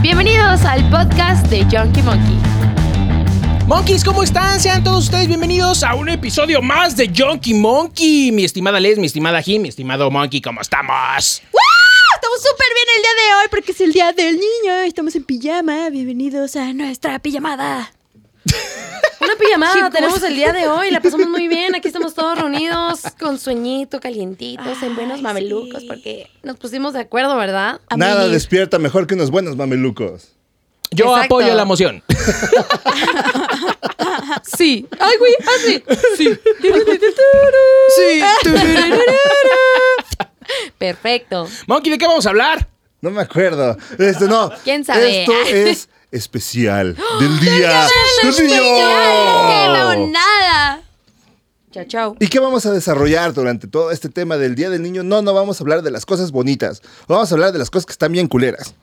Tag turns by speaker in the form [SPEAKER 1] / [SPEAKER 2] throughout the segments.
[SPEAKER 1] Bienvenidos al podcast de Junkie Monkey.
[SPEAKER 2] Monkeys, ¿cómo están? Sean todos ustedes bienvenidos a un episodio más de Junkie Monkey. Mi estimada Les, mi estimada Jim, mi estimado Monkey, ¿cómo estamos?
[SPEAKER 1] Estamos súper bien el día de hoy porque es el día del niño. Estamos en pijama. Bienvenidos a nuestra pijamada.
[SPEAKER 3] Una pijamada tenemos el día de hoy, la pasamos muy bien, aquí estamos todos reunidos con sueñito, calientitos, en buenos
[SPEAKER 1] Ay,
[SPEAKER 3] mamelucos,
[SPEAKER 1] sí.
[SPEAKER 3] porque nos pusimos de acuerdo, ¿verdad?
[SPEAKER 4] Nada despierta mejor que unos buenos mamelucos.
[SPEAKER 2] Yo
[SPEAKER 3] Exacto.
[SPEAKER 2] apoyo la moción.
[SPEAKER 3] Sí. Ay, güey, así. Sí.
[SPEAKER 2] Sí.
[SPEAKER 3] Perfecto.
[SPEAKER 2] Monkey, ¿de qué vamos a hablar?
[SPEAKER 4] No me acuerdo. Esto no.
[SPEAKER 3] ¿Quién sabe?
[SPEAKER 4] Esto es especial del día del niño.
[SPEAKER 1] nada!
[SPEAKER 3] Chao, chao.
[SPEAKER 4] ¿Y qué vamos a desarrollar durante todo este tema del Día del Niño? No, no vamos a hablar de las cosas bonitas. Vamos a hablar de las cosas que están bien culeras.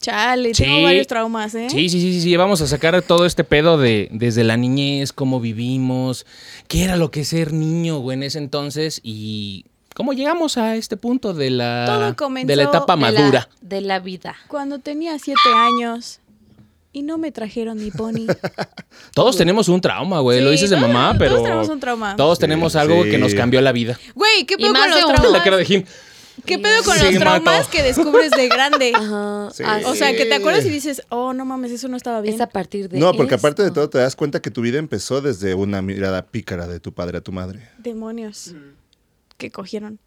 [SPEAKER 1] Chale,
[SPEAKER 2] Sí.
[SPEAKER 1] tengo varios traumas, ¿eh?
[SPEAKER 2] Sí, sí, sí, sí, sí, vamos a sacar todo este pedo de desde la niñez, cómo vivimos, qué era lo que es ser niño güey, en ese entonces y cómo llegamos a este punto de la,
[SPEAKER 5] Todo comenzó
[SPEAKER 2] de la etapa
[SPEAKER 3] De la-
[SPEAKER 2] madura.
[SPEAKER 3] De la vida.
[SPEAKER 5] Cuando tenía siete años y no me trajeron mi pony.
[SPEAKER 2] Todos tenemos un trauma, güey,
[SPEAKER 5] Sí,
[SPEAKER 2] Pues lo dices de
[SPEAKER 5] todos-
[SPEAKER 2] mamá,
[SPEAKER 5] todos
[SPEAKER 2] pero
[SPEAKER 5] tenemos un trauma.
[SPEAKER 2] todos
[SPEAKER 4] Sí,
[SPEAKER 2] tenemos algo
[SPEAKER 4] sí.
[SPEAKER 2] que nos cambió la vida.
[SPEAKER 5] Güey, ¿qué
[SPEAKER 3] Y
[SPEAKER 5] pedo
[SPEAKER 3] más
[SPEAKER 5] con los
[SPEAKER 3] de uno.
[SPEAKER 5] traumas?
[SPEAKER 2] La cara de Jim.
[SPEAKER 5] ¿Qué pedo con
[SPEAKER 2] Sí,
[SPEAKER 5] los traumas
[SPEAKER 2] mato.
[SPEAKER 5] que descubres de grande?
[SPEAKER 3] Ajá,
[SPEAKER 4] Sí.
[SPEAKER 3] así.
[SPEAKER 5] O sea, que te acuerdas y dices, oh, no mames, eso no estaba bien.
[SPEAKER 3] es a partir de
[SPEAKER 4] No, porque
[SPEAKER 3] esto.
[SPEAKER 4] aparte de todo te das cuenta que tu vida empezó desde una mirada pícara de tu padre a tu madre.
[SPEAKER 5] Demonios. Que cogieron.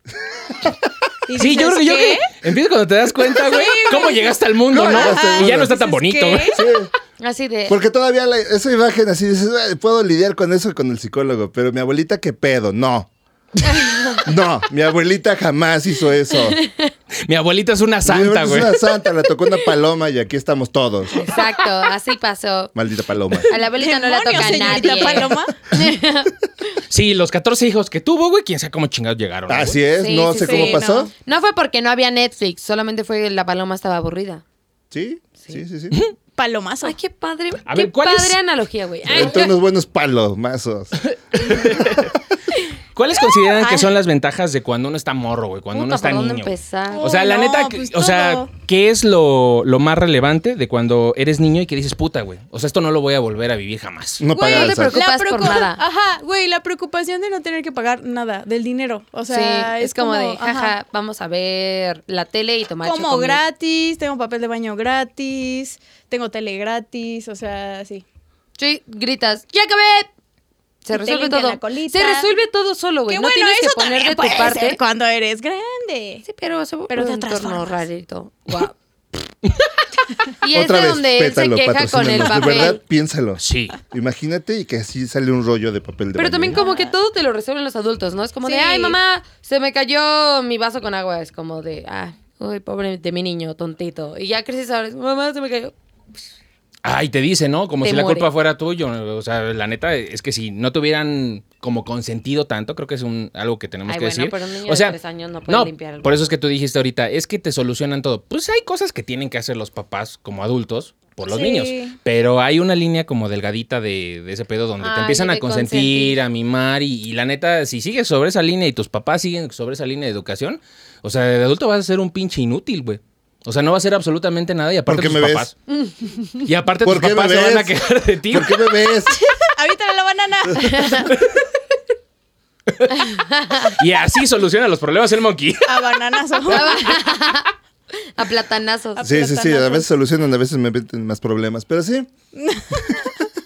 [SPEAKER 5] Y
[SPEAKER 2] Sí, yo creo que
[SPEAKER 5] dices,
[SPEAKER 2] yo creo
[SPEAKER 5] ¿qué?
[SPEAKER 2] que empieza cuando te das cuenta, güey, cómo llegaste al mundo,
[SPEAKER 4] ¿Cómo
[SPEAKER 2] ¿no?
[SPEAKER 4] llegaste al
[SPEAKER 2] Y ya
[SPEAKER 4] mundo?
[SPEAKER 2] no está tan
[SPEAKER 5] Dices,
[SPEAKER 2] bonito,
[SPEAKER 5] ¿qué?
[SPEAKER 2] güey.
[SPEAKER 4] Sí,
[SPEAKER 3] Así de.
[SPEAKER 4] porque todavía la- esa imagen así dices, "Ay, puedo lidiar con eso con el psicólogo, pero mi abuelita, ¿qué pedo? No. No, mi abuelita jamás hizo eso.
[SPEAKER 2] Mi abuelita es una
[SPEAKER 4] Mi abuelita
[SPEAKER 2] santa, güey.
[SPEAKER 4] Es una santa, le tocó una paloma y aquí estamos todos.
[SPEAKER 3] Exacto, así pasó.
[SPEAKER 4] Maldita paloma.
[SPEAKER 3] A la abuelita no la
[SPEAKER 5] Demonios,
[SPEAKER 3] toca
[SPEAKER 5] señorita
[SPEAKER 3] nadie.
[SPEAKER 5] Paloma.
[SPEAKER 2] Sí, los 14 hijos que tuvo, güey, quién sabe cómo chingados llegaron. ¿no, güey?
[SPEAKER 4] Así es,
[SPEAKER 3] Sí,
[SPEAKER 4] no
[SPEAKER 3] sí,
[SPEAKER 4] sé
[SPEAKER 5] sí,
[SPEAKER 4] cómo
[SPEAKER 5] no.
[SPEAKER 4] pasó.
[SPEAKER 3] No fue porque no había Netflix, solamente fue que la paloma estaba aburrida.
[SPEAKER 4] Sí, sí, sí, sí.
[SPEAKER 5] Palomazo.
[SPEAKER 3] Ay, qué padre.
[SPEAKER 2] A
[SPEAKER 3] qué
[SPEAKER 2] ver, ¿cuál
[SPEAKER 3] padre
[SPEAKER 2] es?
[SPEAKER 3] analogía, güey. Ay,
[SPEAKER 4] Entre unos buenos palomazos.
[SPEAKER 2] ¿Cuáles consideran que son las ventajas de cuando uno está morro, güey? Cuando uno
[SPEAKER 3] puta,
[SPEAKER 2] está
[SPEAKER 3] ¿por dónde
[SPEAKER 2] niño. güey?
[SPEAKER 3] empezar?
[SPEAKER 2] O sea, la
[SPEAKER 5] No,
[SPEAKER 2] neta,
[SPEAKER 5] pues
[SPEAKER 2] o sea,
[SPEAKER 5] todo.
[SPEAKER 2] ¿qué es lo, lo más relevante de cuando eres niño y que dices, puta, güey? O sea, esto no lo voy a volver a vivir jamás.
[SPEAKER 4] No
[SPEAKER 3] Güey,
[SPEAKER 4] pagar
[SPEAKER 3] no
[SPEAKER 4] el
[SPEAKER 3] te
[SPEAKER 4] SAT.
[SPEAKER 3] preocupes. preocupas por
[SPEAKER 5] preocu-
[SPEAKER 3] nada.
[SPEAKER 5] Ajá, güey, la preocupación de no tener que pagar nada del dinero. O sea,
[SPEAKER 3] sí, es como, de,
[SPEAKER 5] ajá.
[SPEAKER 3] jaja, vamos a ver la tele y tomar
[SPEAKER 5] Como
[SPEAKER 3] chocomil.
[SPEAKER 5] gratis, tengo papel de baño gratis, tengo tele gratis, o sea, sí.
[SPEAKER 3] Sí, gritas, ¡ya acabé! Se
[SPEAKER 5] Te
[SPEAKER 3] resuelve
[SPEAKER 5] limpian
[SPEAKER 3] todo.
[SPEAKER 5] la colita.
[SPEAKER 3] Se resuelve todo solo, güey.
[SPEAKER 5] Qué
[SPEAKER 3] No tienes que
[SPEAKER 5] eso
[SPEAKER 3] poner
[SPEAKER 5] también
[SPEAKER 3] de tu
[SPEAKER 5] puede
[SPEAKER 3] parte.
[SPEAKER 5] ser cuando eres grande.
[SPEAKER 3] Sí, pero se
[SPEAKER 5] Pero
[SPEAKER 3] un
[SPEAKER 5] te
[SPEAKER 3] entorno
[SPEAKER 5] transformas.
[SPEAKER 3] rarito. Guau. y es
[SPEAKER 4] Otra
[SPEAKER 3] de
[SPEAKER 4] vez,
[SPEAKER 3] donde él se
[SPEAKER 4] pétalo,
[SPEAKER 3] queja con el
[SPEAKER 4] patrocínanos.
[SPEAKER 3] papel.
[SPEAKER 4] De verdad, piénsalo.
[SPEAKER 2] Sí.
[SPEAKER 4] Imagínate y que así sale un rollo de papel de
[SPEAKER 3] Pero
[SPEAKER 4] baño.
[SPEAKER 3] también como que todo te lo resuelven los adultos, ¿no? Es como de,
[SPEAKER 5] Sí.
[SPEAKER 3] ay, mamá, se me cayó mi vaso con agua. Es como de, ah, uy, pobre de mi niño, tontito. Y ya creces ahora, mamá, se me cayó.
[SPEAKER 2] Ay, te dice, ¿no? Como
[SPEAKER 3] Te
[SPEAKER 2] si la
[SPEAKER 3] muere.
[SPEAKER 2] culpa fuera tuyo. O sea, la neta es que si no tuvieran como consentido tanto, creo que es un, algo que tenemos
[SPEAKER 3] Ay,
[SPEAKER 2] que
[SPEAKER 3] bueno,
[SPEAKER 2] decir.
[SPEAKER 3] pero un niño
[SPEAKER 2] o
[SPEAKER 3] de
[SPEAKER 2] sea,
[SPEAKER 3] tres años no puede limpiar el
[SPEAKER 2] Por eso es que tú dijiste ahorita, es que te solucionan todo. Pues hay cosas que tienen que hacer los papás como adultos por los
[SPEAKER 5] Sí.
[SPEAKER 2] niños. Pero hay una línea como delgadita de, de ese pedo donde te
[SPEAKER 3] Ay,
[SPEAKER 2] empiezan
[SPEAKER 3] de
[SPEAKER 2] a consentir,
[SPEAKER 3] consentir.
[SPEAKER 2] a mimar. Y, y la neta, si sigues sobre esa línea y tus papás siguen sobre esa línea de educación, o sea, de adulto vas a ser un pinche inútil, güey. O sea, no va a ser absolutamente nada y aparte
[SPEAKER 4] ¿Por qué
[SPEAKER 2] tus
[SPEAKER 4] me
[SPEAKER 2] papás. Y aparte tus
[SPEAKER 4] ¿Por qué me
[SPEAKER 2] papás se van a
[SPEAKER 4] ves?
[SPEAKER 2] quejar de ti.
[SPEAKER 4] ¿Por qué me ves?
[SPEAKER 5] Ahorita la banana.
[SPEAKER 2] Y así soluciona los problemas el monkey.
[SPEAKER 5] A bananazo.
[SPEAKER 3] A platanazos.
[SPEAKER 4] Sí, sí, sí. A
[SPEAKER 3] pues.
[SPEAKER 5] Platanazos.
[SPEAKER 4] veces solucionan, a veces me meten más problemas. Pero sí,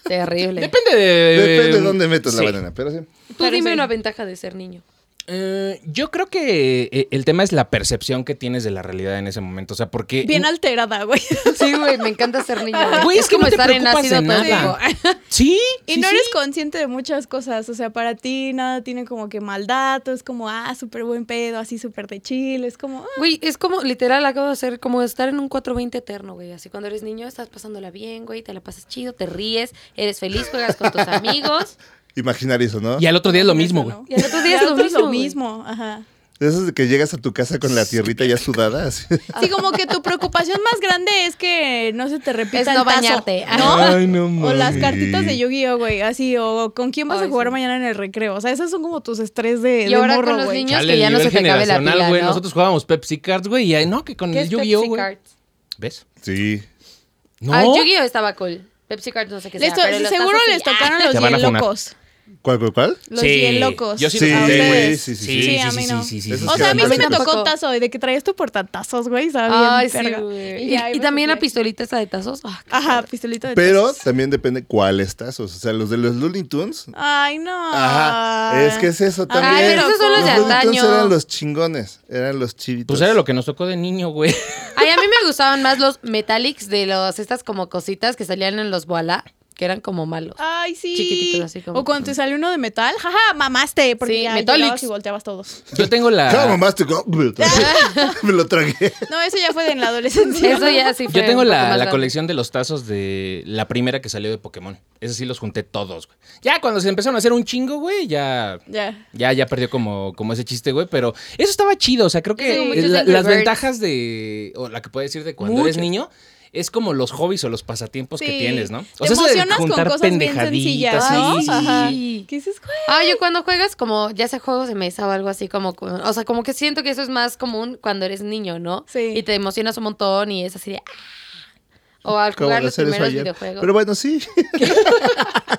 [SPEAKER 3] Terrible.
[SPEAKER 2] Depende de.
[SPEAKER 4] depende de dónde metas
[SPEAKER 2] Eh, Sí.
[SPEAKER 4] la banana. Pero sí.
[SPEAKER 3] Tú
[SPEAKER 5] Pero
[SPEAKER 3] dime
[SPEAKER 5] sí.
[SPEAKER 3] una ventaja de ser niño.
[SPEAKER 2] Eh, yo creo que eh, el tema es la percepción que tienes de la realidad en ese momento. O sea, porque.
[SPEAKER 5] Bien alterada, güey.
[SPEAKER 3] Sí, güey, me encanta ser niño.
[SPEAKER 2] Güey, es, que
[SPEAKER 3] como
[SPEAKER 2] no te
[SPEAKER 3] estar en
[SPEAKER 2] preocupas
[SPEAKER 3] ácido
[SPEAKER 2] de nada.
[SPEAKER 3] tóxico.
[SPEAKER 2] Sí.
[SPEAKER 5] Y
[SPEAKER 2] sí,
[SPEAKER 5] no
[SPEAKER 2] sí.
[SPEAKER 5] eres consciente de muchas cosas. O sea, para ti nada tiene como que maldad. todo Es como, ah, súper buen pedo, así súper de chile. Es como, ah,
[SPEAKER 3] Güey, es como, literal, acabo de hacer como estar en un 420 eterno, güey. Así cuando eres niño estás pasándola bien, güey, te la pasas chido, te ríes, eres feliz, juegas con tus amigos.
[SPEAKER 4] Imaginar eso, ¿no?
[SPEAKER 2] Y al otro día es lo mismo, güey.
[SPEAKER 5] ¿no?
[SPEAKER 3] Y al otro día
[SPEAKER 5] Y
[SPEAKER 3] es
[SPEAKER 5] al
[SPEAKER 3] lo
[SPEAKER 5] otro
[SPEAKER 3] mismo, güey.
[SPEAKER 5] mismo. Ajá.
[SPEAKER 4] Eso es de que llegas a tu casa con la tierrita ya sudada. así.
[SPEAKER 5] Sí, como que tu preocupación más grande es que no se te repita
[SPEAKER 3] Es
[SPEAKER 5] el
[SPEAKER 3] no
[SPEAKER 5] tazo,
[SPEAKER 3] bañarte.
[SPEAKER 5] ¿no?
[SPEAKER 4] Ay, no
[SPEAKER 5] O las
[SPEAKER 4] mames.
[SPEAKER 5] cartitas de Yu-Gi-Oh, güey, así, o con quién vas
[SPEAKER 3] Ay,
[SPEAKER 5] a jugar
[SPEAKER 3] sí.
[SPEAKER 5] mañana en el recreo. O sea, esos son como tus estrés de,
[SPEAKER 3] Y
[SPEAKER 5] de
[SPEAKER 3] ahora
[SPEAKER 5] morro,
[SPEAKER 3] con los
[SPEAKER 5] güey.
[SPEAKER 3] niños que ya no se te acabe la pila,
[SPEAKER 2] güey.
[SPEAKER 3] ¿no?
[SPEAKER 2] Nosotros jugábamos Pepsi Cards, güey. Y ay, no, que con
[SPEAKER 3] ¿Qué
[SPEAKER 2] el
[SPEAKER 3] es
[SPEAKER 2] Yu-Gi-Oh,
[SPEAKER 3] Pepsi
[SPEAKER 2] güey.
[SPEAKER 3] Cards?
[SPEAKER 2] ¿Ves?
[SPEAKER 4] Sí.
[SPEAKER 2] ¿No?
[SPEAKER 3] Ah, Yu-Gi-Oh estaba cool. Pepsi Card no sé qué sea,
[SPEAKER 5] Esto-
[SPEAKER 3] pero los
[SPEAKER 5] seguro
[SPEAKER 3] tazos
[SPEAKER 5] les
[SPEAKER 3] sí,
[SPEAKER 5] tocaron los
[SPEAKER 2] Te van a
[SPEAKER 5] bien
[SPEAKER 2] funar.
[SPEAKER 5] locos.
[SPEAKER 4] ¿Cuál, cuál, cuál?
[SPEAKER 5] Los
[SPEAKER 2] Sí,
[SPEAKER 5] bien locos.
[SPEAKER 2] yo sí
[SPEAKER 4] Sí,
[SPEAKER 2] los
[SPEAKER 5] A
[SPEAKER 4] güey,
[SPEAKER 5] ustedes.
[SPEAKER 4] sí, sí,
[SPEAKER 5] Sí,
[SPEAKER 4] sí.
[SPEAKER 2] sí,
[SPEAKER 5] a
[SPEAKER 2] sí,
[SPEAKER 5] mí
[SPEAKER 2] sí,
[SPEAKER 5] no.
[SPEAKER 2] sí, sí,
[SPEAKER 4] Eso
[SPEAKER 2] sí,
[SPEAKER 5] O
[SPEAKER 2] sí,
[SPEAKER 5] sea, a mí sí me
[SPEAKER 3] Tampoco.
[SPEAKER 5] tocó tazo de que traías tu portatazos, güey, ¿sabes?
[SPEAKER 3] Ay, sí,
[SPEAKER 5] Pero-
[SPEAKER 3] güey.
[SPEAKER 5] Y
[SPEAKER 3] Y,
[SPEAKER 5] ya,
[SPEAKER 3] y
[SPEAKER 5] me
[SPEAKER 3] también la
[SPEAKER 5] puse-
[SPEAKER 3] pistolita esa de tazos. Ah, qué
[SPEAKER 5] Ajá,
[SPEAKER 3] padre.
[SPEAKER 5] pistolito de
[SPEAKER 4] Pero
[SPEAKER 3] pues,
[SPEAKER 5] tazos.
[SPEAKER 4] también depende cuáles tazos. O sea, los de los Looney Tunes.
[SPEAKER 5] Ay, no.
[SPEAKER 4] Ajá. Es que es eso también.
[SPEAKER 3] Ay, pero esos son los de
[SPEAKER 4] Looney Tunes
[SPEAKER 3] antaño.
[SPEAKER 4] eran los chingones. Eran los chivitos.
[SPEAKER 2] Pues era lo que nos tocó de niño, güey.
[SPEAKER 3] Ay, a mí me gustaban más los metallics de los, estas como cositas que salían en los Voila, que eran como malos.
[SPEAKER 5] Ay, sí.
[SPEAKER 3] Chiquititos, así como-
[SPEAKER 5] O cuando te sale uno de metal, jaja, mamaste. Porque
[SPEAKER 3] Sí,
[SPEAKER 5] ya
[SPEAKER 3] Metallics.
[SPEAKER 5] llegabas y volteabas todos.
[SPEAKER 2] Yo tengo
[SPEAKER 4] ¿Cómo
[SPEAKER 2] la.
[SPEAKER 4] más te co- Me lo tragué. Me lo tragué.
[SPEAKER 5] No, eso ya fue en la adolescencia.
[SPEAKER 3] Eso ya sí fue
[SPEAKER 2] Yo tengo
[SPEAKER 3] un poco
[SPEAKER 2] la,
[SPEAKER 3] más
[SPEAKER 2] la
[SPEAKER 3] grande.
[SPEAKER 2] colección de los tazos de la primera que salió de Pokémon. Esos sí los junté todos, güey. Ya cuando se empezaron a hacer un chingo, güey, ya.
[SPEAKER 5] Ya.
[SPEAKER 2] Ya, ya perdió como, como ese chiste, güey, pero eso estaba chido. O sea, creo
[SPEAKER 3] Sí,
[SPEAKER 2] que
[SPEAKER 3] muchos
[SPEAKER 2] la-
[SPEAKER 3] Angry
[SPEAKER 2] las
[SPEAKER 3] Birds.
[SPEAKER 2] ventajas de. O la que puedo decir de cuando eres niño. Es como los hobbies o los pasatiempos que
[SPEAKER 5] Sí.
[SPEAKER 2] tienes, ¿no? O
[SPEAKER 5] Te
[SPEAKER 2] eso de
[SPEAKER 5] emocionas con
[SPEAKER 2] juntar
[SPEAKER 5] cosas bien
[SPEAKER 2] pendejaditas,
[SPEAKER 5] sencillas, ¿no?
[SPEAKER 2] sí, sí,
[SPEAKER 5] Ajá.
[SPEAKER 2] sí.
[SPEAKER 5] ¿Qué dices, güey?
[SPEAKER 3] Ah, yo cuando juegas como, ya sea juegos de mesa o algo así, como, o sea, como que siento que eso es más común cuando eres niño, ¿no?
[SPEAKER 5] Sí.
[SPEAKER 3] Y te emocionas un montón y es así de... "Ah". O al
[SPEAKER 4] Acabo de
[SPEAKER 3] jugar los
[SPEAKER 4] hacer eso
[SPEAKER 3] primeros
[SPEAKER 4] ayer.
[SPEAKER 3] videojuegos.
[SPEAKER 4] Pero bueno, sí.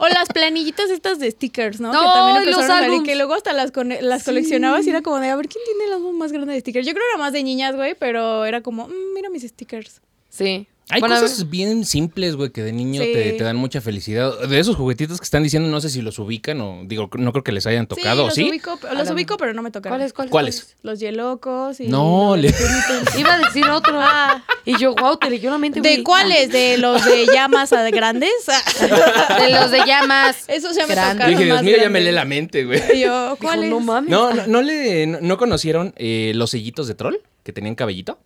[SPEAKER 5] O las planillitas estas de stickers, ¿no?
[SPEAKER 3] No,
[SPEAKER 5] que
[SPEAKER 3] y los
[SPEAKER 5] también empezaron a salir,
[SPEAKER 3] álbums.
[SPEAKER 5] que luego hasta las, cone- las coleccionabas y era como de, a ver, ¿quién tiene el álbum más grande de stickers? Yo creo que era más de niñas, güey, pero era como, "Mm, mira mis stickers.
[SPEAKER 3] Sí.
[SPEAKER 2] Hay
[SPEAKER 3] Bueno,
[SPEAKER 2] cosas bien simples, güey, que de niño
[SPEAKER 5] Sí.
[SPEAKER 2] te, te dan mucha felicidad. De esos juguetitos que están diciendo, no sé si los ubican o digo, no creo que les hayan tocado, ¿o
[SPEAKER 5] los
[SPEAKER 2] ¿sí?
[SPEAKER 5] Ubico, los
[SPEAKER 3] la-
[SPEAKER 5] ubico, pero no me tocaron.
[SPEAKER 3] ¿Cuáles, cuáles?
[SPEAKER 2] ¿Cuáles?
[SPEAKER 5] Los yelocos y...
[SPEAKER 2] No, le-
[SPEAKER 3] cuáles? Iba a decir otro. ah. Y yo, wow, te leyó la mente.
[SPEAKER 5] ¿De
[SPEAKER 3] güey.
[SPEAKER 5] cuáles? ¿De los de llamas a de grandes?
[SPEAKER 3] De los de llamas.
[SPEAKER 5] Esos ya me
[SPEAKER 3] Grande.
[SPEAKER 2] Yo
[SPEAKER 5] tocaron.
[SPEAKER 2] dije, Dios
[SPEAKER 5] más
[SPEAKER 2] mío, ya me
[SPEAKER 5] grandes.
[SPEAKER 2] lee la mente, güey.
[SPEAKER 5] Y yo,
[SPEAKER 3] Dijo,
[SPEAKER 5] ¿cuáles?
[SPEAKER 3] no mames.
[SPEAKER 2] No, no, no le, no, no conocieron eh, los sellitos de troll que tenían cabellito.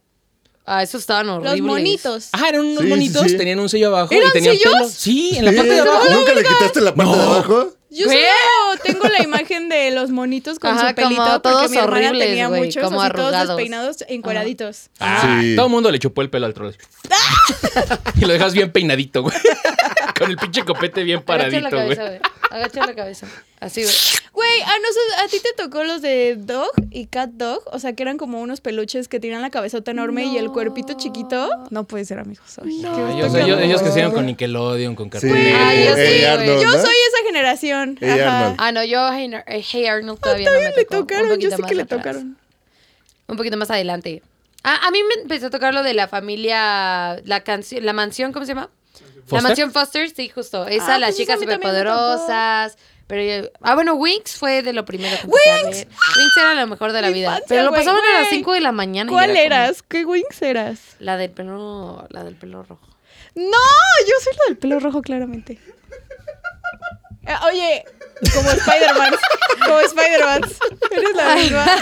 [SPEAKER 3] Ah, esos estaban
[SPEAKER 5] los
[SPEAKER 3] horribles.
[SPEAKER 5] monitos.
[SPEAKER 2] Ah, eran unos
[SPEAKER 4] Sí, sí,
[SPEAKER 2] bonitos,
[SPEAKER 4] sí.
[SPEAKER 2] tenían un sello abajo y
[SPEAKER 5] ¿Eran
[SPEAKER 2] tenían
[SPEAKER 5] sellos?
[SPEAKER 2] pelo. Sí, en la parte de abajo.
[SPEAKER 4] ¿Nunca le quitaste la parte de
[SPEAKER 2] No.
[SPEAKER 4] abajo?
[SPEAKER 5] Yo
[SPEAKER 3] ¿Qué?
[SPEAKER 5] solo tengo la imagen de los monitos con
[SPEAKER 3] Ajá,
[SPEAKER 5] su pelito
[SPEAKER 3] como
[SPEAKER 5] porque
[SPEAKER 3] todos
[SPEAKER 5] mi hermana
[SPEAKER 3] horribles,
[SPEAKER 5] tenía
[SPEAKER 3] güey,
[SPEAKER 5] muchos
[SPEAKER 3] como
[SPEAKER 5] así todos
[SPEAKER 3] arrugados.
[SPEAKER 5] despeinados, encueraditos.
[SPEAKER 2] Ah,
[SPEAKER 4] Sí.
[SPEAKER 2] Todo el mundo le chupó el pelo al troll. y lo dejas bien peinadito, güey. Con el pinche copete bien
[SPEAKER 3] Agacha la
[SPEAKER 2] paradito, güey.
[SPEAKER 3] cabeza, güey. Agacha la cabeza. Así, güey.
[SPEAKER 5] Güey, a nosotros, a ti te tocó los de Dog y Cat Dog, o sea, que eran como unos peluches que tenían la cabezota enorme y el cuerpito chiquito. No puede ser, amigos. Ay, qué
[SPEAKER 2] Ay, o
[SPEAKER 5] gusto que
[SPEAKER 2] sea, ellos,
[SPEAKER 5] no.
[SPEAKER 2] ellos crecieron con Nickelodeon, con Cartoon
[SPEAKER 4] Sí. Eh,
[SPEAKER 2] Network.
[SPEAKER 3] Ay, yo sí,
[SPEAKER 4] Hey,
[SPEAKER 3] güey.
[SPEAKER 4] Arnold,
[SPEAKER 5] Yo
[SPEAKER 4] ¿no?
[SPEAKER 5] soy esa generación.
[SPEAKER 4] Hey,
[SPEAKER 5] Ajá.
[SPEAKER 4] Arnold.
[SPEAKER 3] Ah, no, yo Hey, Ar- Hey Arnold todavía no,
[SPEAKER 5] Ah, Todavía
[SPEAKER 3] me
[SPEAKER 5] le
[SPEAKER 3] tocó. Un
[SPEAKER 5] tocaron, yo
[SPEAKER 3] poquito
[SPEAKER 5] sé
[SPEAKER 3] más
[SPEAKER 5] que le
[SPEAKER 3] atrás.
[SPEAKER 5] tocaron.
[SPEAKER 3] Un poquito más adelante. Ah, a mí me empezó a tocar lo de la familia, la canción, la mansión, ¿cómo se llama?
[SPEAKER 2] ¿Foster?
[SPEAKER 3] La mansión Foster, sí, justo. Esa,
[SPEAKER 5] Ah,
[SPEAKER 3] las
[SPEAKER 5] pues
[SPEAKER 3] chicas
[SPEAKER 5] esa a mí también me
[SPEAKER 3] superpoderosas. Pero yo- ah, bueno, Winx fue de lo primero que empecé a ver. Winx era lo mejor de la
[SPEAKER 5] Mi
[SPEAKER 3] vida.
[SPEAKER 5] infancia,
[SPEAKER 3] pero lo
[SPEAKER 5] güey,
[SPEAKER 3] pasaban a las
[SPEAKER 5] güey.
[SPEAKER 3] 5 de la mañana. y
[SPEAKER 5] ¿Cuál
[SPEAKER 3] era como-
[SPEAKER 5] eras? ¿Qué wings eras?
[SPEAKER 3] la del pelo, la del pelo rojo.
[SPEAKER 5] No, yo soy la del pelo rojo, claramente. Eh, Oye, como Spider-Man. Como Spider-Man. Eres la misma.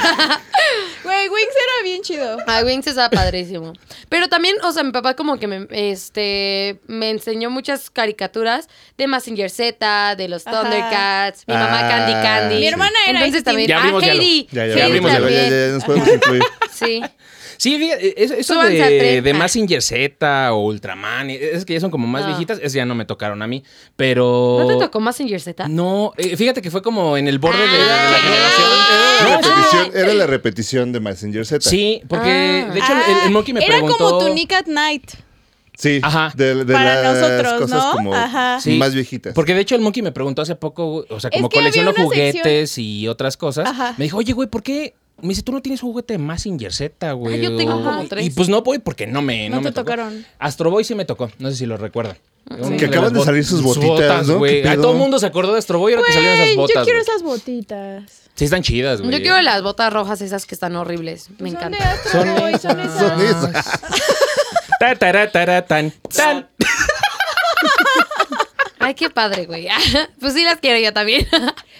[SPEAKER 5] Güey, Wings era bien chido.
[SPEAKER 3] Ay, Wings estaba padrísimo. Pero también, o sea, mi papá como que me, este, me enseñó muchas caricaturas de Massinger Z, de los
[SPEAKER 5] Ajá.
[SPEAKER 3] Thundercats, mi mamá
[SPEAKER 4] Ah,
[SPEAKER 3] Candy Candy.
[SPEAKER 4] Mi
[SPEAKER 5] hermana era
[SPEAKER 3] Entonces
[SPEAKER 5] este ese
[SPEAKER 3] también,
[SPEAKER 2] team. Ya
[SPEAKER 3] ah,
[SPEAKER 2] abrimos diálogo.
[SPEAKER 3] Heidi.
[SPEAKER 4] Ya, ya,
[SPEAKER 2] Sí,
[SPEAKER 4] ya,
[SPEAKER 3] Heidi
[SPEAKER 4] abrimos, ya, ya,
[SPEAKER 3] también.
[SPEAKER 4] ya, ya nos podemos incluir.
[SPEAKER 3] Sí.
[SPEAKER 2] Sí, fíjate, es- eso
[SPEAKER 3] Súbanse al
[SPEAKER 2] de,
[SPEAKER 3] tren.
[SPEAKER 2] de
[SPEAKER 3] Ah.
[SPEAKER 2] Massinger Z o Ultraman, es que ya son como más
[SPEAKER 3] No.
[SPEAKER 2] viejitas, es ya no me tocaron a mí, pero...
[SPEAKER 4] Oh.
[SPEAKER 3] ¿No te tocó Massinger Z?
[SPEAKER 2] No, eh, fíjate que fue como en el borde de, la- de la
[SPEAKER 3] Ah.
[SPEAKER 4] Era la
[SPEAKER 2] generación. No,
[SPEAKER 4] repetición, era la repetición de Messenger Z.
[SPEAKER 2] sí, porque
[SPEAKER 3] Ah.
[SPEAKER 2] de hecho el, el Monkey me
[SPEAKER 5] era
[SPEAKER 2] preguntó...
[SPEAKER 5] como tu Nick at Night.
[SPEAKER 4] Sí,
[SPEAKER 2] Ajá.
[SPEAKER 4] De, de
[SPEAKER 5] Para
[SPEAKER 4] las
[SPEAKER 5] nosotros,
[SPEAKER 4] cosas
[SPEAKER 5] ¿no?
[SPEAKER 4] como
[SPEAKER 5] Ajá.
[SPEAKER 2] Sí,
[SPEAKER 4] más viejitas.
[SPEAKER 2] Porque de hecho el Monkey me preguntó hace poco, o sea, como
[SPEAKER 5] que había
[SPEAKER 2] colecciono
[SPEAKER 5] una
[SPEAKER 2] juguetes y otras cosas.
[SPEAKER 5] Ajá.
[SPEAKER 2] Me dijo, oye, güey, ¿por qué? Me dice, tú no tienes juguete de Massinger
[SPEAKER 5] Ah,
[SPEAKER 2] Z, güey.
[SPEAKER 3] yo tengo
[SPEAKER 2] O-
[SPEAKER 3] como
[SPEAKER 2] y-
[SPEAKER 3] tres.
[SPEAKER 2] Y pues no voy porque no me. No,
[SPEAKER 5] No
[SPEAKER 2] me
[SPEAKER 5] te tocaron.
[SPEAKER 2] Astro Boy sí me tocó, no sé si lo recuerdan. Una las
[SPEAKER 4] acaban de
[SPEAKER 2] bot-
[SPEAKER 4] salir sus botitas, ¿no?
[SPEAKER 2] güey.
[SPEAKER 4] ¿Qué
[SPEAKER 2] Ay,
[SPEAKER 4] pedo?
[SPEAKER 2] todo el mundo se acordó de Astro Boy ahora que salieron
[SPEAKER 5] Güey,
[SPEAKER 2] esas botas.
[SPEAKER 5] yo quiero
[SPEAKER 2] güey.
[SPEAKER 5] esas botitas.
[SPEAKER 2] Sí, están chidas, güey.
[SPEAKER 3] Yo quiero las botas rojas esas que están horribles. Me
[SPEAKER 5] Son
[SPEAKER 3] encantan.
[SPEAKER 5] de Astro
[SPEAKER 2] Son
[SPEAKER 5] Boy,
[SPEAKER 2] esas.
[SPEAKER 5] son esas.
[SPEAKER 4] Son esas.
[SPEAKER 2] Ta, tara, tara, tan, tan.
[SPEAKER 3] Ay, qué padre, güey. Pues sí las quiero yo también.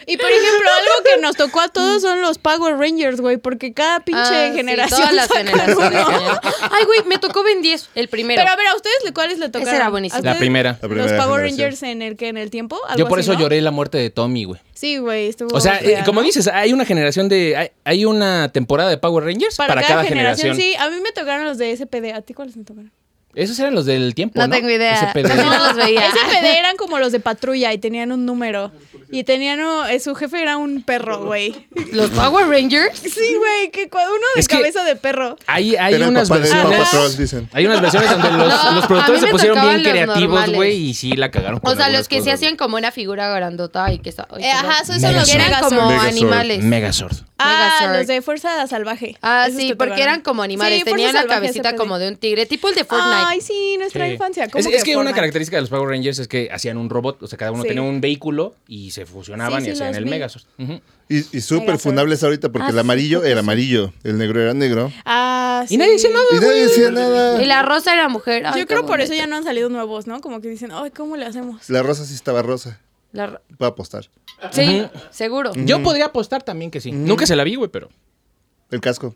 [SPEAKER 5] Y por ejemplo, algo que nos tocó a todos son los Power Rangers, güey, porque cada pinche
[SPEAKER 3] Ah, sí,
[SPEAKER 5] generación.
[SPEAKER 3] todas las
[SPEAKER 5] sacan
[SPEAKER 3] generaciones.
[SPEAKER 5] uno.
[SPEAKER 3] Ay, güey, me tocó Ben 10, el primero.
[SPEAKER 5] Pero a ver, ¿a ustedes le- cuáles le tocaron?
[SPEAKER 3] era buenísimo.
[SPEAKER 5] ¿A ustedes-
[SPEAKER 2] La primera. La
[SPEAKER 4] primera
[SPEAKER 5] los Power
[SPEAKER 4] generación.
[SPEAKER 5] Rangers en el que en el tiempo.
[SPEAKER 2] Yo
[SPEAKER 5] algo
[SPEAKER 2] por
[SPEAKER 5] así,
[SPEAKER 2] eso
[SPEAKER 5] ¿no? Oh,
[SPEAKER 2] lloré la muerte de Tommy, güey.
[SPEAKER 5] Sí, güey, estuvo.
[SPEAKER 2] O sea, eh,
[SPEAKER 5] fea,
[SPEAKER 2] como
[SPEAKER 5] ¿no?
[SPEAKER 2] dices, hay una generación de. Hay, hay una temporada de Power Rangers para, cada, generación.
[SPEAKER 5] Sí, a mí me tocaron los de SPD. ¿A ti cuáles me tocaron?
[SPEAKER 2] Esos eran los del tiempo.
[SPEAKER 6] No tengo idea.
[SPEAKER 2] SPD.
[SPEAKER 6] Casi no los veía.
[SPEAKER 5] SPD eran como los de patrulla y tenían un número. Y tenían, oh, eh, su jefe era un perro, güey.
[SPEAKER 3] ¿Los Power Rangers?
[SPEAKER 5] Sí, güey, que cua- uno de
[SPEAKER 2] Es que-
[SPEAKER 5] cabeza de perro.
[SPEAKER 2] Hay, hay
[SPEAKER 4] Era el
[SPEAKER 2] unas
[SPEAKER 4] papá de Paw
[SPEAKER 2] versiones.
[SPEAKER 4] Patrol, dicen.
[SPEAKER 2] Hay unas versiones donde los,
[SPEAKER 3] No,
[SPEAKER 2] los
[SPEAKER 3] a mí
[SPEAKER 2] productores se
[SPEAKER 3] me
[SPEAKER 2] pusieron
[SPEAKER 3] tocaban
[SPEAKER 2] bien
[SPEAKER 3] los
[SPEAKER 2] creativos,
[SPEAKER 3] normales.
[SPEAKER 2] güey, y sí la cagaron.
[SPEAKER 3] O sea, los que se
[SPEAKER 2] se
[SPEAKER 3] hacían como una figura grandota y que está. ay,
[SPEAKER 6] Eh,
[SPEAKER 3] perdón.
[SPEAKER 6] ajá, esos son los
[SPEAKER 3] Que eran
[SPEAKER 6] Megazord.
[SPEAKER 3] como
[SPEAKER 4] Megazord.
[SPEAKER 3] animales.
[SPEAKER 2] Megazord.
[SPEAKER 5] Ah,
[SPEAKER 3] Megazord.
[SPEAKER 5] los de Fuerza Salvaje.
[SPEAKER 3] Ah,
[SPEAKER 5] Esos
[SPEAKER 3] sí,
[SPEAKER 5] que
[SPEAKER 3] porque
[SPEAKER 5] tocaban.
[SPEAKER 3] eran como animales.
[SPEAKER 5] Sí, Fuerza
[SPEAKER 3] Tenían la
[SPEAKER 5] Salvaje,
[SPEAKER 3] cabecita
[SPEAKER 5] SPD.
[SPEAKER 3] como de un tigre, tipo el de Fortnite.
[SPEAKER 5] Ay, sí, nuestra
[SPEAKER 2] Sí.
[SPEAKER 5] infancia. ¿Cómo
[SPEAKER 2] Es es que una
[SPEAKER 5] Fortnite?
[SPEAKER 2] característica de los Power Rangers es que hacían un robot, o sea, cada uno
[SPEAKER 5] Sí.
[SPEAKER 2] tenía un vehículo y se fusionaban y
[SPEAKER 5] Sí, sí,
[SPEAKER 2] hacían
[SPEAKER 5] los
[SPEAKER 2] el
[SPEAKER 5] vi.
[SPEAKER 2] Megazord. Ujú.
[SPEAKER 4] Y, y súper
[SPEAKER 5] Megazord.
[SPEAKER 4] funables ahorita porque
[SPEAKER 6] Ah,
[SPEAKER 4] el amarillo era amarillo, el negro era negro.
[SPEAKER 5] Ah, sí.
[SPEAKER 2] Y nadie decía nada,
[SPEAKER 4] Y nadie decía
[SPEAKER 3] Y
[SPEAKER 4] nada.
[SPEAKER 3] la rosa era mujer. Ay, qué
[SPEAKER 5] Yo creo por eso
[SPEAKER 3] bonito.
[SPEAKER 5] ya no han salido nuevos, ¿no? Como que dicen, ay, ¿cómo le hacemos?
[SPEAKER 4] La rosa sí estaba rosa.
[SPEAKER 3] La ro-
[SPEAKER 4] Voy a apostar.
[SPEAKER 3] Sí, seguro.
[SPEAKER 2] Yo podría apostar también que sí. Nunca se la vi, güey, pero.
[SPEAKER 4] El casco.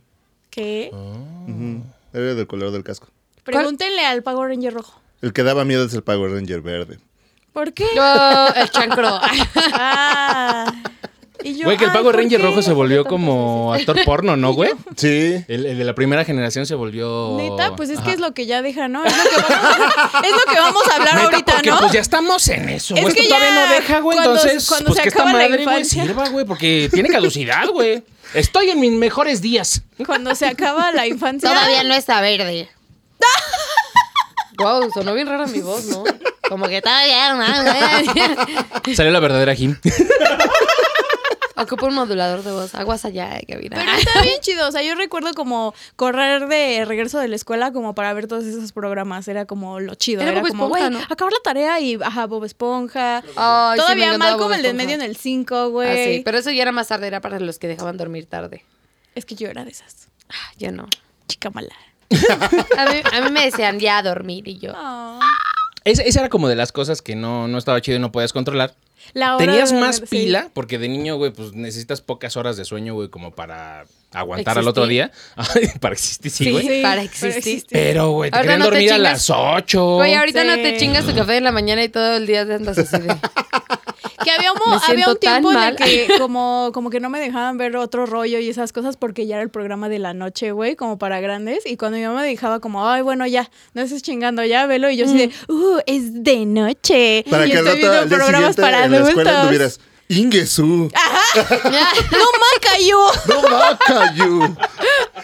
[SPEAKER 5] ¿Qué?
[SPEAKER 2] Ah.
[SPEAKER 4] Era del color del casco.
[SPEAKER 5] Pregúntenle al Power Ranger rojo.
[SPEAKER 4] El que daba miedo es el Power Ranger verde.
[SPEAKER 5] ¿Por qué?
[SPEAKER 3] Yo, el chancro.
[SPEAKER 5] Ah. Y yo,
[SPEAKER 2] Güey, que el
[SPEAKER 5] ay,
[SPEAKER 2] Power
[SPEAKER 5] ¿por
[SPEAKER 2] Ranger
[SPEAKER 5] qué?
[SPEAKER 2] rojo se volvió como actor porno, ¿no, güey?
[SPEAKER 4] Sí.
[SPEAKER 2] El, el de la primera generación se volvió.
[SPEAKER 5] Neta, pues es
[SPEAKER 2] Ajá.
[SPEAKER 5] que es lo que ya deja, ¿no? Es lo que vamos, es lo que vamos a hablar
[SPEAKER 2] Neta,
[SPEAKER 5] ahorita,
[SPEAKER 2] porque
[SPEAKER 5] ¿no?
[SPEAKER 2] pues ya estamos en eso,
[SPEAKER 5] Es
[SPEAKER 2] güey. Esto
[SPEAKER 5] que
[SPEAKER 2] todavía
[SPEAKER 5] ya
[SPEAKER 2] no deja, güey.
[SPEAKER 5] cuando-
[SPEAKER 2] entonces,
[SPEAKER 5] cuando
[SPEAKER 2] pues
[SPEAKER 5] se
[SPEAKER 2] que esta
[SPEAKER 5] acaba la
[SPEAKER 2] madre, güey,
[SPEAKER 5] infancia.
[SPEAKER 2] sirva, güey, porque tiene caducidad, güey. Estoy en mis mejores días.
[SPEAKER 5] Cuando se acaba la infancia.
[SPEAKER 6] Todavía no está verde.
[SPEAKER 3] wow, sonó bien rara mi voz, ¿no?
[SPEAKER 6] Como que todavía no.
[SPEAKER 2] Salió la verdadera Jim.
[SPEAKER 3] Ocupa un modulador de voz. Aguas allá, eh, Gavina.
[SPEAKER 5] Pero está bien chido. O sea, yo recuerdo como correr de regreso de la escuela como para ver todos esos programas. Era como lo chido.
[SPEAKER 3] Era
[SPEAKER 5] Era,
[SPEAKER 3] Bob
[SPEAKER 5] como,
[SPEAKER 3] Esponja,
[SPEAKER 5] güey,
[SPEAKER 3] ¿no?
[SPEAKER 5] acabar la tarea y, ajá, Bob Esponja.
[SPEAKER 3] Ay, sí, me
[SPEAKER 5] Todavía
[SPEAKER 3] encantaba
[SPEAKER 5] mal como
[SPEAKER 3] Bob
[SPEAKER 5] el de en
[SPEAKER 3] Esponja.
[SPEAKER 5] medio en el 5,
[SPEAKER 3] Ah, sí,
[SPEAKER 5] güey.
[SPEAKER 3] pero eso ya era más tarde, era para los que dejaban dormir tarde.
[SPEAKER 5] Es que yo era de esas.
[SPEAKER 3] Ah, Yo no.
[SPEAKER 5] Chica mala.
[SPEAKER 3] A mí, a mí me decían ya a dormir y yo.
[SPEAKER 2] Esa, esa era como de las cosas que no, no estaba chido y no podías controlar.
[SPEAKER 5] La hora
[SPEAKER 2] Tenías
[SPEAKER 5] de-
[SPEAKER 2] más
[SPEAKER 5] sí.
[SPEAKER 2] pila, porque de niño, güey, pues necesitas pocas horas de sueño, güey, como para aguantar al otro día.
[SPEAKER 3] Existir.
[SPEAKER 2] Ay, para existir, sí, güey.
[SPEAKER 3] para existir.
[SPEAKER 2] Pero, güey, te
[SPEAKER 3] Ahorita
[SPEAKER 2] querían
[SPEAKER 3] no te
[SPEAKER 2] dormir a
[SPEAKER 3] chingas.
[SPEAKER 2] las 8.
[SPEAKER 3] Oye, ahorita no
[SPEAKER 5] Sí.
[SPEAKER 3] te chingas tu café en la mañana y todo el día andas así de.
[SPEAKER 5] Que había, mo-
[SPEAKER 3] Me
[SPEAKER 5] había
[SPEAKER 3] siento
[SPEAKER 5] un tiempo
[SPEAKER 3] tan
[SPEAKER 5] en el
[SPEAKER 3] mal.
[SPEAKER 5] que como, como que no me dejaban ver otro rollo y esas cosas porque ya era el programa de la noche, güey, como para grandes. Y cuando mi mamá me dejaba como, ay, bueno, ya, no estés chingando, ya, velo. Y yo así de,
[SPEAKER 2] Mm.
[SPEAKER 5] uh, es de noche.
[SPEAKER 4] Para
[SPEAKER 5] y
[SPEAKER 4] que al
[SPEAKER 5] estoy
[SPEAKER 4] otro al
[SPEAKER 5] viendo
[SPEAKER 4] día
[SPEAKER 5] programas
[SPEAKER 4] siguiente
[SPEAKER 5] para
[SPEAKER 4] en la escuela
[SPEAKER 5] adultos.
[SPEAKER 4] anduvieras Ingesu,
[SPEAKER 5] No maca yo.
[SPEAKER 4] no vaca you.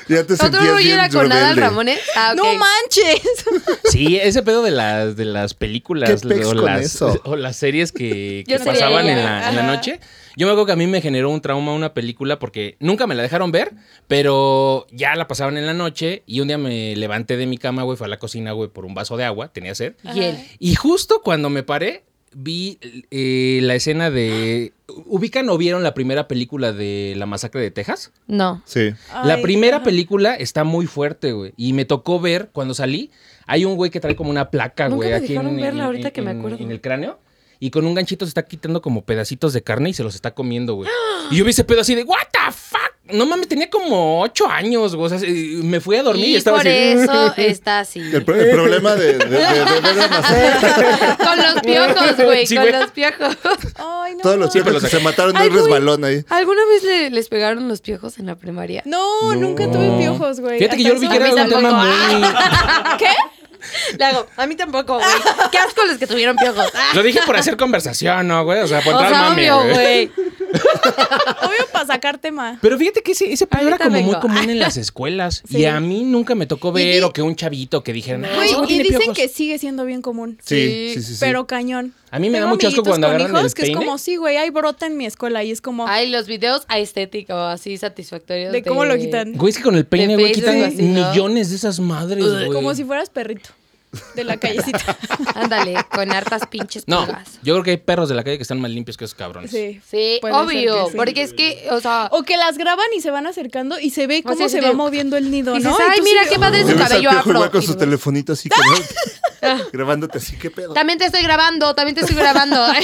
[SPEAKER 4] Ya te
[SPEAKER 3] ¿Otro
[SPEAKER 4] sentías
[SPEAKER 3] rollo
[SPEAKER 4] bien
[SPEAKER 3] era con Adal
[SPEAKER 4] rebelde.
[SPEAKER 3] Ramones? Ah, ok.
[SPEAKER 5] No manches.
[SPEAKER 2] Sí, ese pedo de las, de las películas
[SPEAKER 4] ¿Qué pex
[SPEAKER 2] o
[SPEAKER 4] con
[SPEAKER 2] las,
[SPEAKER 4] eso?
[SPEAKER 2] o las series que, que
[SPEAKER 3] Yo sería
[SPEAKER 2] pasaban en
[SPEAKER 3] ella.
[SPEAKER 2] la, en la noche. Yo me acuerdo que a mí me generó un trauma una película porque nunca me la dejaron ver, pero ya la pasaban en la noche y un día me levanté de mi cama, güey, fui a la cocina, güey, por un vaso de agua, tenía sed.
[SPEAKER 3] Y él.
[SPEAKER 2] Y justo cuando me paré, vi eh, la escena de... ¿Ubican o vieron la primera película de La Masacre de Texas?
[SPEAKER 3] No.
[SPEAKER 4] Sí.
[SPEAKER 2] La
[SPEAKER 5] Ay,
[SPEAKER 2] primera
[SPEAKER 5] ajá.
[SPEAKER 2] película está muy fuerte, güey. Y me tocó ver cuando salí. Hay un güey que trae como una placa,
[SPEAKER 3] Nunca
[SPEAKER 2] güey.
[SPEAKER 3] me
[SPEAKER 2] aquí en-
[SPEAKER 3] dejaron
[SPEAKER 2] en,
[SPEAKER 3] verla
[SPEAKER 2] en-
[SPEAKER 3] ahorita que me
[SPEAKER 2] en-
[SPEAKER 3] acuerdo.
[SPEAKER 2] En el cráneo. Y con un ganchito se está quitando como pedacitos de carne y se los está comiendo, güey. Y yo vi ese pedo así de, ¿What the fuck? No mames, tenía como ocho años, güey. O sea, se- me fui a dormir y,
[SPEAKER 3] Y
[SPEAKER 2] estaba
[SPEAKER 3] por
[SPEAKER 2] así.
[SPEAKER 3] eso está así.
[SPEAKER 4] El, pro- el problema de, de, de- de ver la masacre,
[SPEAKER 3] con los piojos, güey.
[SPEAKER 2] Sí,
[SPEAKER 3] con
[SPEAKER 2] güey.
[SPEAKER 3] los piojos.
[SPEAKER 5] Ay, no.
[SPEAKER 4] todos los
[SPEAKER 2] pero
[SPEAKER 4] chicos que
[SPEAKER 2] saca-
[SPEAKER 4] se mataron de
[SPEAKER 3] Ay,
[SPEAKER 4] un
[SPEAKER 3] güey.
[SPEAKER 4] resbalón ahí.
[SPEAKER 3] ¿Alguna vez le- les pegaron los piojos en la primaria?
[SPEAKER 5] No, nunca tuve piojos, güey.
[SPEAKER 2] Fíjate que yo
[SPEAKER 5] Hasta
[SPEAKER 2] lo vi
[SPEAKER 5] eso-
[SPEAKER 2] que era
[SPEAKER 3] A mí
[SPEAKER 2] un tema muy.
[SPEAKER 3] Le hago, a mí tampoco, güey. Qué asco los que tuvieron piojos. Ah.
[SPEAKER 2] Lo dije por hacer conversación, ¿no, güey? O sea, por
[SPEAKER 3] O
[SPEAKER 2] entrar
[SPEAKER 3] sea,
[SPEAKER 2] Pues, mame,
[SPEAKER 3] obvio,
[SPEAKER 2] güey.
[SPEAKER 3] güey.
[SPEAKER 5] Obvio para sacar tema.
[SPEAKER 2] Pero fíjate que ese, ese pedo era
[SPEAKER 3] Ahorita
[SPEAKER 2] como muy
[SPEAKER 3] vengo.
[SPEAKER 2] común en las escuelas.
[SPEAKER 5] Sí.
[SPEAKER 2] Y a mí nunca me tocó ver
[SPEAKER 5] di-
[SPEAKER 2] o que un chavito que dijeran, "Ah,
[SPEAKER 5] Güey,
[SPEAKER 2] ese güey
[SPEAKER 5] y
[SPEAKER 2] tiene
[SPEAKER 5] dicen
[SPEAKER 2] piojos".
[SPEAKER 5] que sigue siendo bien común.
[SPEAKER 4] Sí, sí, sí, sí.
[SPEAKER 5] Pero cañón.
[SPEAKER 2] A mí me da
[SPEAKER 5] Tengo
[SPEAKER 2] mucho asco
[SPEAKER 5] amiguitos
[SPEAKER 2] cuando
[SPEAKER 5] con
[SPEAKER 2] agarran el
[SPEAKER 5] hijos que es
[SPEAKER 2] peine.
[SPEAKER 5] como, sí, güey, hay brota en mi escuela y es como
[SPEAKER 3] Ay, los videos aestéticos, así satisfactorios.
[SPEAKER 5] de cómo lo quitan.
[SPEAKER 2] Güey, es que con el peine, güey,
[SPEAKER 3] Facebook,
[SPEAKER 2] quitan
[SPEAKER 3] así, ¿no?
[SPEAKER 2] millones de esas madres, güey.
[SPEAKER 5] Como si fueras perrito de la callecita.
[SPEAKER 3] Ándale, con hartas pinches
[SPEAKER 2] No,
[SPEAKER 3] pulgas.
[SPEAKER 2] yo creo que hay perros de la calle que están más limpios que esos cabrones.
[SPEAKER 5] sí.
[SPEAKER 3] Sí,
[SPEAKER 5] puede ser
[SPEAKER 3] obvio.
[SPEAKER 5] que sí. Oh.
[SPEAKER 3] Porque es que, o sea.
[SPEAKER 5] O que las graban y se van acercando y se ve
[SPEAKER 3] O sea,
[SPEAKER 5] cómo
[SPEAKER 3] sí,
[SPEAKER 5] se
[SPEAKER 3] sí.
[SPEAKER 5] va moviendo el nido,
[SPEAKER 3] dices,
[SPEAKER 5] ¿no? Y
[SPEAKER 3] ay,
[SPEAKER 5] tú
[SPEAKER 3] mira
[SPEAKER 5] sí-
[SPEAKER 3] qué padre
[SPEAKER 4] Te
[SPEAKER 3] su
[SPEAKER 4] ves al
[SPEAKER 3] cabello
[SPEAKER 4] piojo igual
[SPEAKER 3] afro.
[SPEAKER 4] con
[SPEAKER 3] Y Ah.
[SPEAKER 4] su
[SPEAKER 3] tú-
[SPEAKER 4] telefonito así, como- grabándote así, qué pedo.
[SPEAKER 3] También te estoy grabando, también te estoy grabando.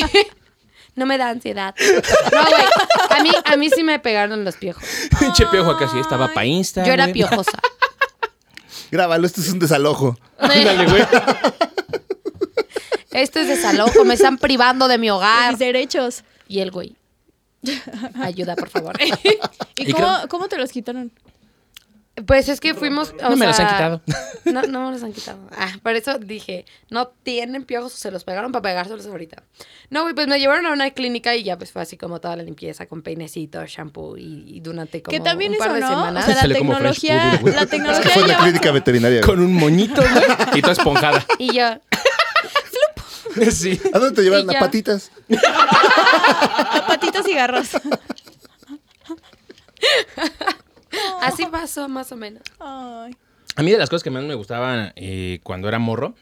[SPEAKER 3] No me da ansiedad. No, güey. A mí, a mí sí me pegaron los piojos.
[SPEAKER 2] Pinche piojo acá sí estaba pa' Insta.
[SPEAKER 3] Yo era
[SPEAKER 2] güey.
[SPEAKER 3] piojosa.
[SPEAKER 4] Grábalo, esto es un desalojo.
[SPEAKER 2] Ándale, güey.
[SPEAKER 3] Esto es desalojo, me están privando de mi
[SPEAKER 5] de
[SPEAKER 3] hogar.
[SPEAKER 5] mis derechos.
[SPEAKER 3] Y el güey. Ayuda, por favor.
[SPEAKER 5] ¿Y,
[SPEAKER 2] Y
[SPEAKER 5] cómo,
[SPEAKER 2] creo-
[SPEAKER 5] cómo te los quitaron?
[SPEAKER 3] Pues es que fuimos. o
[SPEAKER 2] No me los
[SPEAKER 3] sea,
[SPEAKER 2] han quitado.
[SPEAKER 3] No, no me los han quitado. Ah, por eso dije, no tienen piojos, se los pegaron para pegárselos ahorita. No, güey, pues me llevaron a una clínica y ya pues fue así como toda la limpieza con peinecito, shampoo y, y durante como
[SPEAKER 5] Que también
[SPEAKER 3] un
[SPEAKER 5] eso,
[SPEAKER 3] par de
[SPEAKER 5] ¿no? O
[SPEAKER 3] semanas.
[SPEAKER 5] sea, la
[SPEAKER 2] Sale como Fresh
[SPEAKER 5] tecnología,
[SPEAKER 2] Poodle, güey.
[SPEAKER 5] la
[SPEAKER 4] Es que
[SPEAKER 5] tecnología
[SPEAKER 4] fue
[SPEAKER 5] ya
[SPEAKER 4] en la
[SPEAKER 5] avanzó.
[SPEAKER 4] clínica veterinaria. güey.
[SPEAKER 2] Con un moñito, güey, y toda esponjada.
[SPEAKER 3] Y yo,
[SPEAKER 2] Sí.
[SPEAKER 4] ¿A dónde te
[SPEAKER 3] Y
[SPEAKER 4] llevaron?
[SPEAKER 3] ya.
[SPEAKER 4] A patitas.
[SPEAKER 5] A patitas y garras.
[SPEAKER 3] así pasó más o menos.
[SPEAKER 5] Ay.
[SPEAKER 2] A mí de las cosas que más me gustaban eh, cuando era morro,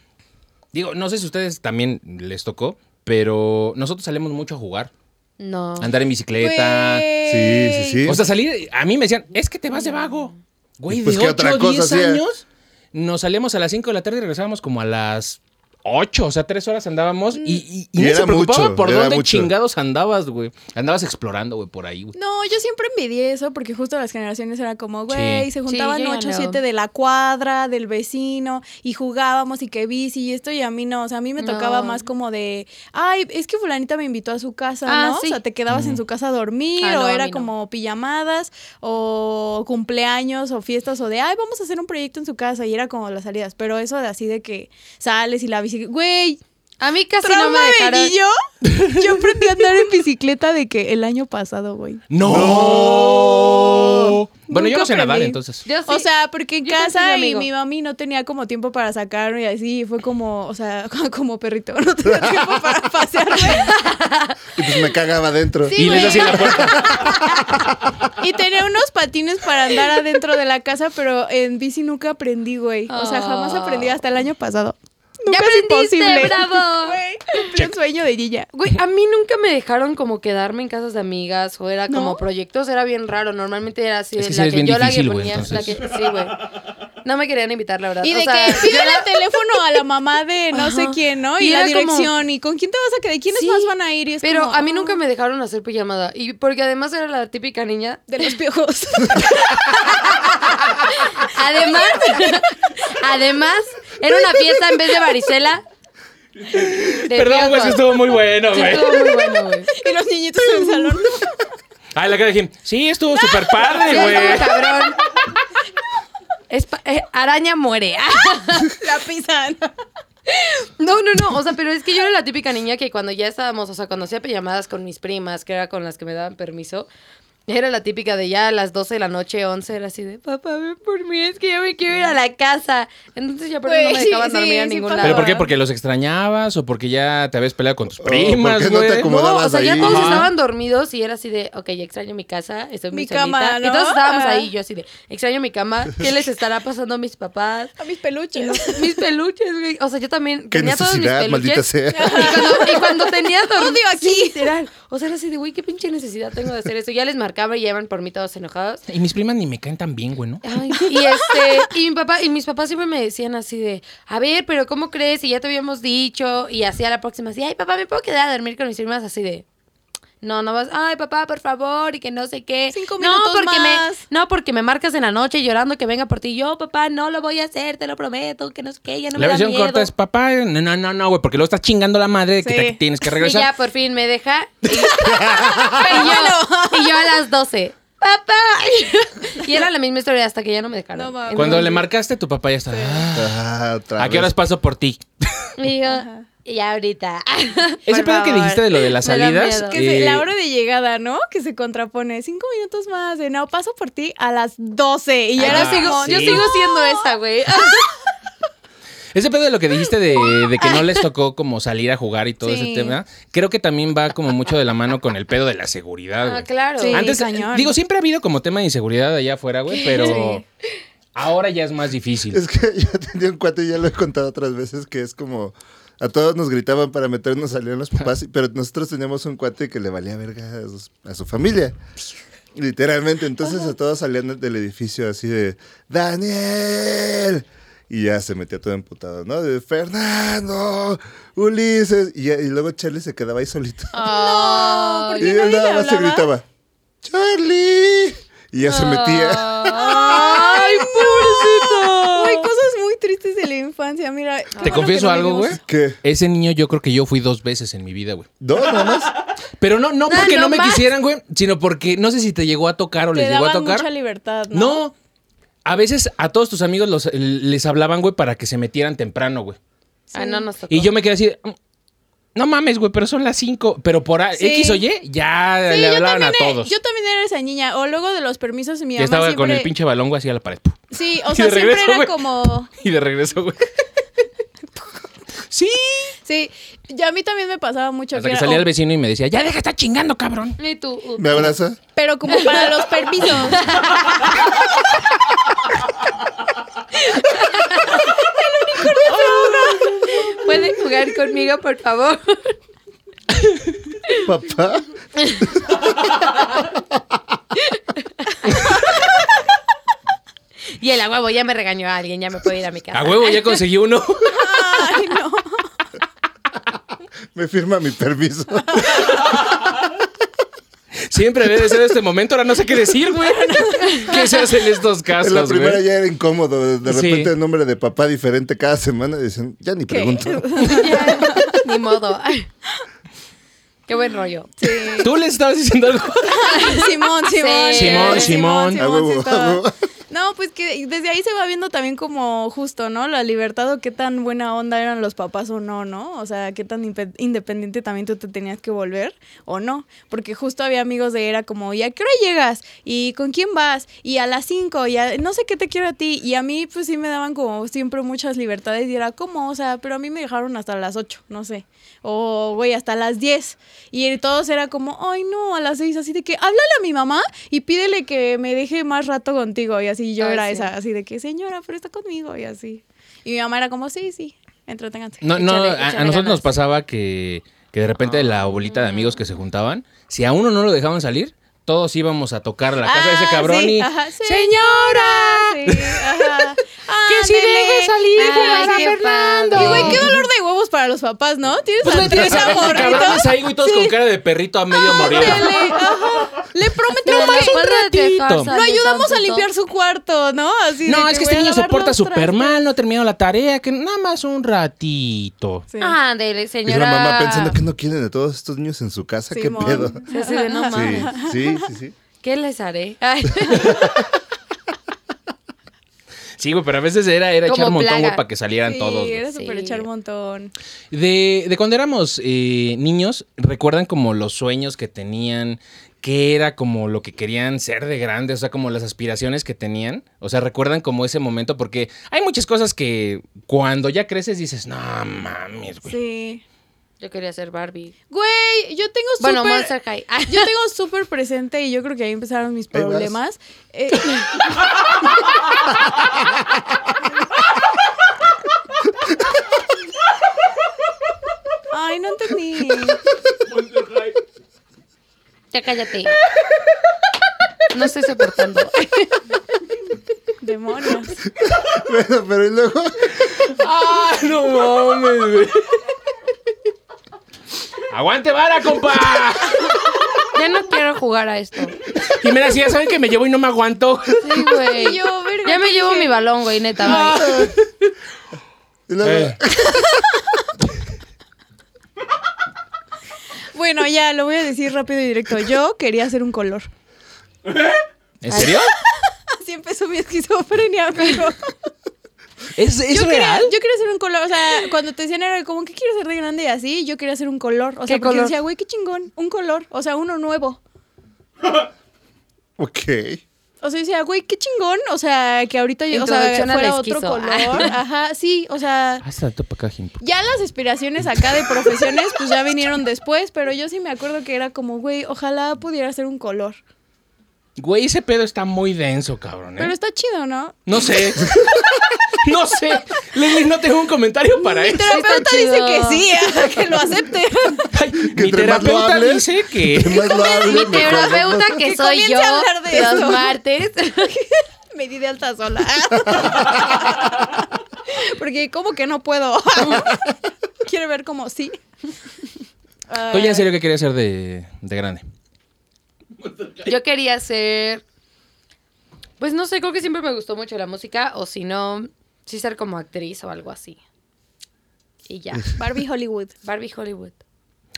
[SPEAKER 2] digo, no sé si a ustedes también les tocó, pero nosotros salimos mucho a jugar,
[SPEAKER 3] No.
[SPEAKER 2] a andar en bicicleta.
[SPEAKER 4] Sí, sí, sí.
[SPEAKER 2] O sea, salir, a mí me decían, es que te vas de vago. Güey,
[SPEAKER 4] Y pues,
[SPEAKER 2] de
[SPEAKER 4] ¿qué
[SPEAKER 2] 8
[SPEAKER 4] otra
[SPEAKER 2] o
[SPEAKER 4] cosa
[SPEAKER 2] 10
[SPEAKER 4] hacías?
[SPEAKER 2] años, nos salíamos a las 5 de la tarde y regresábamos como a las 8, o sea, 3 horas andábamos y, y, y no
[SPEAKER 4] Y
[SPEAKER 2] se
[SPEAKER 4] era
[SPEAKER 2] preocupaba
[SPEAKER 4] mucho,
[SPEAKER 2] por
[SPEAKER 4] era
[SPEAKER 2] dónde
[SPEAKER 4] mucho.
[SPEAKER 2] chingados andabas, güey. Andabas explorando, güey, por ahí, güey.
[SPEAKER 5] No, yo siempre envidié eso porque justo las generaciones era como, güey,
[SPEAKER 2] Sí.
[SPEAKER 5] se juntaban
[SPEAKER 3] Sí, yo ya
[SPEAKER 5] ocho
[SPEAKER 3] no.
[SPEAKER 5] siete de la cuadra, del vecino, y jugábamos y que bici y esto, y a mí no, o sea, a mí me tocaba
[SPEAKER 3] No.
[SPEAKER 5] más como de, ay, es que fulanita me invitó a su casa,
[SPEAKER 3] Ah,
[SPEAKER 5] ¿no?
[SPEAKER 3] sí.
[SPEAKER 5] O sea, te quedabas en su casa a dormir,
[SPEAKER 3] Ah,
[SPEAKER 5] o
[SPEAKER 3] no, a
[SPEAKER 5] era
[SPEAKER 3] mí no.
[SPEAKER 5] como pijamadas, o cumpleaños, o fiestas, o de, ay, vamos a hacer un proyecto en su casa, y era como las salidas, pero eso de así de que sales y la bici, güey,
[SPEAKER 3] A mí casi no me
[SPEAKER 5] trauma
[SPEAKER 3] dejaron.
[SPEAKER 5] de niño, yo aprendí a andar en bicicleta de que el año pasado, güey.
[SPEAKER 2] ¡No! Bueno, yo
[SPEAKER 5] Nunca
[SPEAKER 2] no sé nadar,
[SPEAKER 5] aprendí.
[SPEAKER 2] entonces.
[SPEAKER 3] Yo sí.
[SPEAKER 5] O sea, porque en
[SPEAKER 3] Yo pensé,
[SPEAKER 5] casa y
[SPEAKER 3] amigo.
[SPEAKER 5] mi mami no tenía como tiempo para sacarme y así, y fue como, o sea, como perrito, no tenía tiempo para pasearme.
[SPEAKER 4] Y pues me cagaba adentro.
[SPEAKER 2] y les hacía la puerta.
[SPEAKER 5] Y tenía unos patines para andar adentro de la casa, pero en bici nunca aprendí, güey. O sea, jamás aprendí hasta el año pasado. Nunca
[SPEAKER 3] Ah.
[SPEAKER 5] es
[SPEAKER 3] aprendiste,
[SPEAKER 5] imposible.
[SPEAKER 3] bravo.
[SPEAKER 5] Güey, cumplí un sueño de Gilla.
[SPEAKER 3] Güey, a mí nunca me dejaron como quedarme en casas de amigas o era como
[SPEAKER 5] ¿No? proyectos,
[SPEAKER 3] era bien raro. Normalmente era así,
[SPEAKER 2] Es que sí
[SPEAKER 3] la
[SPEAKER 2] eres
[SPEAKER 3] que
[SPEAKER 2] bien
[SPEAKER 3] yo
[SPEAKER 2] difícil,
[SPEAKER 3] la que
[SPEAKER 2] güey,
[SPEAKER 3] ponía, la que,
[SPEAKER 2] entonces.
[SPEAKER 3] sí, güey. No me querían invitar, la verdad.
[SPEAKER 5] Y
[SPEAKER 3] O
[SPEAKER 5] de
[SPEAKER 3] sea,
[SPEAKER 5] que pídele el teléfono a la mamá de no sé
[SPEAKER 3] Ajá.
[SPEAKER 5] quién, ¿no?
[SPEAKER 3] Y
[SPEAKER 5] Y, la
[SPEAKER 3] era como-
[SPEAKER 5] dirección, y con quién te vas a quedar, quiénes
[SPEAKER 3] Sí,
[SPEAKER 5] más van a ir. Y es
[SPEAKER 3] pero
[SPEAKER 5] como,
[SPEAKER 3] a mí
[SPEAKER 5] ah,
[SPEAKER 3] nunca me dejaron hacer pijamada. Y porque además era la típica niña.
[SPEAKER 5] De los piojos.
[SPEAKER 3] Además, además, era una fiesta en vez de varicela. de
[SPEAKER 2] Perdón, güey,
[SPEAKER 3] piojos.
[SPEAKER 2] eso estuvo muy bueno,
[SPEAKER 3] Sí,
[SPEAKER 2] güey.
[SPEAKER 3] estuvo muy bueno, güey.
[SPEAKER 5] y los niñitos en el salón.
[SPEAKER 2] Ay, la cara de Jim. Sí, estuvo súper
[SPEAKER 3] Sí,
[SPEAKER 2] padre,
[SPEAKER 3] estuvo
[SPEAKER 2] güey.
[SPEAKER 3] cabrón. Es pa- eh, araña muere.
[SPEAKER 5] La pisan.
[SPEAKER 3] No, no, no. O sea, pero es que yo era la típica niña que cuando ya estábamos, o sea, cuando hacía pijamadas con mis primas, que era con las que me daban permiso, era la típica de ya a las 12 de la noche, 11, era así de, papá, ven por mí, es que yo me quiero ir a la casa. Entonces ya por eso no
[SPEAKER 5] Güey,
[SPEAKER 3] me dejaban
[SPEAKER 5] sí,
[SPEAKER 3] dormir a
[SPEAKER 5] sí, sí
[SPEAKER 3] ningún
[SPEAKER 5] pasa.
[SPEAKER 3] lado.
[SPEAKER 2] ¿Pero por qué? ¿Porque los extrañabas o porque ya te habías peleado con tus
[SPEAKER 4] ¿por qué
[SPEAKER 2] primas,
[SPEAKER 4] no te
[SPEAKER 2] güey?
[SPEAKER 4] acomodabas?
[SPEAKER 3] No, o sea, ya
[SPEAKER 4] ahí.
[SPEAKER 3] todos
[SPEAKER 4] Ajá.
[SPEAKER 3] estaban dormidos y era así de, ok, ya extraño mi casa, estoy muy
[SPEAKER 5] Mi cama,
[SPEAKER 3] solita.
[SPEAKER 5] ¿no?
[SPEAKER 3] Entonces estábamos
[SPEAKER 5] Ajá.
[SPEAKER 3] ahí, yo así de, extraño mi cama, ¿qué les estará pasando a mis papás?
[SPEAKER 5] A mis peluches.
[SPEAKER 3] Mis peluches, güey. O sea, yo también
[SPEAKER 4] Qué
[SPEAKER 3] tenía todos mis
[SPEAKER 4] necesidad,
[SPEAKER 3] peluches.
[SPEAKER 4] maldita sea.
[SPEAKER 3] Y cuando, y cuando tenía dorm-
[SPEAKER 5] Odio aquí.
[SPEAKER 3] Sí, literal. O sea, era así de, güey, qué pinche necesidad tengo de hacer eso. Ya les marcaba y llevan por mí todos enojados.
[SPEAKER 2] Y mis primas ni me caen tan bien, güey, ¿no?
[SPEAKER 3] Ay, y este, y mi papá, y mis papás siempre me decían así de, a ver, pero ¿cómo crees? Y ya te habíamos dicho, y así a la próxima, así, ay, papá, ¿me puedo quedar a dormir con mis primas? Así de, no, no vas, ay, papá, por favor, y que no sé qué.
[SPEAKER 5] Cinco
[SPEAKER 3] no,
[SPEAKER 5] minutos
[SPEAKER 3] porque
[SPEAKER 5] más.
[SPEAKER 3] Me, no, porque me marcas en la noche llorando que venga por ti. Yo, papá, no lo voy a hacer, te lo prometo, que no sé qué, ya no me
[SPEAKER 2] la
[SPEAKER 3] da
[SPEAKER 2] versión
[SPEAKER 3] miedo.
[SPEAKER 2] corta es papá. No, no, no, no, güey, porque luego estás chingando la madre de que
[SPEAKER 5] Sí.
[SPEAKER 2] te tienes que regresar.
[SPEAKER 3] Y ya por fin me deja. Y, y yo, y yo a las 12. ¡Papá! Y era la misma historia hasta que ya no me dejaron.
[SPEAKER 5] No mames.
[SPEAKER 2] Cuando le marcaste, tu papá ya está. "Ah,
[SPEAKER 4] Ah, otra
[SPEAKER 2] ¿A qué
[SPEAKER 4] vez.
[SPEAKER 2] horas paso por ti?
[SPEAKER 3] Y yo, y ahorita.
[SPEAKER 2] Ese
[SPEAKER 3] Por
[SPEAKER 2] pedo que
[SPEAKER 3] favor.
[SPEAKER 2] dijiste de lo de las
[SPEAKER 3] Me da
[SPEAKER 2] salidas.
[SPEAKER 3] miedo.
[SPEAKER 5] Que se-
[SPEAKER 2] eh,
[SPEAKER 5] la hora de llegada, ¿no? Que se contrapone. Cinco minutos más. de, no, paso por ti a las 12. Y
[SPEAKER 3] Y
[SPEAKER 5] ya
[SPEAKER 3] ahora
[SPEAKER 5] era
[SPEAKER 2] Ah,
[SPEAKER 5] así como.
[SPEAKER 3] sigo, yo
[SPEAKER 2] sí. Ah,
[SPEAKER 3] sigo siendo esa, güey.
[SPEAKER 2] Ese pedo de lo que dijiste de, de que no les tocó como salir a jugar y todo
[SPEAKER 5] Sí.
[SPEAKER 2] ese tema, creo que también va como mucho de la mano con el pedo de la seguridad.
[SPEAKER 3] Ah,
[SPEAKER 2] güey.
[SPEAKER 3] claro.
[SPEAKER 5] Sí.
[SPEAKER 2] Antes, eh,
[SPEAKER 5] cañón.
[SPEAKER 2] digo, siempre ha habido como tema de inseguridad allá afuera, güey, pero ahora ya es más difícil.
[SPEAKER 4] Es que yo tenía un cuate y ya lo he contado otras veces que es como. A todos nos gritaban para meternos, salían los papás, y- pero nosotros teníamos un cuate que le valía verga a, sus- a su familia. Literalmente, entonces a todos salían del edificio así de ¡Daniel! Y ya se metía todo emputado, ¿no? De ¡Fernando! ¡Ulises! Y, ya- y luego Charlie se quedaba ahí solito.
[SPEAKER 5] No,
[SPEAKER 4] y
[SPEAKER 5] porque
[SPEAKER 4] él
[SPEAKER 5] nadie le
[SPEAKER 4] nada más se
[SPEAKER 5] hablaba.
[SPEAKER 4] gritaba ¡Charlie! Y ya se metía.
[SPEAKER 5] Ah. ¡Ay, pobrecito! Güey, cosas muy tristes de la infancia. Mira. qué
[SPEAKER 2] Te
[SPEAKER 5] bueno
[SPEAKER 2] confieso
[SPEAKER 5] que no
[SPEAKER 2] algo, güey.
[SPEAKER 5] vivimos-
[SPEAKER 4] ¿Qué?
[SPEAKER 2] Ese niño yo creo que yo fui dos veces en mi vida, güey.
[SPEAKER 4] ¿No? ¿Nada más?
[SPEAKER 2] Pero no, no
[SPEAKER 3] Ah,
[SPEAKER 2] porque no,
[SPEAKER 3] no
[SPEAKER 2] me
[SPEAKER 3] más.
[SPEAKER 2] quisieran, güey, sino porque no sé si te llegó a tocar o
[SPEAKER 5] Te
[SPEAKER 2] les llegó a
[SPEAKER 5] daban
[SPEAKER 2] tocar.
[SPEAKER 5] mucha libertad, ¿no?
[SPEAKER 2] No. a veces a todos tus amigos los- les hablaban, güey, para que se metieran temprano, güey.
[SPEAKER 3] Ah, no nos tocó.
[SPEAKER 2] Y yo me quedé así, de, "Mm, no mames, güey, pero son las 5. Pero por a-
[SPEAKER 5] Sí.
[SPEAKER 2] X o Y, ya
[SPEAKER 5] Sí,
[SPEAKER 2] le
[SPEAKER 5] yo
[SPEAKER 2] hablaban
[SPEAKER 5] también,
[SPEAKER 2] a
[SPEAKER 5] era-
[SPEAKER 2] todos.
[SPEAKER 5] yo también era esa niña. O luego de los permisos, mi
[SPEAKER 2] Ya
[SPEAKER 5] mamá
[SPEAKER 2] estaba
[SPEAKER 5] siempre...
[SPEAKER 2] con el pinche balón, güey, así a la pared.
[SPEAKER 5] Sí,
[SPEAKER 2] Y
[SPEAKER 5] o sea,
[SPEAKER 2] de regreso,
[SPEAKER 5] siempre era
[SPEAKER 2] güey.
[SPEAKER 5] como...
[SPEAKER 2] Y de regreso, güey. sí.
[SPEAKER 5] Sí, y a mí también me pasaba mucho.
[SPEAKER 2] Hasta
[SPEAKER 5] que
[SPEAKER 2] que
[SPEAKER 5] era-
[SPEAKER 2] salía
[SPEAKER 5] o-
[SPEAKER 2] el vecino y me decía, ya deja de estar chingando, cabrón.
[SPEAKER 3] Y tú, uh,
[SPEAKER 4] ¿Me abraza?
[SPEAKER 5] Pero como para los permisos.
[SPEAKER 3] ¿puede jugar conmigo, por favor?
[SPEAKER 4] ¿Papá?
[SPEAKER 3] Y el a huevo, ya me regañó alguien, ya me puedo ir a mi casa.
[SPEAKER 2] A huevo, ya conseguí uno.
[SPEAKER 5] Ay, no.
[SPEAKER 4] ¿Me firma mi permiso?
[SPEAKER 2] Siempre debe ser este momento, ahora no sé qué decir, güey. ¿Qué se hace en estos casos,
[SPEAKER 4] en la primera
[SPEAKER 2] güey?
[SPEAKER 4] ya era incómodo. De
[SPEAKER 2] Sí.
[SPEAKER 4] repente el nombre de papá diferente cada semana. Dicen, ya ni pregunto.
[SPEAKER 3] Ya, Ni modo. Ay. Qué buen rollo.
[SPEAKER 2] Tú le estabas diciendo algo.
[SPEAKER 5] Simón, Simón.
[SPEAKER 3] Sí.
[SPEAKER 2] Simón, Simón.
[SPEAKER 5] sí
[SPEAKER 4] A huevo,
[SPEAKER 5] estaba.
[SPEAKER 4] a huevo.
[SPEAKER 5] No, pues que desde ahí se va viendo también como justo, ¿no? La libertad o qué tan buena onda eran los papás o no, ¿no? O sea, qué tan impe- independiente también tú te tenías que volver o no. Porque justo había amigos de era como, ¿y a qué hora llegas? ¿Y con quién vas? ¿Y a las 5? ¿Y a no sé qué te quiero a ti? Y a mí pues sí me daban como siempre muchas libertades y era como, o sea, pero a mí me dejaron hasta las 8, no sé. O, güey, hasta las 10. Y todos era como, ay, no, a las 6, así de que, háblale a mi mamá y pídele que me deje más rato contigo. Y así yo
[SPEAKER 3] Ah,
[SPEAKER 5] era
[SPEAKER 3] sí.
[SPEAKER 5] esa, así de que, señora, pero está conmigo. Y así. Y mi mamá era como, sí, sí, entreténganse.
[SPEAKER 2] No, no,
[SPEAKER 3] Échale,
[SPEAKER 2] a- a,
[SPEAKER 3] échale
[SPEAKER 2] nosotros
[SPEAKER 3] ganas.
[SPEAKER 2] nos pasaba que, que de repente la bolita de amigos que se juntaban, si a uno no lo dejaban salir, todos íbamos a tocar la casa de ese
[SPEAKER 5] Ah,
[SPEAKER 2] cabrón
[SPEAKER 5] sí,
[SPEAKER 2] y.
[SPEAKER 5] ajá, sí.
[SPEAKER 2] ¡Señora!
[SPEAKER 5] Sí, ajá.
[SPEAKER 2] ¡Que si
[SPEAKER 5] Ándele.
[SPEAKER 2] deja salir!
[SPEAKER 3] Ay,
[SPEAKER 2] ¡Que a
[SPEAKER 3] qué
[SPEAKER 2] Fernando!
[SPEAKER 3] padre.
[SPEAKER 5] Y, güey, qué dolor de huevos para los papás, ¿no? Tienes
[SPEAKER 2] Pues le tienes a
[SPEAKER 5] esa
[SPEAKER 2] unos
[SPEAKER 5] morrita.
[SPEAKER 2] cabrones ahí, güey, todos con cara de perrito a medio morir.
[SPEAKER 5] Ándele, ajá. Le prometemos
[SPEAKER 3] Nos
[SPEAKER 5] más un
[SPEAKER 3] puede dejar
[SPEAKER 2] ratito.
[SPEAKER 5] Lo
[SPEAKER 3] salir
[SPEAKER 5] ayudamos a
[SPEAKER 3] tantito.
[SPEAKER 5] limpiar su cuarto, ¿no? Así
[SPEAKER 2] No,
[SPEAKER 5] de
[SPEAKER 2] es que este
[SPEAKER 5] voy a
[SPEAKER 2] niño se
[SPEAKER 5] lavar
[SPEAKER 2] porta
[SPEAKER 5] los
[SPEAKER 2] súper
[SPEAKER 5] trastes.
[SPEAKER 2] mal, no ha terminado la tarea, que nada más un ratito.
[SPEAKER 5] Sí.
[SPEAKER 4] Ah,
[SPEAKER 3] Ándele,
[SPEAKER 4] Dijo
[SPEAKER 3] señora.
[SPEAKER 4] la mamá pensando que no quieren a todos estos niños en su casa. ¿Qué
[SPEAKER 5] Simón.
[SPEAKER 4] pedo?
[SPEAKER 3] Se hace de no
[SPEAKER 4] Sí,
[SPEAKER 3] mames.
[SPEAKER 4] sí, sí, sí.
[SPEAKER 3] ¿Qué les haré? Ay.
[SPEAKER 2] Sí, güey, pero a veces era, era
[SPEAKER 3] Como
[SPEAKER 2] echar un montón,
[SPEAKER 3] plaga.
[SPEAKER 2] güey, para que salieran
[SPEAKER 5] Sí,
[SPEAKER 2] todos. güey.
[SPEAKER 5] era súper echar un montón.
[SPEAKER 2] De, de cuando éramos eh, niños, ¿recuerdan como los sueños que tenían? ¿Qué era como lo que querían ser de grandes? O sea, como las aspiraciones que tenían. O sea, ¿recuerdan como ese momento? Porque hay muchas cosas que cuando ya creces dices, no mames, güey.
[SPEAKER 5] Sí.
[SPEAKER 3] Yo quería ser Barbie.
[SPEAKER 5] Güey, yo tengo súper...
[SPEAKER 3] Bueno, Monster High. Ay.
[SPEAKER 5] Yo tengo súper presente y yo creo que ahí empezaron mis
[SPEAKER 4] Ahí vas.
[SPEAKER 5] problemas. Eh, Ay, no entendí.
[SPEAKER 3] Ya cállate. No estoy soportando.
[SPEAKER 5] Demonios.
[SPEAKER 4] Bueno, pero y luego.
[SPEAKER 2] ¡Ah, no mames, güey! ¡Aguante vara, compa!
[SPEAKER 3] Ya no quiero jugar a esto.
[SPEAKER 2] Y mira, si ya saben que me llevo y no me aguanto.
[SPEAKER 3] Sí, güey.
[SPEAKER 5] Yo, verga,
[SPEAKER 3] Ya me llevo mi balón, güey, neta. bye.
[SPEAKER 4] y luego-
[SPEAKER 2] Eh.
[SPEAKER 5] Bueno, ya, lo voy a decir rápido y directo. Yo quería hacer un color.
[SPEAKER 2] ¿En serio?
[SPEAKER 5] Así empezó mi esquizofrenia, amigo.
[SPEAKER 2] ¿Es, es
[SPEAKER 5] yo
[SPEAKER 2] real?
[SPEAKER 5] Quería, yo quería hacer un color, o sea, cuando te decían era como, ¿qué quieres ser de grande y así? Yo quería hacer un color, o sea,
[SPEAKER 3] ¿Qué
[SPEAKER 5] porque
[SPEAKER 3] color?
[SPEAKER 5] decía, güey, qué chingón, un color, o sea, uno nuevo.
[SPEAKER 4] Ok.
[SPEAKER 5] O sea, decía, güey, qué chingón, o sea, que ahorita yo, o sea,
[SPEAKER 3] Introducción a la
[SPEAKER 5] fuera otro
[SPEAKER 3] esquizo.
[SPEAKER 5] color. Ajá, sí, o sea,
[SPEAKER 2] Hasta el topa acá, Jimpo.
[SPEAKER 5] ya las aspiraciones acá de profesiones, pues ya vinieron después, pero yo sí me acuerdo que era como, güey, ojalá pudiera ser un color.
[SPEAKER 2] Güey, ese pedo está muy denso, cabrón. ¿eh?
[SPEAKER 5] Pero está chido, ¿no?
[SPEAKER 2] No sé. no sé. Leslie, no tengo un comentario para eso.
[SPEAKER 5] Terapeuta
[SPEAKER 3] está
[SPEAKER 5] dice
[SPEAKER 3] chido.
[SPEAKER 5] que sí, que lo acepte.
[SPEAKER 2] Ay, mi
[SPEAKER 4] entre más lo
[SPEAKER 2] terapeuta
[SPEAKER 4] hables,
[SPEAKER 2] dice que.
[SPEAKER 4] Entre más lo hable,
[SPEAKER 3] Mi
[SPEAKER 4] mejor.
[SPEAKER 3] terapeuta que
[SPEAKER 5] Que
[SPEAKER 3] soy
[SPEAKER 5] comience
[SPEAKER 3] yo
[SPEAKER 5] a hablar de
[SPEAKER 3] los
[SPEAKER 5] esto.
[SPEAKER 3] martes.
[SPEAKER 5] Me di de alta sola. Porque como que no puedo. Quiere ver como sí.
[SPEAKER 2] ¿Tú ya en serio qué querías ser de, de grande?
[SPEAKER 3] Yo quería ser. Pues no sé, creo que siempre me gustó mucho la música, o si no, sí ser como actriz o algo así. Y ya.
[SPEAKER 5] Barbie Hollywood.
[SPEAKER 3] Barbie Hollywood.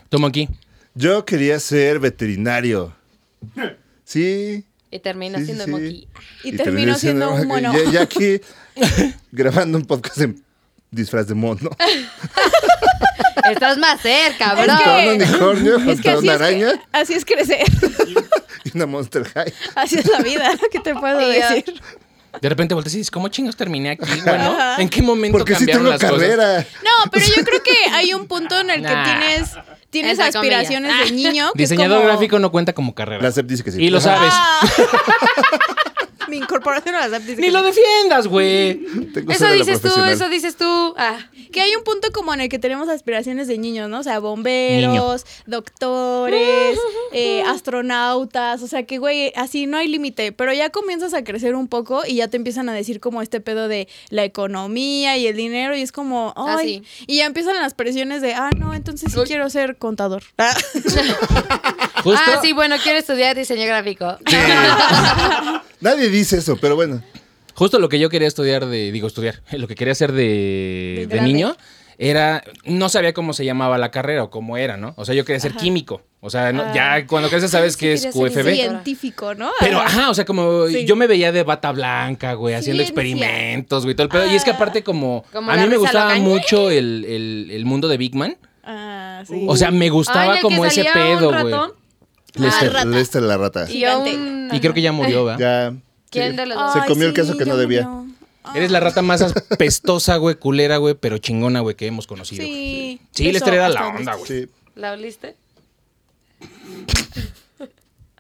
[SPEAKER 2] Tomo aquí.
[SPEAKER 4] Yo quería ser veterinario. Sí.
[SPEAKER 3] Y termina
[SPEAKER 4] Sí, sí,
[SPEAKER 3] siendo
[SPEAKER 4] sí.
[SPEAKER 3] emoji.
[SPEAKER 5] Y terminó siendo un mono.
[SPEAKER 4] Ya, ya aquí grabando un podcast en disfraz de mono.
[SPEAKER 3] Estás más cerca, bro.
[SPEAKER 5] Es
[SPEAKER 4] Contra
[SPEAKER 5] que-
[SPEAKER 4] un unicornio,
[SPEAKER 5] Es que
[SPEAKER 4] contra
[SPEAKER 5] así
[SPEAKER 4] una
[SPEAKER 5] es,
[SPEAKER 4] araña
[SPEAKER 5] que- así es crecer.
[SPEAKER 4] y una Monster High.
[SPEAKER 5] Así es la vida. ¿Qué te puedo
[SPEAKER 3] Y ya.
[SPEAKER 5] decir?
[SPEAKER 2] De repente volteas y dices, ¿cómo chingos terminé aquí? Bueno, ¿en qué momento
[SPEAKER 4] Porque sí
[SPEAKER 2] cambiaron
[SPEAKER 4] tengo
[SPEAKER 2] las cosas?
[SPEAKER 4] carrera.
[SPEAKER 5] No, pero yo creo que hay un punto en el que
[SPEAKER 2] Nah.
[SPEAKER 5] tienes, tienes
[SPEAKER 3] Entre comillas.
[SPEAKER 5] aspiraciones de niño. que es
[SPEAKER 2] Diseñador
[SPEAKER 5] como-
[SPEAKER 2] gráfico no cuenta como carrera.
[SPEAKER 4] La SEP dice que sí.
[SPEAKER 2] Y lo
[SPEAKER 4] Ajá.
[SPEAKER 2] sabes.
[SPEAKER 5] Ah. Mi incorporación a las apps dice
[SPEAKER 2] Ni
[SPEAKER 5] que-
[SPEAKER 2] lo defiendas, güey.
[SPEAKER 4] Tengo
[SPEAKER 3] Eso
[SPEAKER 4] solo la
[SPEAKER 3] dices tú,
[SPEAKER 4] profesional.
[SPEAKER 3] eso dices tú. Ah.
[SPEAKER 5] Que hay un punto como en el que tenemos aspiraciones de niños, ¿no? O sea, bomberos, doctores, eh, astronautas. O sea, que, güey, así no hay límite. Pero ya comienzas a crecer un poco y ya te empiezan a decir como este pedo de la economía y el dinero. Y es como,
[SPEAKER 3] Ah,
[SPEAKER 5] ay. Y ya empiezan las presiones de, ah, no, entonces sí
[SPEAKER 3] Uy.
[SPEAKER 5] quiero ser contador.
[SPEAKER 2] Justo.
[SPEAKER 3] Ah, sí, bueno, quiero estudiar diseño gráfico.
[SPEAKER 4] Nadie dice eso, pero bueno.
[SPEAKER 2] Justo lo que yo quería estudiar de, digo, estudiar, lo que quería hacer de,
[SPEAKER 5] De
[SPEAKER 2] de
[SPEAKER 5] grande.
[SPEAKER 2] niño era, no sabía cómo se llamaba la carrera o cómo era, ¿no? O sea, yo quería ser químico. O sea, no- ya cuando creces sabes que es
[SPEAKER 3] Ah. quería ser
[SPEAKER 2] QFB.
[SPEAKER 3] ingeniero.
[SPEAKER 5] Científico, ¿no?
[SPEAKER 2] Pero, ajá, o sea, como
[SPEAKER 5] Sí.
[SPEAKER 2] yo me veía de bata blanca, güey, haciendo
[SPEAKER 5] Ciencia.
[SPEAKER 2] experimentos, güey, todo el pedo. Y es que aparte como,
[SPEAKER 3] Ah. Como
[SPEAKER 2] a
[SPEAKER 3] la
[SPEAKER 2] mí me
[SPEAKER 3] risa
[SPEAKER 2] gustaba
[SPEAKER 3] loca.
[SPEAKER 2] mucho el, el- el mundo de Big Man.
[SPEAKER 5] Ah, sí.
[SPEAKER 2] O sea, me gustaba
[SPEAKER 3] Ay, en el que
[SPEAKER 2] como ese
[SPEAKER 3] salía un
[SPEAKER 2] pedo, güey.
[SPEAKER 3] ratón.
[SPEAKER 4] Lester,
[SPEAKER 6] rata.
[SPEAKER 4] Lester Este, la rata.
[SPEAKER 3] Y a
[SPEAKER 5] Gigante.
[SPEAKER 3] un-
[SPEAKER 2] Y creo que ya murió, ¿verdad?
[SPEAKER 4] Ya.
[SPEAKER 3] ¿Quién
[SPEAKER 4] sí.
[SPEAKER 3] de los dos?
[SPEAKER 4] Se
[SPEAKER 5] Ay,
[SPEAKER 4] comió el
[SPEAKER 5] sí,
[SPEAKER 4] queso que
[SPEAKER 5] ya
[SPEAKER 4] no debía.
[SPEAKER 5] murió.
[SPEAKER 2] Eres la rata más apestosa, güey, culera, güey, pero chingona, güey, que hemos conocido. Sí,
[SPEAKER 5] Sí.
[SPEAKER 2] Lester
[SPEAKER 5] Eso,
[SPEAKER 2] era
[SPEAKER 5] hasta
[SPEAKER 2] la
[SPEAKER 5] donde
[SPEAKER 2] onda, güey.
[SPEAKER 4] Sí.
[SPEAKER 3] ¿La oliste?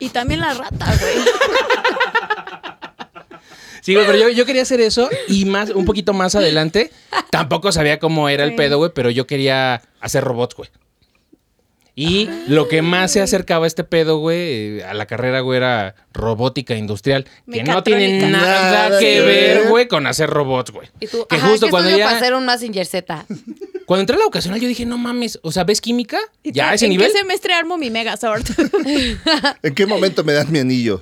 [SPEAKER 5] Y también la rata, güey.
[SPEAKER 2] Sí, güey, pero yo, yo quería hacer eso y más, un poquito más adelante, tampoco sabía cómo era el pedo, güey, pero yo quería hacer robots, güey. Y
[SPEAKER 3] Ah.
[SPEAKER 2] lo que más se acercaba a este pedo, güey, eh, a la carrera, güey, era robótica industrial. Que no tiene
[SPEAKER 5] Mecatrónica.
[SPEAKER 2] nada,
[SPEAKER 4] Nada
[SPEAKER 2] que
[SPEAKER 4] que
[SPEAKER 2] ver,
[SPEAKER 4] ver.
[SPEAKER 2] güey, con hacer robots, güey.
[SPEAKER 3] Y tú,
[SPEAKER 2] Que
[SPEAKER 3] ajá,
[SPEAKER 2] justo
[SPEAKER 3] ¿qué
[SPEAKER 2] cuando
[SPEAKER 3] estudio
[SPEAKER 2] ya-
[SPEAKER 3] para hacer un Mazinger Z?
[SPEAKER 2] Cuando entré a la vocacional, yo dije, no mames, o sea, ¿ves química?
[SPEAKER 5] ¿Y
[SPEAKER 2] Ya
[SPEAKER 5] tú,
[SPEAKER 2] a ese
[SPEAKER 5] ¿en
[SPEAKER 2] nivel.
[SPEAKER 5] qué semestre armo mi Megazord?
[SPEAKER 4] ¿En qué momento me das mi anillo?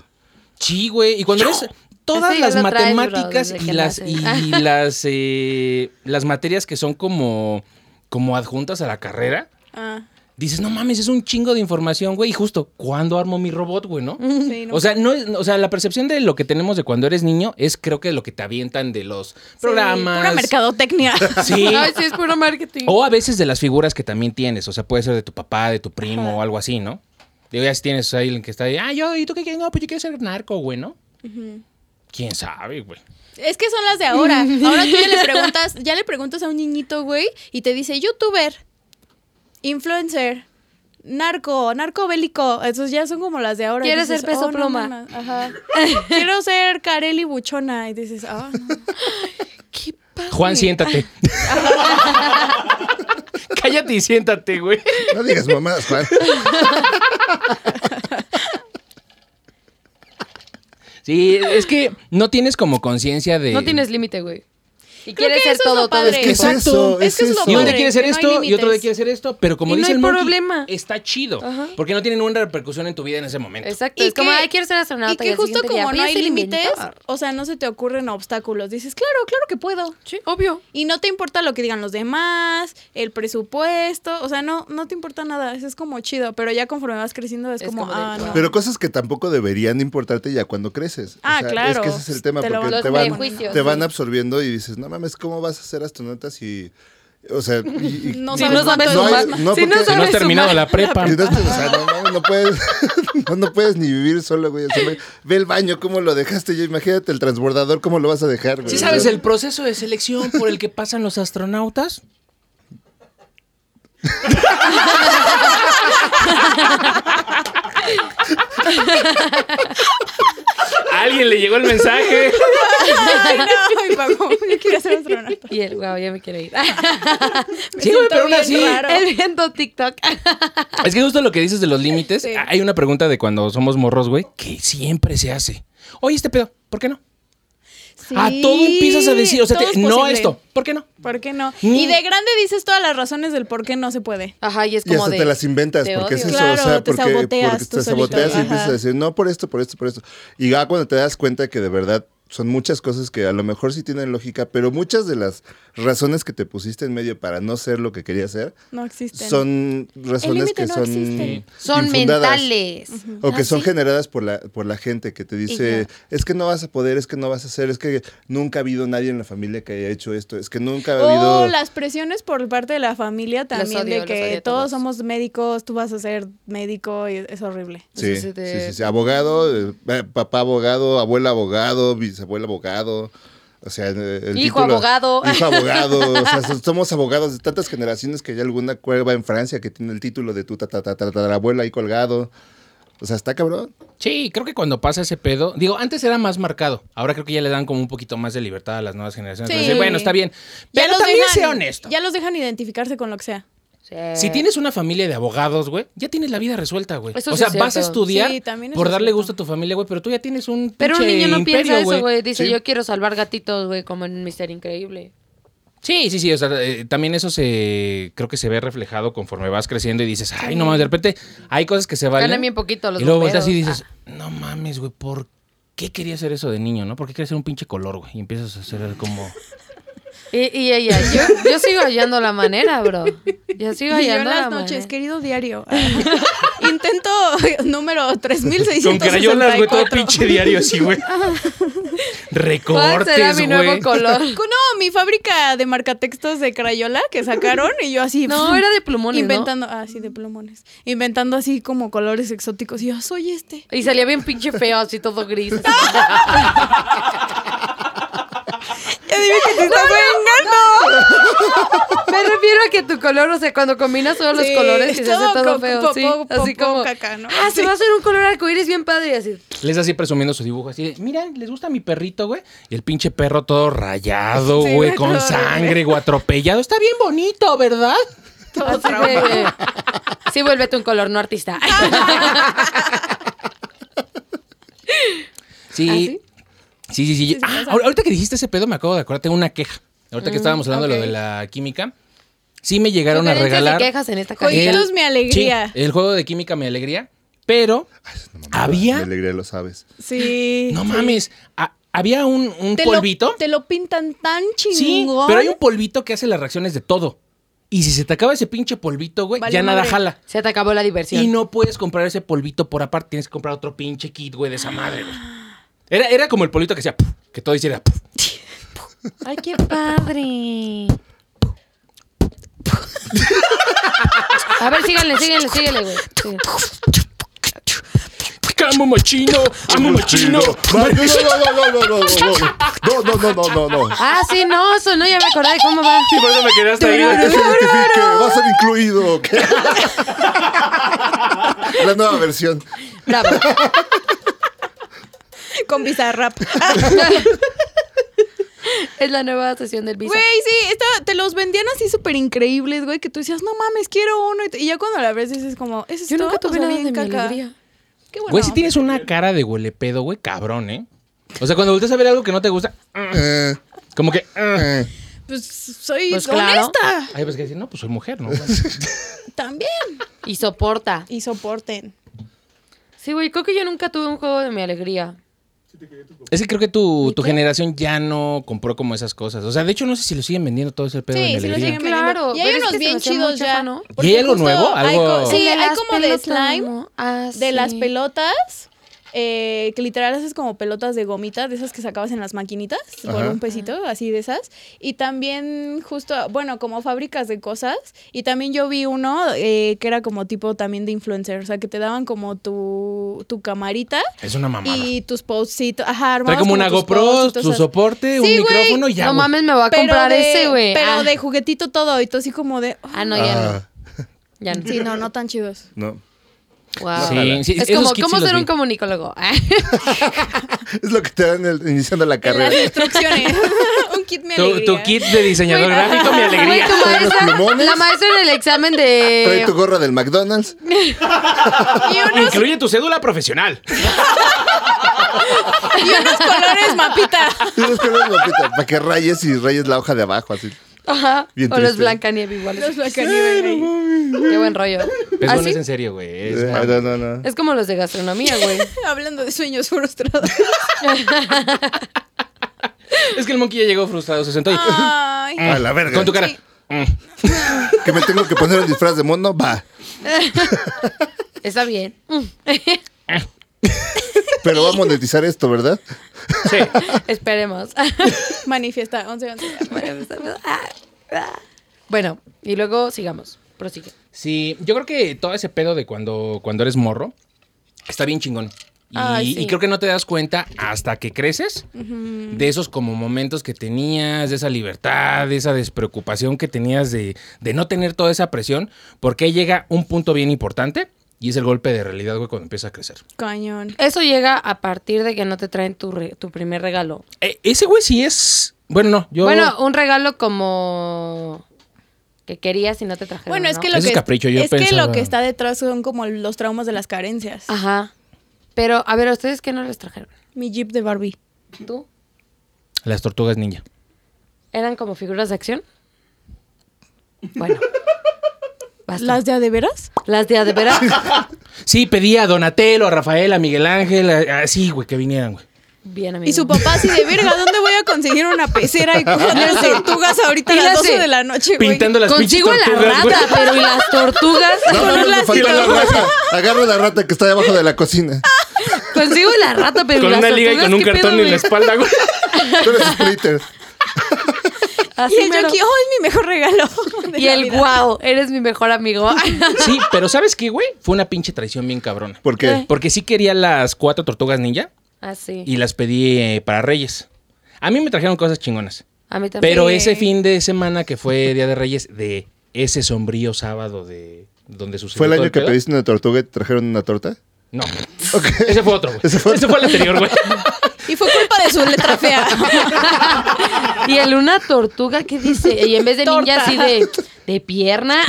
[SPEAKER 2] Sí, güey. Y cuando eres todas
[SPEAKER 3] Ese ya
[SPEAKER 2] las
[SPEAKER 3] lo traes, bro,
[SPEAKER 2] matemáticas
[SPEAKER 3] desde
[SPEAKER 2] y
[SPEAKER 3] que
[SPEAKER 2] las y
[SPEAKER 3] naces.
[SPEAKER 2] las eh, las materias que son como como adjuntas a la carrera,
[SPEAKER 5] Ah,
[SPEAKER 2] dices, "No mames, es un chingo de información, güey." Y justo, ¿cuándo armo mi robot, güey, no?
[SPEAKER 5] Mm, sí, no.
[SPEAKER 2] O sea, no, es- o sea, la percepción de lo que tenemos de cuando eres niño es creo que lo que te avientan de los programas.
[SPEAKER 5] Sí, pura mercadotecnia.
[SPEAKER 2] Sí. Oh,
[SPEAKER 3] Ay, sí, es puro marketing.
[SPEAKER 2] O a veces de las figuras que también tienes. O sea, puede ser de tu papá, de tu primo o algo así, ¿no? Digo, ya si tienes ahí alguien que está ahí, ah, yo, ¿y tú qué quieres? No, pues yo quiero ser narco, güey, ¿no? ¿Quién sabe, güey?
[SPEAKER 5] Es que son las de ahora. Ahora tú ya le preguntas, ya le preguntas a un niñito, güey, y te dice youtuber, influencer, narco, narco bélico. Esos ya son como las de ahora. Y
[SPEAKER 3] ¿Quieres
[SPEAKER 5] dices,
[SPEAKER 3] ser peso
[SPEAKER 5] "Oh, no
[SPEAKER 3] pluma?"
[SPEAKER 5] mames, ajá. Quiero ser Carelli Buchona. Y dices, ah, no. ¿Qué pasa?
[SPEAKER 2] Juan, siéntate. Cállate y siéntate, güey.
[SPEAKER 4] No digas mamadas, Juan.
[SPEAKER 2] Sí, es que no tienes como conciencia de.
[SPEAKER 3] No tienes límite, güey. Y
[SPEAKER 5] Creo
[SPEAKER 3] quieres
[SPEAKER 5] que
[SPEAKER 3] ser
[SPEAKER 5] eso es
[SPEAKER 3] todo,
[SPEAKER 5] lo
[SPEAKER 3] todo el
[SPEAKER 5] padre.
[SPEAKER 4] ¿Qué es
[SPEAKER 3] tiempo.
[SPEAKER 5] Exacto.
[SPEAKER 4] eso?
[SPEAKER 5] Es que es lo
[SPEAKER 4] eso.
[SPEAKER 2] Y un día
[SPEAKER 5] Madre,
[SPEAKER 2] quieres hacer
[SPEAKER 5] que no hay
[SPEAKER 2] esto y otro día
[SPEAKER 5] límites.
[SPEAKER 2] quieres hacer esto. Pero como
[SPEAKER 3] Y no
[SPEAKER 2] dice
[SPEAKER 3] hay
[SPEAKER 2] el monkey,
[SPEAKER 3] problema.
[SPEAKER 2] está chido. Porque no tienen una repercusión en tu vida en ese momento.
[SPEAKER 3] Exacto.
[SPEAKER 5] Y
[SPEAKER 3] Es como,
[SPEAKER 5] que-
[SPEAKER 3] ay, quiero ser astronauta.
[SPEAKER 5] Y que
[SPEAKER 3] al
[SPEAKER 5] justo
[SPEAKER 3] siguiente día,
[SPEAKER 5] como
[SPEAKER 3] voy
[SPEAKER 5] no
[SPEAKER 3] a
[SPEAKER 5] hay
[SPEAKER 3] ser
[SPEAKER 5] límites,
[SPEAKER 3] inventor.
[SPEAKER 5] o sea, no se te ocurren obstáculos. Dices, claro, claro que puedo.
[SPEAKER 3] Sí, obvio.
[SPEAKER 5] Y no te importa lo que digan los demás, el presupuesto, o sea, no, no te importa nada, eso es como chido, pero ya conforme vas creciendo es,
[SPEAKER 3] Es
[SPEAKER 5] como,
[SPEAKER 3] como de,
[SPEAKER 5] ah, no.
[SPEAKER 4] Pero cosas que tampoco deberían importarte ya cuando creces. O
[SPEAKER 5] Ah,
[SPEAKER 4] sea,
[SPEAKER 5] claro.
[SPEAKER 4] Es que ese es el tema,
[SPEAKER 5] Te lo-
[SPEAKER 4] porque
[SPEAKER 5] los
[SPEAKER 4] te van,
[SPEAKER 3] prejuicios,
[SPEAKER 4] te
[SPEAKER 3] sí.
[SPEAKER 4] van absorbiendo y dices, no mames, ¿cómo vas a ser astronauta si... O sea, y- y-
[SPEAKER 5] No
[SPEAKER 4] y-
[SPEAKER 5] sabes cuánto
[SPEAKER 4] no
[SPEAKER 5] sumar.
[SPEAKER 4] hay- no,
[SPEAKER 3] Si no
[SPEAKER 4] porque-
[SPEAKER 2] Si no has
[SPEAKER 3] Sabes
[SPEAKER 2] terminado
[SPEAKER 3] sumar.
[SPEAKER 2] la prepa.
[SPEAKER 4] Si no, o sea, no, mames, no puedes, no, no puedes ni vivir solo, güey. O sea, ve- ve el baño, cómo lo dejaste. Yo imagínate el transbordador, cómo lo vas a dejar, güey.
[SPEAKER 2] ¿Sí
[SPEAKER 4] O sea,
[SPEAKER 2] sabes el proceso de selección por el que pasan los astronautas? Alguien le llegó el mensaje.
[SPEAKER 5] Ay, no, y Paco, yo quiero ser astronauta.
[SPEAKER 3] Y el guau, ya me quiero ir.
[SPEAKER 2] Sí, güey, pero aún
[SPEAKER 5] bien
[SPEAKER 2] así.
[SPEAKER 5] raro.
[SPEAKER 3] Él viendo TikTok.
[SPEAKER 2] Es que justo lo que dices de los límites.
[SPEAKER 5] Sí.
[SPEAKER 2] Hay una pregunta de cuando somos morros, güey, que siempre se hace. Oye, este pedo, ¿por qué no? a Ah, todo empiezas a decir, o sea,
[SPEAKER 5] todo
[SPEAKER 2] te-
[SPEAKER 5] es
[SPEAKER 2] no a
[SPEAKER 5] posible.
[SPEAKER 2] esto, ¿por qué no?
[SPEAKER 5] ¿Por qué no?
[SPEAKER 2] Mm.
[SPEAKER 5] Y de grande dices todas las razones del por qué no se puede.
[SPEAKER 3] Ajá, y es
[SPEAKER 4] Y
[SPEAKER 3] como
[SPEAKER 4] hasta
[SPEAKER 3] de...
[SPEAKER 4] te las inventas,
[SPEAKER 3] te
[SPEAKER 4] porque es
[SPEAKER 3] odio.
[SPEAKER 4] eso,
[SPEAKER 5] Claro,
[SPEAKER 4] o sea,
[SPEAKER 5] te
[SPEAKER 4] porque,
[SPEAKER 5] saboteas
[SPEAKER 4] porque
[SPEAKER 5] tú
[SPEAKER 4] te saboteas
[SPEAKER 5] solito,
[SPEAKER 4] y empiezas
[SPEAKER 5] ajá.
[SPEAKER 4] a decir, no, por esto, por esto, por esto. Y ya cuando te das cuenta que de verdad son muchas cosas que a lo mejor sí tienen lógica, pero muchas de las razones que te pusiste en medio para no ser lo que querías ser
[SPEAKER 5] No existen.
[SPEAKER 4] son razones
[SPEAKER 5] límite
[SPEAKER 4] que
[SPEAKER 5] no
[SPEAKER 4] son
[SPEAKER 5] existe.
[SPEAKER 6] Son
[SPEAKER 4] infundadas.
[SPEAKER 6] mentales.
[SPEAKER 4] O que
[SPEAKER 6] Ah,
[SPEAKER 4] son
[SPEAKER 6] sí.
[SPEAKER 4] generadas por la, por la gente que te dice, es que no vas a poder, es que no vas a hacer, es que nunca ha habido nadie en la familia que haya hecho esto, es que
[SPEAKER 5] Oh,
[SPEAKER 4] nunca ha habido...
[SPEAKER 5] O las presiones por parte de la familia también,
[SPEAKER 3] odio,
[SPEAKER 5] de
[SPEAKER 3] los odio
[SPEAKER 5] que
[SPEAKER 3] a
[SPEAKER 5] todos
[SPEAKER 3] todos.
[SPEAKER 5] somos médicos, tú vas a ser médico y es horrible.
[SPEAKER 4] Sí,
[SPEAKER 3] Eso se te-
[SPEAKER 4] sí, sí, sí. Abogado, eh, eh, papá abogado, abuela abogado, bisabuela abogado. O sea, eh, el
[SPEAKER 3] Hijo
[SPEAKER 4] título-
[SPEAKER 3] abogado.
[SPEAKER 4] Hijo abogado. O sea, so- somos abogados de tantas generaciones que hay alguna cueva en Francia que tiene el título de tu abuela ahí colgado. O sea, está cabrón.
[SPEAKER 2] Sí, creo que cuando pasa ese pedo, digo, antes era más marcado, ahora creo que ya le dan como un poquito más de libertad a las nuevas generaciones. para
[SPEAKER 5] Sí.
[SPEAKER 2] decir, bueno, está bien,
[SPEAKER 5] Ya
[SPEAKER 2] pero
[SPEAKER 5] los
[SPEAKER 2] también
[SPEAKER 5] dejan-
[SPEAKER 2] sea honesto.
[SPEAKER 5] Ya los dejan identificarse con lo que sea.
[SPEAKER 2] Si tienes una familia de abogados, güey, ya tienes la vida resuelta, güey.
[SPEAKER 3] Eso
[SPEAKER 2] o
[SPEAKER 3] sí
[SPEAKER 2] sea,
[SPEAKER 3] es
[SPEAKER 2] vas a
[SPEAKER 3] cierto.
[SPEAKER 2] estudiar
[SPEAKER 5] Sí, también eso
[SPEAKER 2] por
[SPEAKER 5] es
[SPEAKER 2] darle
[SPEAKER 5] cierto.
[SPEAKER 2] gusto a tu familia, güey, pero tú ya tienes un
[SPEAKER 3] Pero un
[SPEAKER 2] pinche
[SPEAKER 3] niño no piensa
[SPEAKER 2] imperio,
[SPEAKER 3] eso, güey. Dice,
[SPEAKER 4] Sí.
[SPEAKER 3] yo quiero salvar gatitos, güey, como en Mister Increíble.
[SPEAKER 2] Sí, sí, sí. O sea, eh, también eso se creo que se ve reflejado conforme vas creciendo y dices, ay, no mames, de repente hay cosas que se valen.
[SPEAKER 3] Ganan bien poquito los
[SPEAKER 2] Y luego
[SPEAKER 3] bomberos.
[SPEAKER 2] volteas y dices, no mames, güey, ¿por qué quería hacer eso de niño, no? ¿Por qué quería ser un pinche color, güey? Y empiezas a hacer como.
[SPEAKER 3] Y, y ella, yo, yo sigo hallando la manera, bro. Yo sigo
[SPEAKER 5] Y yo en
[SPEAKER 3] hallando
[SPEAKER 5] las
[SPEAKER 3] la
[SPEAKER 5] noches,
[SPEAKER 3] manera.
[SPEAKER 5] querido diario. ah, Intento número
[SPEAKER 2] Con
[SPEAKER 5] 3664.
[SPEAKER 2] crayolas, güey, todo pinche diario así, güey.
[SPEAKER 3] ¿Cuál será
[SPEAKER 2] Recortes,
[SPEAKER 3] mi nuevo
[SPEAKER 2] güey.
[SPEAKER 3] color?
[SPEAKER 5] No, mi fábrica de marcatextos de crayola que sacaron y yo así.
[SPEAKER 3] No, era de plumones, ¿no?
[SPEAKER 5] Inventando, ah, sí, de plumones. Inventando así como colores exóticos. Y yo soy este.
[SPEAKER 3] Y salía bien pinche feo, así todo gris.
[SPEAKER 5] Ya dije que te estás vengando.
[SPEAKER 3] Me refiero a que tu color, o sea, cuando combinas todos los
[SPEAKER 5] Sí,
[SPEAKER 3] colores, que se hace
[SPEAKER 5] todo
[SPEAKER 3] todo
[SPEAKER 5] co-
[SPEAKER 3] feo,
[SPEAKER 5] po-
[SPEAKER 3] sí.
[SPEAKER 5] po-
[SPEAKER 3] así
[SPEAKER 5] popó,
[SPEAKER 3] como,
[SPEAKER 5] caca, ¿no?
[SPEAKER 3] ah, se
[SPEAKER 5] Sí.
[SPEAKER 3] va a hacer un color arcoíris bien padre, y así.
[SPEAKER 2] Les así presumiendo su dibujo, así de, mira, les gusta mi perrito, güey. Y el pinche perro todo rayado,
[SPEAKER 5] Sí,
[SPEAKER 2] güey,
[SPEAKER 5] güey,
[SPEAKER 2] con
[SPEAKER 5] todo
[SPEAKER 2] sangre, güey, atropellado. Está bien bonito, ¿verdad?
[SPEAKER 3] Así de, sí, vuélvete un color, no artista.
[SPEAKER 2] Sí.
[SPEAKER 5] ¿Ah,
[SPEAKER 2] Sí, sí, sí. Ah, ahor- ahorita que dijiste ese pedo, me acabo de acordar, tengo una queja. Ahorita
[SPEAKER 5] Mm,
[SPEAKER 2] que estábamos hablando de lo de la química, sí me llegaron a
[SPEAKER 3] Sugerencias de
[SPEAKER 2] regalar.
[SPEAKER 3] quejas en esta
[SPEAKER 5] Oye,
[SPEAKER 3] casa.
[SPEAKER 5] Jueguitos Mi Alegría.
[SPEAKER 2] sí, el juego de química mi alegría, pero
[SPEAKER 4] No mames,
[SPEAKER 2] ¿Había?
[SPEAKER 4] Me alegría, lo sabes.
[SPEAKER 5] Sí.
[SPEAKER 2] no mames, a- había un, un
[SPEAKER 5] Te lo-
[SPEAKER 2] polvito.
[SPEAKER 5] te lo pintan tan
[SPEAKER 2] sí,
[SPEAKER 5] chingón.
[SPEAKER 2] pero hay un polvito que hace las reacciones de todo. Y si se te acaba ese pinche polvito, güey,
[SPEAKER 5] Vale
[SPEAKER 2] ya nada
[SPEAKER 5] madre.
[SPEAKER 2] jala.
[SPEAKER 3] Se te acabó la diversión.
[SPEAKER 2] Y no puedes comprar ese polvito por aparte, tienes que comprar otro pinche kit, güey, de esa madre, güey. Era, era como el polvito que hacía, puf, que todo hiciera. puf.
[SPEAKER 3] Ay, qué padre. A ver, síganle, síganle, síganle, güey. Sí.
[SPEAKER 2] Amo mochino, amo mochino.
[SPEAKER 4] No, no, no, no, no, no, no, no, no, no, no, no, no.
[SPEAKER 3] Ah, sí, no, eso no, ya me acordé de cómo va.
[SPEAKER 2] Sí, por eso me quedé hasta ahí.
[SPEAKER 4] Que se identifique, va a ser incluido. ¿ok? La nueva versión.
[SPEAKER 3] Bravo.
[SPEAKER 5] Con bizarrap.
[SPEAKER 3] Es la nueva sesión del visa.
[SPEAKER 5] Güey, sí, esta- te los vendían así súper increíbles, güey, que tú decías, no mames, quiero uno. Y, t- y ya cuando la ves dices como, ¿es
[SPEAKER 3] Yo
[SPEAKER 5] esto?
[SPEAKER 3] nunca
[SPEAKER 5] O
[SPEAKER 3] tuve
[SPEAKER 5] sea,
[SPEAKER 3] nada de
[SPEAKER 5] bien
[SPEAKER 3] mi
[SPEAKER 5] caca.
[SPEAKER 3] alegría.
[SPEAKER 5] Qué bueno.
[SPEAKER 2] Güey, si tienes una cara de huelepedo, güey, cabrón, ¿eh? O sea, cuando volteas a ver algo que no te gusta,
[SPEAKER 4] Eh,
[SPEAKER 2] como que. ah.
[SPEAKER 4] eh.
[SPEAKER 5] Pues soy
[SPEAKER 3] Pues claro.
[SPEAKER 5] honesta
[SPEAKER 2] Ay, pues que decir, no, pues soy mujer, ¿no?
[SPEAKER 5] también.
[SPEAKER 3] Y soporta.
[SPEAKER 5] Y soporten.
[SPEAKER 3] Sí, güey, creo que yo nunca tuve un juego de mi alegría.
[SPEAKER 2] Es que creo que tu, tu generación ya no compró como esas cosas. O sea, de hecho, no sé si lo siguen vendiendo todo ese pedo de mi
[SPEAKER 5] Sí, sí lo
[SPEAKER 2] alegría.
[SPEAKER 5] siguen
[SPEAKER 3] Claro,
[SPEAKER 5] vendiendo. Y hay
[SPEAKER 3] pero es
[SPEAKER 5] unos
[SPEAKER 3] que se me
[SPEAKER 5] bien
[SPEAKER 3] hacía muy
[SPEAKER 5] chidos
[SPEAKER 3] chafa,
[SPEAKER 5] ya.
[SPEAKER 3] ¿no?
[SPEAKER 5] ¿no?
[SPEAKER 2] ¿Y hay algo nuevo?
[SPEAKER 5] hay co-
[SPEAKER 2] Algo-
[SPEAKER 5] sí,
[SPEAKER 3] El de
[SPEAKER 5] hay
[SPEAKER 3] las
[SPEAKER 5] como de
[SPEAKER 3] pelotas,
[SPEAKER 5] slime,
[SPEAKER 3] ¿no? Ah,
[SPEAKER 5] de las
[SPEAKER 3] sí.
[SPEAKER 5] pelotas, eh, que literal haces como pelotas de gomita, de esas que sacabas en las maquinitas, por
[SPEAKER 4] Ajá.
[SPEAKER 5] un pesito, así de esas. Y también justo, bueno, como fábricas de cosas. Y también yo vi uno eh, que era como tipo también de influencer, o sea, que te daban como tu, tu camarita
[SPEAKER 2] Es una mamada.
[SPEAKER 5] y tus postitos. Ajá,
[SPEAKER 2] Trae
[SPEAKER 5] armabas
[SPEAKER 2] como una
[SPEAKER 5] tus
[SPEAKER 2] GoPro,
[SPEAKER 5] posts y
[SPEAKER 2] su
[SPEAKER 5] todas esas-
[SPEAKER 2] soporte, un
[SPEAKER 5] Sí, güey.
[SPEAKER 2] micrófono y ya.
[SPEAKER 3] no
[SPEAKER 2] güey.
[SPEAKER 3] mames, me voy a
[SPEAKER 5] Pero
[SPEAKER 3] comprar
[SPEAKER 5] de-
[SPEAKER 3] ese, güey.
[SPEAKER 5] Pero
[SPEAKER 3] ah.
[SPEAKER 5] de juguetito todo, y tú así como de. ah,
[SPEAKER 3] Ah, no, ya
[SPEAKER 4] Ah,
[SPEAKER 3] no. Ya no.
[SPEAKER 5] Sí, no, no tan chidos.
[SPEAKER 4] no.
[SPEAKER 3] Wow.
[SPEAKER 2] Sí, sí,
[SPEAKER 3] es
[SPEAKER 2] esos
[SPEAKER 3] como,
[SPEAKER 2] kits
[SPEAKER 3] ¿cómo
[SPEAKER 2] sí los
[SPEAKER 3] ser un
[SPEAKER 2] vi.
[SPEAKER 3] comunicólogo? Ah.
[SPEAKER 4] Es lo que te dan el- iniciando la
[SPEAKER 5] En las
[SPEAKER 4] carrera.
[SPEAKER 5] instrucciones. Un kit me
[SPEAKER 2] Tu, tu kit de diseñador
[SPEAKER 3] Güey,
[SPEAKER 2] gráfico, mi alegría.
[SPEAKER 3] Güey, tu
[SPEAKER 4] Trae los
[SPEAKER 3] maestra,
[SPEAKER 4] plumones.
[SPEAKER 3] la maestra en el examen
[SPEAKER 4] Trae
[SPEAKER 3] de...
[SPEAKER 4] tu gorra del McDonald's.
[SPEAKER 5] Y unos, ¿Ah,
[SPEAKER 2] Incluye tu cédula profesional.
[SPEAKER 5] y unos colores mapita.
[SPEAKER 4] Y los colores, papita, para que rayes y rayes la hoja de abajo, así.
[SPEAKER 3] Ajá.
[SPEAKER 4] Bien
[SPEAKER 3] o los
[SPEAKER 4] triste.
[SPEAKER 3] Blancanieves iguales.
[SPEAKER 5] Los Blancanieves ahí.
[SPEAKER 3] Qué buen rollo.
[SPEAKER 2] Eso no
[SPEAKER 3] Así
[SPEAKER 2] es en serio, güey. es
[SPEAKER 4] Eh,
[SPEAKER 2] mame.
[SPEAKER 4] no, no, no.
[SPEAKER 3] es como los de gastronomía, güey.
[SPEAKER 5] Hablando de sueños frustrados.
[SPEAKER 2] Es que el monkey ya llegó frustrado, se sentó y...
[SPEAKER 5] Ah. Ay.
[SPEAKER 4] A la verga.
[SPEAKER 2] Con tu cara.
[SPEAKER 5] Sí.
[SPEAKER 2] Mm.
[SPEAKER 4] Que me tengo que poner el disfraz de mono, va.
[SPEAKER 3] Está bien. Mm.
[SPEAKER 4] Pero va a monetizar esto, ¿verdad?
[SPEAKER 2] Sí.
[SPEAKER 3] Esperemos.
[SPEAKER 5] Manifiesta, 11, 11.
[SPEAKER 3] bueno, y luego sigamos. Prosigue.
[SPEAKER 2] Sí, yo creo que todo ese pedo de cuando, cuando eres morro está bien chingón. Y,
[SPEAKER 3] Ay, sí.
[SPEAKER 2] y creo que no te das cuenta hasta que creces de esos como momentos que tenías, de esa libertad, de esa despreocupación que tenías de, de no tener toda esa presión, porque ahí llega un punto bien importante y es el golpe de realidad, güey, cuando empieza a crecer.
[SPEAKER 5] Cañón.
[SPEAKER 3] Eso llega a partir de que no te traen tu, re- tu primer regalo.
[SPEAKER 2] E- ese güey sí es... Bueno, no, yo...
[SPEAKER 3] Bueno, un regalo como que querías y no te trajeron.
[SPEAKER 5] Bueno, es
[SPEAKER 3] ¿no?
[SPEAKER 5] que lo
[SPEAKER 2] Eso
[SPEAKER 5] que
[SPEAKER 2] es capricho, yo
[SPEAKER 5] es que
[SPEAKER 2] pensaba-
[SPEAKER 5] lo que está detrás son como los traumas de las carencias.
[SPEAKER 3] Ajá. Pero, a ver, ¿a ustedes qué no les trajeron?
[SPEAKER 5] Mi Jeep de Barbie.
[SPEAKER 3] ¿Tú?
[SPEAKER 2] Las tortugas ninja.
[SPEAKER 3] ¿Eran como figuras de acción? Bueno. Basta.
[SPEAKER 5] ¿Las de a de veras?
[SPEAKER 3] Las de a de veras.
[SPEAKER 2] Sí, pedí a Donatello, a Rafael, a Miguel Ángel, a- así, güey, que vinieran, güey.
[SPEAKER 3] Bien, amigo.
[SPEAKER 5] Y su papá así de verga, ¿dónde voy a conseguir una pecera y cuatro tortugas ahorita a
[SPEAKER 3] Y
[SPEAKER 5] las
[SPEAKER 3] las
[SPEAKER 5] 12
[SPEAKER 3] de-
[SPEAKER 5] de la noche, güey?
[SPEAKER 2] Pintando las pinches
[SPEAKER 3] Consigo la
[SPEAKER 2] tortugas, güey.
[SPEAKER 3] rata, pero ¿y las tortugas?
[SPEAKER 4] No, no, no, me faltó la
[SPEAKER 2] lazo.
[SPEAKER 4] rata. Agarro la rata que está debajo de la cocina.
[SPEAKER 3] Consigo la rata, pero ¿y
[SPEAKER 2] Con
[SPEAKER 3] las
[SPEAKER 2] una liga y
[SPEAKER 3] tortugas?
[SPEAKER 2] con un
[SPEAKER 3] ¿Qué
[SPEAKER 2] cartón
[SPEAKER 3] pedo,
[SPEAKER 2] en la
[SPEAKER 3] güey?
[SPEAKER 2] espalda, güey.
[SPEAKER 4] Tú eres Splitter.
[SPEAKER 5] Y
[SPEAKER 3] Así
[SPEAKER 5] el
[SPEAKER 3] mero.
[SPEAKER 5] Yoki, oh, es mi mejor regalo. de
[SPEAKER 3] Y el
[SPEAKER 5] Navidad".
[SPEAKER 3] guau, eres mi mejor amigo.
[SPEAKER 2] Sí, pero ¿sabes qué, güey? Fue una pinche traición bien cabrona.
[SPEAKER 4] ¿Por qué?
[SPEAKER 2] Porque sí quería las cuatro tortugas ninja
[SPEAKER 3] Así.
[SPEAKER 2] y las pedí eh, para Reyes. A mí me trajeron cosas chingonas.
[SPEAKER 3] A mí también.
[SPEAKER 2] Pero ese fin de semana que fue Día de Reyes, de ese sombrío sábado de donde sucedió.
[SPEAKER 4] ¿Fue el
[SPEAKER 2] todo
[SPEAKER 4] año que
[SPEAKER 2] pedo,
[SPEAKER 4] pediste una tortuga y te trajeron una torta?
[SPEAKER 2] No.
[SPEAKER 4] Ok.
[SPEAKER 2] Ese fue otro, güey. Ese
[SPEAKER 4] Ese
[SPEAKER 2] fue,
[SPEAKER 4] fue
[SPEAKER 2] el anterior, güey.
[SPEAKER 5] Y fue culpa de su letra fea.
[SPEAKER 3] Y el una tortuga, ¿qué dice? Y en vez de ninja
[SPEAKER 5] Torta.
[SPEAKER 3] así de, de pierna.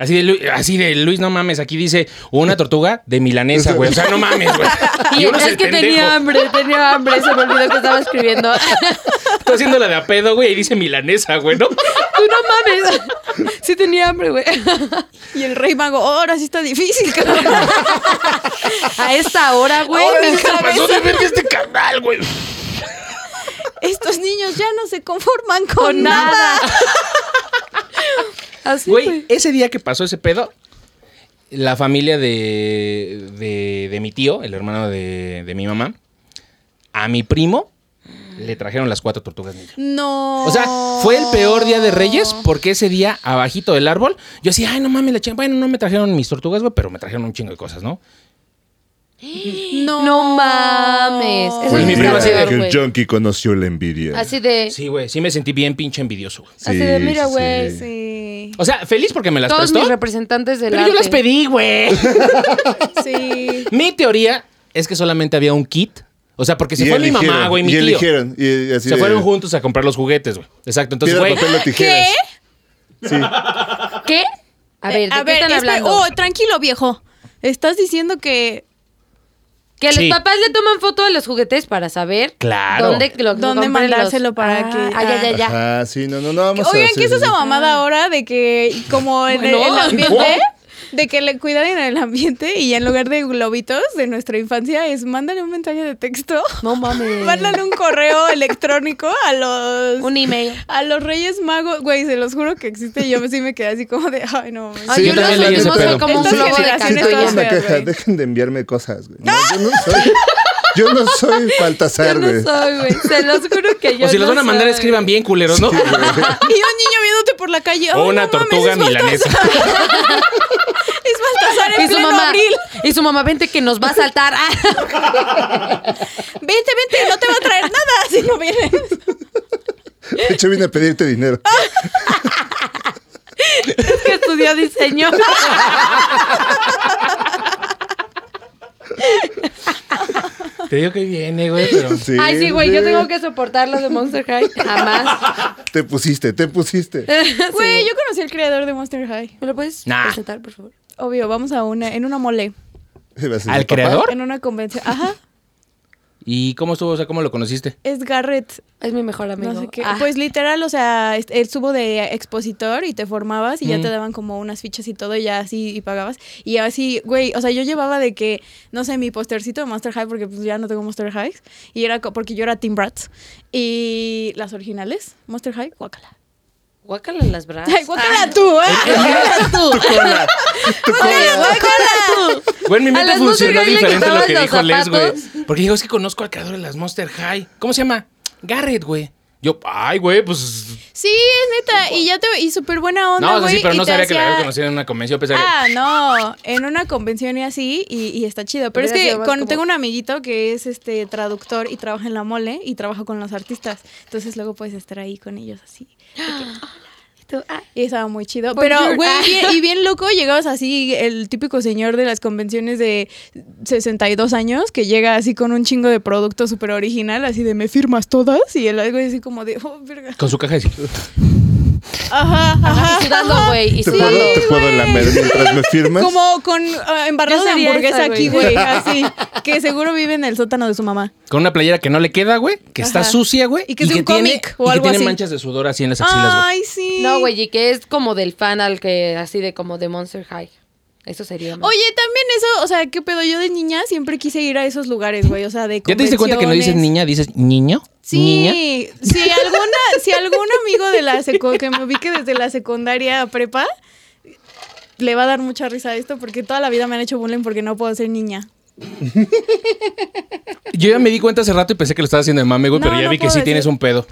[SPEAKER 2] Así de, Lu- así de Luis, no mames. Aquí dice una tortuga de milanesa, güey. O sea, no mames, güey.
[SPEAKER 3] Y
[SPEAKER 2] Yo no sé,
[SPEAKER 3] es que
[SPEAKER 2] pendejo.
[SPEAKER 3] tenía hambre, tenía hambre. Se me olvidó que estaba escribiendo.
[SPEAKER 2] Estoy haciendo la de a pedo, güey, y dice milanesa, güey, ¿no?
[SPEAKER 3] Tú no mames. Sí tenía hambre, güey.
[SPEAKER 5] Y el rey mago, "Oh, ahora sí está difícil, cabrón.
[SPEAKER 3] A esta hora, güey.
[SPEAKER 5] Ahora
[SPEAKER 3] mi
[SPEAKER 5] sí se
[SPEAKER 3] cabeza-
[SPEAKER 2] Pasó de verga este canal, güey.
[SPEAKER 5] Estos niños ya no se conforman con,
[SPEAKER 3] Con
[SPEAKER 5] nada.
[SPEAKER 3] nada. Así,
[SPEAKER 2] Güey, ese día que pasó ese pedo, la familia de, de, de mi tío, el hermano de, de mi mamá, a mi primo le trajeron las cuatro tortugas ninja.
[SPEAKER 5] No.
[SPEAKER 2] O sea, fue el peor día de Reyes porque ese día, abajito del árbol, yo decía, ay, no mames, la chingada. Bueno, no me trajeron mis tortugas, güey, pero me trajeron un chingo de cosas, ¿no?
[SPEAKER 5] No.
[SPEAKER 3] No mames. Eso
[SPEAKER 2] Fue
[SPEAKER 3] es
[SPEAKER 2] mi
[SPEAKER 3] un
[SPEAKER 2] prima así de
[SPEAKER 3] cagador,
[SPEAKER 4] que un
[SPEAKER 3] güey.
[SPEAKER 4] junkie conoció la envidia.
[SPEAKER 3] Así de.
[SPEAKER 2] Sí, güey, sí me sentí bien pinche envidioso, güey.
[SPEAKER 3] así de, mira, güey,
[SPEAKER 5] Sí.
[SPEAKER 2] O sea, feliz porque me las
[SPEAKER 3] Todos mis
[SPEAKER 2] prestó.
[SPEAKER 3] representantes del
[SPEAKER 2] Pero yo
[SPEAKER 3] arte.
[SPEAKER 2] las pedí, güey.
[SPEAKER 5] Sí.
[SPEAKER 2] mi teoría es que solamente había un kit. O sea, porque se
[SPEAKER 4] Y
[SPEAKER 2] fue mi
[SPEAKER 4] eligieron,
[SPEAKER 2] mamá, güey, mi
[SPEAKER 4] Y
[SPEAKER 2] tío.
[SPEAKER 4] eligieron. Y así
[SPEAKER 2] Se
[SPEAKER 4] de-
[SPEAKER 2] fueron juntos a comprar los juguetes, güey. Exacto. Entonces,
[SPEAKER 4] Piedra,
[SPEAKER 2] güey.
[SPEAKER 4] papel o tijeras.
[SPEAKER 3] ¿Qué? A ver, ¿de
[SPEAKER 5] Eh, A
[SPEAKER 3] qué
[SPEAKER 5] ver,
[SPEAKER 3] están
[SPEAKER 5] espe-
[SPEAKER 3] hablando?
[SPEAKER 5] Oh, tranquilo, viejo. Estás diciendo que
[SPEAKER 3] que los
[SPEAKER 2] sí.
[SPEAKER 3] papás le toman foto a los juguetes para saber
[SPEAKER 2] Claro.
[SPEAKER 3] dónde, lo-
[SPEAKER 5] Dónde
[SPEAKER 3] compren
[SPEAKER 5] mandárselo para que-
[SPEAKER 3] Ah, ya, ya, ya.
[SPEAKER 4] Ajá, sí, no, no, no, vamos a
[SPEAKER 5] Oigan, ¿qué es
[SPEAKER 4] hacer-
[SPEAKER 5] esa mamada ahora de que como en el-
[SPEAKER 3] Ah. Bueno.
[SPEAKER 5] el ambiente, de que le cuidan en el ambiente y en lugar de globitos de nuestra infancia es mándale un mensaje de texto,
[SPEAKER 3] No mames.
[SPEAKER 5] mándale un correo electrónico a los
[SPEAKER 3] Un email.
[SPEAKER 5] a los Reyes Magos, güey, se los juro que existe y yo sí me quedé así como de, ay no. mames".
[SPEAKER 3] Ay, yo
[SPEAKER 4] Sí, yo
[SPEAKER 3] los
[SPEAKER 4] también leí ese
[SPEAKER 3] vimos hoy
[SPEAKER 4] pedo.
[SPEAKER 3] como un
[SPEAKER 5] Estas
[SPEAKER 3] globo de
[SPEAKER 5] generaciones
[SPEAKER 4] Yo tengo
[SPEAKER 5] todas
[SPEAKER 3] cartón.
[SPEAKER 4] una
[SPEAKER 5] feas,
[SPEAKER 4] caja,
[SPEAKER 5] güey.
[SPEAKER 4] dejen de enviarme cosas, güey. No, yo no soy. Yo no soy Baltasar,
[SPEAKER 3] Yo no
[SPEAKER 4] güey.
[SPEAKER 3] soy, güey. Se los juro que yo
[SPEAKER 2] o si los
[SPEAKER 3] no
[SPEAKER 2] van a mandar,
[SPEAKER 3] soy.
[SPEAKER 2] escriban bien, culeros, ¿no?
[SPEAKER 5] Y un niño viéndote por la calle,
[SPEAKER 2] o
[SPEAKER 5] "Ay,
[SPEAKER 2] una
[SPEAKER 5] no mames,
[SPEAKER 2] tortuga
[SPEAKER 5] es Baltasar".
[SPEAKER 2] milanesa.
[SPEAKER 5] Es Baltasar en
[SPEAKER 3] Y su
[SPEAKER 5] pleno
[SPEAKER 3] mamá,
[SPEAKER 5] abril.
[SPEAKER 3] y su mamá, vente que nos va a saltar. Ah,
[SPEAKER 5] Vente, vente, no te va a traer nada si no vienes.
[SPEAKER 4] De hecho, vine a pedirte dinero.
[SPEAKER 3] Ah. es que estudió diseño.
[SPEAKER 2] Te digo que viene, güey, pero.
[SPEAKER 3] Ay, sí, güey, yo tengo que soportar lo de Monster High. Jamás.
[SPEAKER 4] Te pusiste, te pusiste.
[SPEAKER 3] ¿Eh?
[SPEAKER 5] Güey, yo conocí al creador de Monster High.
[SPEAKER 3] ¿Me lo puedes
[SPEAKER 2] Nah.
[SPEAKER 3] presentar, por favor?
[SPEAKER 5] Obvio, vamos a una, en una mole,
[SPEAKER 4] Ibas a decir,
[SPEAKER 2] ¿Al
[SPEAKER 4] "Papá".
[SPEAKER 2] creador?
[SPEAKER 5] en una convención. Ajá.
[SPEAKER 2] ¿Y cómo estuvo? O sea, ¿cómo lo conociste?
[SPEAKER 5] Es Garrett,
[SPEAKER 3] Es mi mejor amigo.
[SPEAKER 5] no sé qué.
[SPEAKER 3] Ah.
[SPEAKER 5] Pues literal, o sea, es- él subo de expositor y te formabas y ya
[SPEAKER 2] Mm.
[SPEAKER 5] te daban como unas fichas y todo y ya así y pagabas. Y así, güey, o sea, yo llevaba de que, no sé, mi postercito de Monster High porque pues ya no tengo Monster Highs y era co- porque yo era Team Bratz y las originales, Monster High, guacala.
[SPEAKER 3] Guácala las bras.
[SPEAKER 5] Ay, guacala
[SPEAKER 3] Ah.
[SPEAKER 5] tú, ¿eh?
[SPEAKER 3] Oye, guácala tú.
[SPEAKER 2] Güey, en mi
[SPEAKER 3] A
[SPEAKER 2] mente
[SPEAKER 3] las Monster
[SPEAKER 2] funcionó
[SPEAKER 3] High le
[SPEAKER 2] diferente lo
[SPEAKER 3] quitaban
[SPEAKER 2] que
[SPEAKER 3] los
[SPEAKER 2] dijo Les, güey.
[SPEAKER 3] zapatos.
[SPEAKER 2] Porque digo, es que conozco al creador de las Monster High. ¿Cómo se llama? Garrett, güey. Yo, ay, güey, pues.
[SPEAKER 5] Sí, es neta, y ya te y súper buena onda,
[SPEAKER 2] No, o sea, sí,
[SPEAKER 5] güey,
[SPEAKER 2] pero
[SPEAKER 5] y
[SPEAKER 2] no
[SPEAKER 5] te
[SPEAKER 2] sabía que la había
[SPEAKER 5] hacía-
[SPEAKER 2] conocido en una convención. Pensaba que-
[SPEAKER 5] Ah, no, en una convención y así, y, y está chido. Pero es
[SPEAKER 3] Hubiera
[SPEAKER 5] que
[SPEAKER 3] sido más
[SPEAKER 5] con-
[SPEAKER 3] como-
[SPEAKER 5] tengo un amiguito que es este traductor y trabaja en la mole y trabaja con los artistas. Entonces luego puedes estar ahí con ellos así. Y estaba muy chido.
[SPEAKER 3] Bonjour.
[SPEAKER 5] Pero, güey,
[SPEAKER 3] Ah.
[SPEAKER 5] bien- y bien loco, llegabas así, el típico señor de las convenciones de 62 años, que llega así con un chingo de producto súper original, así de, ¿me firmas todas? Y el algo así como de, oh, verga.
[SPEAKER 2] Con su caja de
[SPEAKER 5] Ajá, ajá.
[SPEAKER 3] Y sudando, güey. Y
[SPEAKER 4] Te puedo,
[SPEAKER 3] sudando.
[SPEAKER 4] te puedo lamer mientras me firmas.
[SPEAKER 5] Como con ah, embarrado
[SPEAKER 3] Yo
[SPEAKER 5] de
[SPEAKER 3] sería
[SPEAKER 5] hamburguesa
[SPEAKER 3] esa,
[SPEAKER 5] aquí,
[SPEAKER 3] güey.
[SPEAKER 5] güey. Así. Que seguro vive en el sótano de su mamá.
[SPEAKER 2] Con una playera que no le queda, güey. Que está
[SPEAKER 5] Ajá.
[SPEAKER 2] sucia, güey.
[SPEAKER 5] Y que es de un
[SPEAKER 2] tiene-
[SPEAKER 5] cómic
[SPEAKER 2] y
[SPEAKER 5] o
[SPEAKER 2] que
[SPEAKER 5] algo
[SPEAKER 2] tiene
[SPEAKER 5] así.
[SPEAKER 2] manchas de sudor así en las axilas, güey.
[SPEAKER 5] Ay, sí.
[SPEAKER 3] No, güey, y que es como del fan al que, así de como de Monster High. Eso sería. ¿no?
[SPEAKER 5] Oye, también eso, o sea, qué pedo. Yo de niña siempre quise ir a esos lugares, güey. O sea, de
[SPEAKER 2] ¿Ya te diste cuenta que no dices
[SPEAKER 5] convenciones.
[SPEAKER 2] niña, dices niño?
[SPEAKER 5] Sí,
[SPEAKER 2] Niña.
[SPEAKER 5] si alguna, si algún amigo de la seco que me ubique desde la secundaria a prepa, le va a dar mucha risa esto porque toda la vida me han hecho bullying porque no puedo ser niña.
[SPEAKER 2] Yo ya me di cuenta hace rato y pensé que lo estaba haciendo de mame, güey,
[SPEAKER 5] No,
[SPEAKER 2] pero ya
[SPEAKER 5] no
[SPEAKER 2] vi que
[SPEAKER 5] puedo
[SPEAKER 2] sí
[SPEAKER 5] decir.
[SPEAKER 2] tienes un pedo.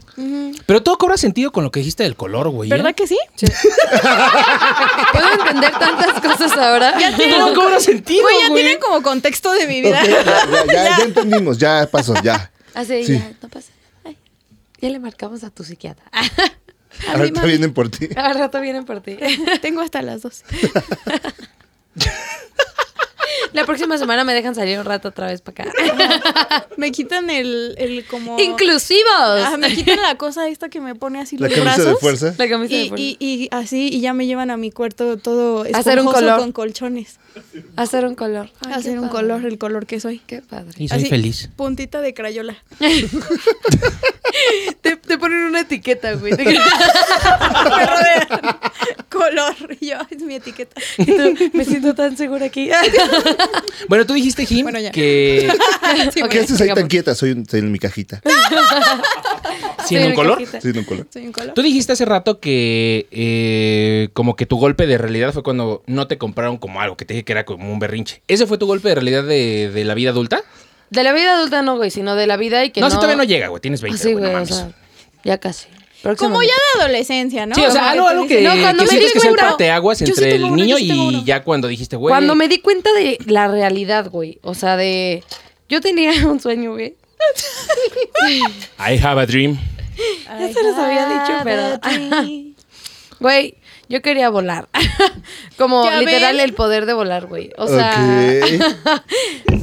[SPEAKER 2] Pero todo cobra sentido con lo que dijiste del color, güey. ¿eh?
[SPEAKER 5] ¿Verdad que sí?
[SPEAKER 3] Puedo entender tantas cosas ahora. Ya
[SPEAKER 2] Todo cobra sentido,
[SPEAKER 5] Güey, ya
[SPEAKER 2] güey.
[SPEAKER 5] tienen como contexto de mi
[SPEAKER 4] Ok,
[SPEAKER 5] vida.
[SPEAKER 4] ya, ya, ya, ya entendimos, ya pasó, ya.
[SPEAKER 3] Así,
[SPEAKER 4] Sí.
[SPEAKER 3] ya, no pasa. Ay, ya le marcamos a tu psiquiatra.
[SPEAKER 4] Ahorita vienen por ti.
[SPEAKER 3] Al rato vienen por ti.
[SPEAKER 5] Tengo
[SPEAKER 2] em-
[SPEAKER 5] hasta las dos.
[SPEAKER 3] La próxima semana me dejan salir un rato otra vez para acá.
[SPEAKER 5] Me quitan el, el como.
[SPEAKER 3] Inclusivos.
[SPEAKER 5] Ah, me quitan la cosa esta que me pone así
[SPEAKER 4] La
[SPEAKER 5] los
[SPEAKER 4] camisa
[SPEAKER 5] brazos.
[SPEAKER 4] de fuerza.
[SPEAKER 3] La camisa de
[SPEAKER 5] Y,
[SPEAKER 3] fuerza.
[SPEAKER 5] y, y así, y ya me llevan a mi cuarto todo
[SPEAKER 3] Hacer un
[SPEAKER 5] esponjoso
[SPEAKER 3] color.
[SPEAKER 5] con colchones.
[SPEAKER 3] Hacer un color. Ay, qué
[SPEAKER 5] hacer un
[SPEAKER 3] padre.
[SPEAKER 5] color, el color que soy.
[SPEAKER 3] Qué padre.
[SPEAKER 2] Y soy
[SPEAKER 5] Así,
[SPEAKER 2] feliz.
[SPEAKER 5] Puntita de crayola.
[SPEAKER 3] Te, te ponen una etiqueta, güey.
[SPEAKER 5] Me rodean. color. Y yo, es mi etiqueta.
[SPEAKER 3] me siento tan segura aquí.
[SPEAKER 2] Bueno, tú dijiste, Jim,
[SPEAKER 5] Bueno, ya.
[SPEAKER 2] que
[SPEAKER 4] ¿Qué haces ahí tan quieta? Soy, un- estoy en mi cajita.
[SPEAKER 2] sin un color.
[SPEAKER 4] Soy en un color.
[SPEAKER 5] Soy un color.
[SPEAKER 2] Tú dijiste hace rato que eh, como que tu golpe de realidad fue cuando no te compraron como algo, que te dije que era como un berrinche. ¿Ese fue tu golpe de realidad de, de la vida adulta?
[SPEAKER 3] De la vida adulta no, güey, sino de la vida y que
[SPEAKER 2] no,
[SPEAKER 3] no...
[SPEAKER 2] si todavía no llega, güey.
[SPEAKER 5] Ah,
[SPEAKER 2] Tienes 20,
[SPEAKER 3] Así,
[SPEAKER 2] güey, no
[SPEAKER 3] güey, o
[SPEAKER 2] mames.
[SPEAKER 3] sea, ya casi.
[SPEAKER 5] Como
[SPEAKER 3] Próximamente.
[SPEAKER 5] ya de adolescencia, ¿no?
[SPEAKER 2] Sí, o sea,
[SPEAKER 5] Como
[SPEAKER 2] algo,
[SPEAKER 5] tú
[SPEAKER 2] algo que,
[SPEAKER 5] dices,
[SPEAKER 3] No, cuando
[SPEAKER 2] que
[SPEAKER 3] me
[SPEAKER 2] sientes
[SPEAKER 3] di
[SPEAKER 2] que sea el
[SPEAKER 3] cuenta-
[SPEAKER 2] parteaguas
[SPEAKER 5] Yo sí
[SPEAKER 2] entre
[SPEAKER 5] tengo
[SPEAKER 2] el
[SPEAKER 5] uno, yo
[SPEAKER 2] niño
[SPEAKER 5] sí tengo
[SPEAKER 2] y
[SPEAKER 5] uno.
[SPEAKER 2] ya cuando dijiste, güey.
[SPEAKER 3] Cuando me di cuenta de la realidad, güey. O sea, de. Yo tenía un sueño, güey.
[SPEAKER 2] I have a dream.
[SPEAKER 5] "Ay,
[SPEAKER 3] se los había dicho,
[SPEAKER 5] nada
[SPEAKER 3] pero-
[SPEAKER 5] de ti".
[SPEAKER 3] Güey, yo quería volar. Como
[SPEAKER 5] Ya
[SPEAKER 3] literal
[SPEAKER 5] ven.
[SPEAKER 3] el poder de volar, güey. O sea.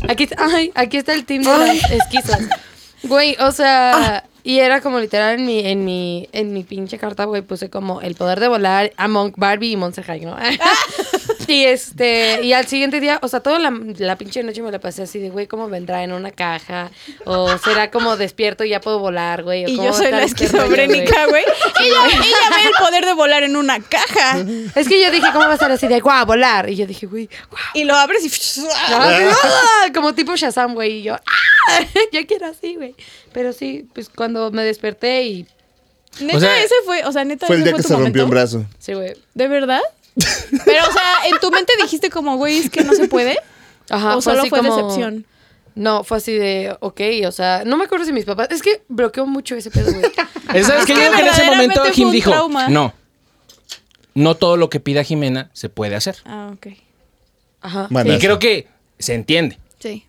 [SPEAKER 3] Aquí, está- ay, aquí está el team de las esquizas. Güey, o
[SPEAKER 5] Ah.
[SPEAKER 3] sea, y era como literal en mi, en mi, en mi pinche carta, güey, puse como el poder de volar a Monk Barbie y Monster High, ¿no?
[SPEAKER 5] Ah.
[SPEAKER 3] y este, y al siguiente día, o sea, toda la, la pinche noche me la pasé así de, güey, ¿cómo vendrá en una caja? O será como despierto y ya puedo volar, güey. ¿O
[SPEAKER 5] Y
[SPEAKER 3] cómo
[SPEAKER 5] yo
[SPEAKER 3] va a
[SPEAKER 5] soy
[SPEAKER 3] estar
[SPEAKER 5] la
[SPEAKER 3] este rollo, güey?
[SPEAKER 5] esquizofrénica, güey. Ella, ella ve el poder de volar en una caja.
[SPEAKER 3] Es que yo dije, ¿cómo va a ser así de, guau, volar? Y yo dije, güey, guau.
[SPEAKER 5] Y lo abres y.
[SPEAKER 3] Ah, sí, ah, Como tipo Shazam, güey. Y yo, ¡ah! Yo quiero así, güey. Pero sí, pues cuando me desperté y.
[SPEAKER 5] Neta,
[SPEAKER 2] O sea,
[SPEAKER 5] ese fue. O sea, neta,
[SPEAKER 4] Fue el
[SPEAKER 5] ese
[SPEAKER 4] día que
[SPEAKER 5] tu
[SPEAKER 4] se
[SPEAKER 5] momento?
[SPEAKER 4] rompió un brazo.
[SPEAKER 3] Sí, güey.
[SPEAKER 5] ¿De verdad? Pero, o sea, en tu mente dijiste como, güey, es que no se puede.
[SPEAKER 3] Ajá,
[SPEAKER 5] o solo
[SPEAKER 3] así
[SPEAKER 5] fue
[SPEAKER 3] como-
[SPEAKER 5] decepción.
[SPEAKER 3] No, fue así de, ok, o sea, no me acuerdo si mis papás. Es que bloqueó mucho ese pedo, güey.
[SPEAKER 2] ¿Eh, ¿Sabes qué?
[SPEAKER 5] que
[SPEAKER 2] Yo creo que en ese
[SPEAKER 5] verdaderamente
[SPEAKER 2] momento
[SPEAKER 5] fue
[SPEAKER 2] Jim
[SPEAKER 5] un
[SPEAKER 2] dijo,
[SPEAKER 5] trauma.
[SPEAKER 2] no, no todo lo que pida Jimena se puede hacer.
[SPEAKER 5] Ah, ok.
[SPEAKER 3] Ajá.
[SPEAKER 4] Manazo.
[SPEAKER 2] Y creo que se entiende.
[SPEAKER 5] Sí.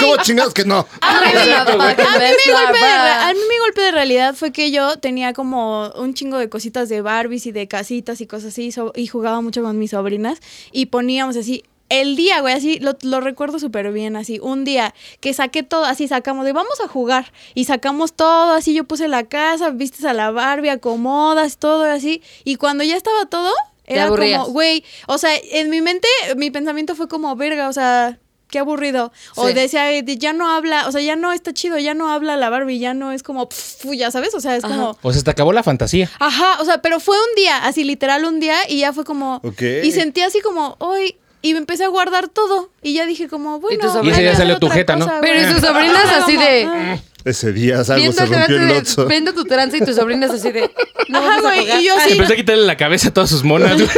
[SPEAKER 4] ¿Cómo chingados que no?
[SPEAKER 3] Ah,
[SPEAKER 5] A mí, mi golpe de re- a mí mi golpe de realidad fue que yo tenía como un chingo de cositas de Barbies y de casitas y cosas así so- y jugaba mucho con mis sobrinas y poníamos así el día, güey, así lo, lo recuerdo súper bien, así un día que saqué todo, así sacamos de vamos a jugar y sacamos todo, así yo puse la casa, vistes a la Barbie, acomodas, todo así y cuando ya estaba todo
[SPEAKER 3] Te
[SPEAKER 5] era
[SPEAKER 3] aburrías.
[SPEAKER 5] como, güey, o sea, en mi mente mi pensamiento fue como verga, o sea, qué aburrido. O
[SPEAKER 3] Sí.
[SPEAKER 5] decía, eh, de, ya no habla, o sea, ya no está chido, ya no habla la Barbie, ya no es como, pf, ya sabes, o sea, es como...
[SPEAKER 2] O sea, se te acabó la fantasía.
[SPEAKER 5] Ajá, o sea, pero fue un día, así literal un día, y ya fue como...
[SPEAKER 4] Ok.
[SPEAKER 5] Y sentí así como, hoy... Y me empecé a guardar todo. Y ya dije como, bueno...
[SPEAKER 3] tu
[SPEAKER 5] hay
[SPEAKER 3] sobrina? Y ese
[SPEAKER 5] que
[SPEAKER 3] día
[SPEAKER 5] hacer
[SPEAKER 2] salió tu
[SPEAKER 5] otra
[SPEAKER 2] jeta, ¿no?
[SPEAKER 5] cosa,
[SPEAKER 3] Pero
[SPEAKER 5] güey.
[SPEAKER 3] y sus sobrinas
[SPEAKER 5] Ajá,
[SPEAKER 3] así
[SPEAKER 5] como,
[SPEAKER 3] de-
[SPEAKER 5] ah.
[SPEAKER 4] Ese día algo
[SPEAKER 3] Viendo,
[SPEAKER 4] se
[SPEAKER 3] que
[SPEAKER 4] rompió
[SPEAKER 3] vas
[SPEAKER 4] el
[SPEAKER 3] a-
[SPEAKER 4] Oxxo.
[SPEAKER 3] viendo tu trance y tus sobrinas así de. No
[SPEAKER 5] Ajá,
[SPEAKER 3] vamos a
[SPEAKER 5] güey,
[SPEAKER 3] jugar.
[SPEAKER 5] y yo sí.
[SPEAKER 2] Empecé a quitarle la cabeza a todas sus monas. güey.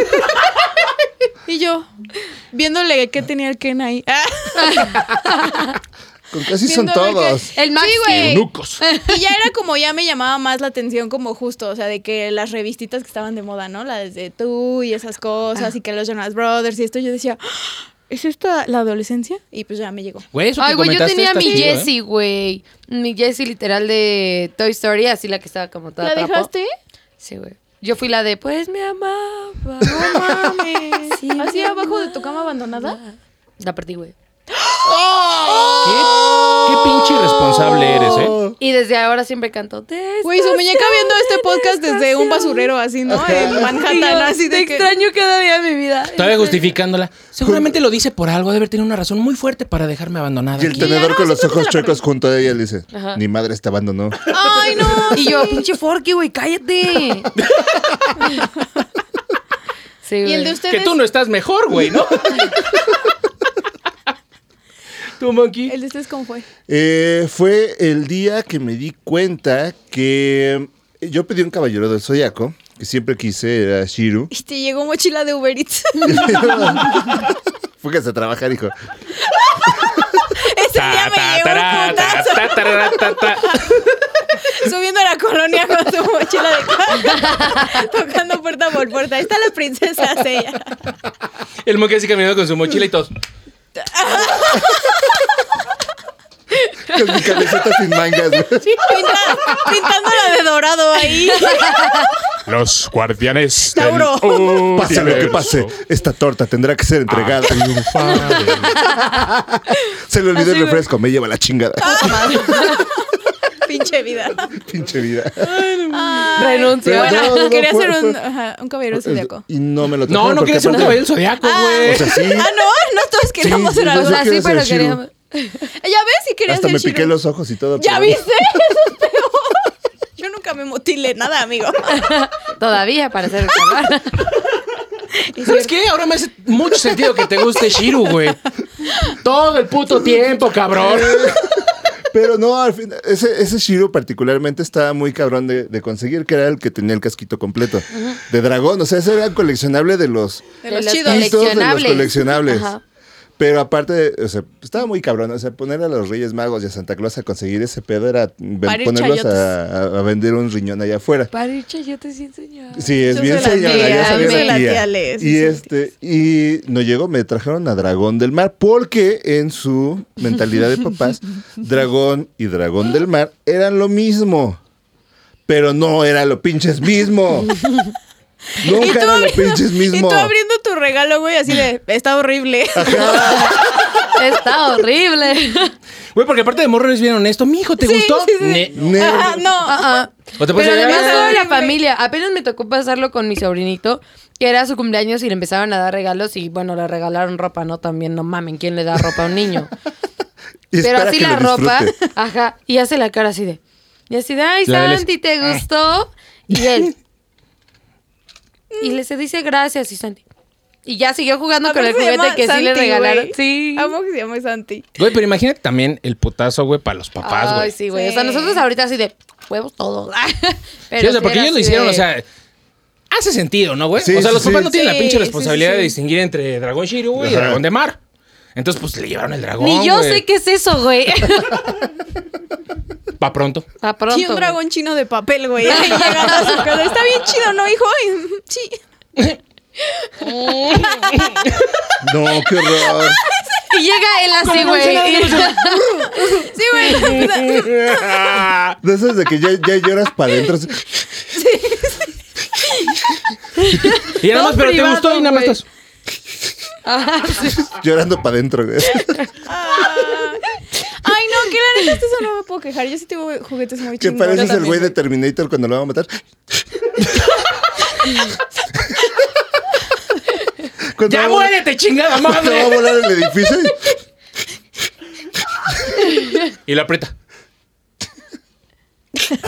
[SPEAKER 5] Y yo, viéndole que tenía el Ken ahí. Ah,
[SPEAKER 4] Con casi son
[SPEAKER 5] viendo a ver qué-
[SPEAKER 4] todos.
[SPEAKER 3] El Max,
[SPEAKER 5] Sí, güey.
[SPEAKER 2] Eunucos.
[SPEAKER 5] Y ya era como, ya me llamaba más la atención como justo, o sea, de que las revistitas que estaban de moda, ¿no? Las de tú y esas cosas, y que los Jonas Brothers y esto, yo decía, "Ah, ¿es esta la adolescencia? Y pues ya me llegó.
[SPEAKER 2] Güey, eso que
[SPEAKER 3] Ay, güey, yo
[SPEAKER 2] comentaste
[SPEAKER 3] tenía
[SPEAKER 2] está
[SPEAKER 3] mi
[SPEAKER 2] chido, ¿eh?
[SPEAKER 3] Jessie, güey. Mi Jessie literal de Toy Story, así la que estaba como toda
[SPEAKER 5] ¿La
[SPEAKER 3] trapo.
[SPEAKER 5] dejaste?
[SPEAKER 3] Sí, güey. Yo fui la de, pues me amaba.
[SPEAKER 5] No mames.
[SPEAKER 3] Sí,
[SPEAKER 5] ¿Así
[SPEAKER 3] mi
[SPEAKER 5] abajo de
[SPEAKER 3] amor.
[SPEAKER 5] tu cama abandonada?
[SPEAKER 3] La perdí, güey.
[SPEAKER 2] ¿Qué, qué pinche irresponsable eres, ¿eh?
[SPEAKER 3] Y desde ahora siempre canto. "Te
[SPEAKER 5] Oh. Güey, su muñeca viendo este podcast desde un
[SPEAKER 3] estación".
[SPEAKER 5] basurero así, ¿no? En
[SPEAKER 3] Y yo,
[SPEAKER 5] Manhattan, así
[SPEAKER 3] Te
[SPEAKER 5] de que...
[SPEAKER 3] extraño cada día de mi vida.
[SPEAKER 2] Todavía justificándola. Seguramente lo dice por algo. ha de haber tenido una razón muy fuerte para dejarme abandonada.
[SPEAKER 4] Y el
[SPEAKER 2] aquí.
[SPEAKER 3] Ah,
[SPEAKER 4] tenedor con los ojos chuecos junto a ella le dice,
[SPEAKER 3] Ajá.
[SPEAKER 4] ni madre te abandonó.
[SPEAKER 5] Ay, no.
[SPEAKER 3] Y yo, pinche Forky, güey, cállate. Sí,
[SPEAKER 5] Y el
[SPEAKER 3] güey.
[SPEAKER 5] de
[SPEAKER 2] Que
[SPEAKER 5] ustedes...
[SPEAKER 2] tú no estás mejor, güey, ¿no? Tú, monkey.
[SPEAKER 5] El de ustedes, ¿cómo fue?
[SPEAKER 4] Eh, fue el día que me di cuenta que yo pedí un caballero del zodiaco que siempre quise, era Shiru.
[SPEAKER 5] Y te llegó mochila de Uber Eats.
[SPEAKER 4] Fíjate a trabajar, hijo.
[SPEAKER 5] Ese día me llegó un putazo subiendo a la colonia con su mochila de cara, tocando puerta por puerta. Ahí está la princesa ella.
[SPEAKER 2] El monkey así caminando con su mochila y todos.
[SPEAKER 4] Con mi camiseta sin mangas. güey.
[SPEAKER 5] Pinta- pintándola de dorado ahí.
[SPEAKER 7] Los guardianes
[SPEAKER 5] Tauro.
[SPEAKER 7] del
[SPEAKER 4] Pase lo que
[SPEAKER 7] universo.
[SPEAKER 4] pase, esta torta tendrá que ser entregada.
[SPEAKER 2] Ah,
[SPEAKER 7] Ha triunfado.
[SPEAKER 4] Se le olvidó el refresco, me lleva la chingada.
[SPEAKER 5] Ah. Pinche vida.
[SPEAKER 4] Pinche vida.
[SPEAKER 3] Renuncio.
[SPEAKER 4] Pero-
[SPEAKER 5] Bueno,
[SPEAKER 4] no, no,
[SPEAKER 5] quería
[SPEAKER 4] fue-
[SPEAKER 5] ser un,
[SPEAKER 4] fue-
[SPEAKER 5] ajá, un caballero zodiaco.
[SPEAKER 4] Y no me
[SPEAKER 2] No,
[SPEAKER 4] lo trajeron
[SPEAKER 2] no
[SPEAKER 4] porque
[SPEAKER 2] quería ser un
[SPEAKER 4] aparte-
[SPEAKER 2] caballero zodiaco, güey.
[SPEAKER 4] O sea, sí.
[SPEAKER 5] Ah, no, no todos queríamos
[SPEAKER 4] Sí,
[SPEAKER 5] ser
[SPEAKER 2] Pues
[SPEAKER 4] yo-
[SPEAKER 3] O sea,
[SPEAKER 5] algo. Ya
[SPEAKER 4] quiero
[SPEAKER 3] sí,
[SPEAKER 4] ser
[SPEAKER 3] pero
[SPEAKER 4] Shiro.
[SPEAKER 3] queríamos.
[SPEAKER 5] ves si querías
[SPEAKER 4] Hasta
[SPEAKER 5] ser
[SPEAKER 4] me piqué
[SPEAKER 5] Shiro.
[SPEAKER 4] los ojos y todo.
[SPEAKER 5] ¿Ya
[SPEAKER 4] pero-
[SPEAKER 5] viste? Eso es peor. Yo nunca me mutilé nada, amigo.
[SPEAKER 3] Todavía para ser escolar.
[SPEAKER 2] ¿Sabes qué? Ahora me hace mucho sentido que te guste Shiru, güey. Todo el puto tiempo, cabrón.
[SPEAKER 4] Pero no, al final, ese, ese Shiro particularmente estaba muy cabrón de, de conseguir, que era el que tenía el casquito completo de dragón. O sea, ese era el coleccionable de los
[SPEAKER 5] De
[SPEAKER 3] De
[SPEAKER 5] los
[SPEAKER 3] los
[SPEAKER 5] chidos.
[SPEAKER 4] hitos de los
[SPEAKER 3] Coleccionables.
[SPEAKER 4] coleccionables.
[SPEAKER 3] Ajá.
[SPEAKER 4] Pero aparte, de- o sea, estaba muy cabrón. O sea, poner a los Reyes Magos y a Santa Claus a conseguir ese pedo era ven-
[SPEAKER 5] Parir
[SPEAKER 4] ponerlos
[SPEAKER 5] chayotes.
[SPEAKER 4] a, a- a vender un riñón allá afuera.
[SPEAKER 3] Para ir chayote sin señal.
[SPEAKER 4] Sí, es
[SPEAKER 5] Yo
[SPEAKER 4] bien
[SPEAKER 5] soy la
[SPEAKER 4] señora,
[SPEAKER 5] tía,
[SPEAKER 4] ya salió
[SPEAKER 5] yo soy
[SPEAKER 4] la
[SPEAKER 5] la
[SPEAKER 4] tía.
[SPEAKER 5] tía Les,
[SPEAKER 4] y
[SPEAKER 5] sí,
[SPEAKER 4] este, y no llegó, me trajeron a Dragón del Mar, porque en su mentalidad de papás, Dragón y Dragón del Mar eran lo mismo. Pero no era lo pinches mismo.
[SPEAKER 5] Y tú
[SPEAKER 4] Nunca era lo
[SPEAKER 5] abriendo-
[SPEAKER 4] pinches mismo.
[SPEAKER 5] Y tú abriendo tu regalo, güey, así de, está horrible.
[SPEAKER 3] Está horrible.
[SPEAKER 2] Güey, porque aparte de morro eres bien honesto. Mi hijo, ¿te gustó? Ne-
[SPEAKER 4] Ne-
[SPEAKER 5] Ajá, no.
[SPEAKER 3] Ah, ah.
[SPEAKER 2] O te
[SPEAKER 3] Pero
[SPEAKER 2] puedes llegar-
[SPEAKER 3] además toda la
[SPEAKER 5] horrible.
[SPEAKER 3] familia. Apenas me tocó pasarlo con mi sobrinito, que era su cumpleaños y le empezaron a dar regalos y bueno, le regalaron ropa, ¿no? También no mamen, ¿quién le da ropa a un niño?
[SPEAKER 4] y
[SPEAKER 3] Pero
[SPEAKER 4] espera
[SPEAKER 3] así
[SPEAKER 4] que
[SPEAKER 3] la
[SPEAKER 4] lo
[SPEAKER 3] ropa,
[SPEAKER 4] disfrute.
[SPEAKER 3] ajá, y hace la cara así de. Y así de, ay,
[SPEAKER 2] La Eh. de les-
[SPEAKER 3] Santi, ¿te gustó? Y él. y le se dice gracias, y Santi. Y ya siguió jugando con el
[SPEAKER 5] Aparte se
[SPEAKER 3] juguete
[SPEAKER 5] llama
[SPEAKER 3] que sí le
[SPEAKER 5] Santi,
[SPEAKER 3] regalaron.
[SPEAKER 5] güey.
[SPEAKER 3] Sí.
[SPEAKER 5] Amo que se llame Santi.
[SPEAKER 2] Güey, pero imagínate también el putazo, güey, para los papás, güey.
[SPEAKER 3] Ay, sí, güey. O sea,
[SPEAKER 5] Sí.
[SPEAKER 3] nosotros ahorita así de huevos todos. Pero
[SPEAKER 2] Sí, o
[SPEAKER 3] sí
[SPEAKER 2] sea, porque
[SPEAKER 3] era
[SPEAKER 2] ellos lo
[SPEAKER 3] así
[SPEAKER 2] hicieron,
[SPEAKER 3] de-
[SPEAKER 2] o sea, hace sentido, ¿no, güey?
[SPEAKER 4] Sí,
[SPEAKER 2] o sea,
[SPEAKER 4] sí,
[SPEAKER 2] los
[SPEAKER 4] sí.
[SPEAKER 2] papás no tienen la
[SPEAKER 5] Sí,
[SPEAKER 2] pinche
[SPEAKER 5] sí,
[SPEAKER 2] responsabilidad
[SPEAKER 5] sí, sí.
[SPEAKER 2] de distinguir entre dragón Shiryu güey, y
[SPEAKER 4] Ajá.
[SPEAKER 2] dragón de mar. Entonces, pues le llevaron el dragón.
[SPEAKER 3] Ni yo
[SPEAKER 2] güey.
[SPEAKER 3] sé qué es eso, güey.
[SPEAKER 2] Pa' pronto.
[SPEAKER 3] Pa' pronto.
[SPEAKER 5] Y un dragón chino de papel, güey. ahí llegando a su casa. Está bien chido, ¿no, hijo? Y, Sí.
[SPEAKER 4] No, qué horror.
[SPEAKER 3] güey. Y llega él así, güey.
[SPEAKER 5] Sí, güey.
[SPEAKER 4] De esas de que ya, ya lloras para adentro. así,
[SPEAKER 2] Y nada
[SPEAKER 5] Todo
[SPEAKER 2] más, pero te
[SPEAKER 5] privado,
[SPEAKER 2] gustó y nada más.
[SPEAKER 5] güey.
[SPEAKER 2] estás-
[SPEAKER 4] Llorando para adentro. güey.
[SPEAKER 5] Ay, no, que la neta, esto eso no me puedo quejar. Yo sí tengo juguetes muy
[SPEAKER 4] Que
[SPEAKER 5] chingones.
[SPEAKER 4] pareces el
[SPEAKER 5] también,
[SPEAKER 4] güey de Terminator cuando lo van a matar. Cuando
[SPEAKER 2] ¡Ya
[SPEAKER 4] va a volar-
[SPEAKER 2] muérete, chingada
[SPEAKER 4] cuando va a
[SPEAKER 2] madre!
[SPEAKER 4] volar el edificio. y-
[SPEAKER 2] Y la aprieta. o sea,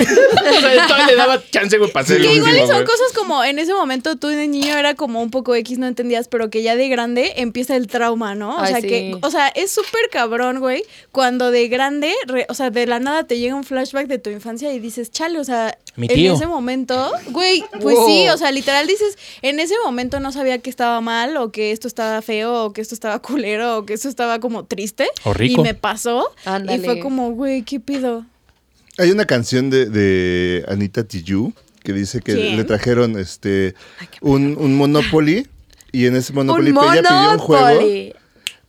[SPEAKER 2] todavía le daba chance, güey, para hacer el
[SPEAKER 5] Que igual
[SPEAKER 2] último,
[SPEAKER 5] y son
[SPEAKER 2] güey.
[SPEAKER 5] cosas como en ese momento tú de niño era como un poco X, no entendías, pero que ya de grande empieza el trauma, ¿no? O
[SPEAKER 3] Ay,
[SPEAKER 5] sea
[SPEAKER 3] sí.
[SPEAKER 5] que, o sea, es súper cabrón, güey, cuando de grande, re- o sea, de la nada te llega un flashback de tu infancia y dices, chale, o sea,
[SPEAKER 2] Mi tío.
[SPEAKER 5] en ese momento, güey, pues
[SPEAKER 3] Wow.
[SPEAKER 5] sí, o sea, literal dices, en ese momento no sabía que estaba mal, o que esto estaba feo, o que esto estaba culero, o que esto estaba como triste.
[SPEAKER 2] O rico.
[SPEAKER 5] Y me pasó.
[SPEAKER 3] Ándale.
[SPEAKER 5] Y fue como, güey, ¿qué pido?
[SPEAKER 4] Hay una canción de, de Anita Tijoux que dice que
[SPEAKER 5] ¿Quién?
[SPEAKER 4] le trajeron este un, un Monopoly y en ese Monopoly
[SPEAKER 3] un
[SPEAKER 4] ella pidió un juego,
[SPEAKER 3] Monopoly.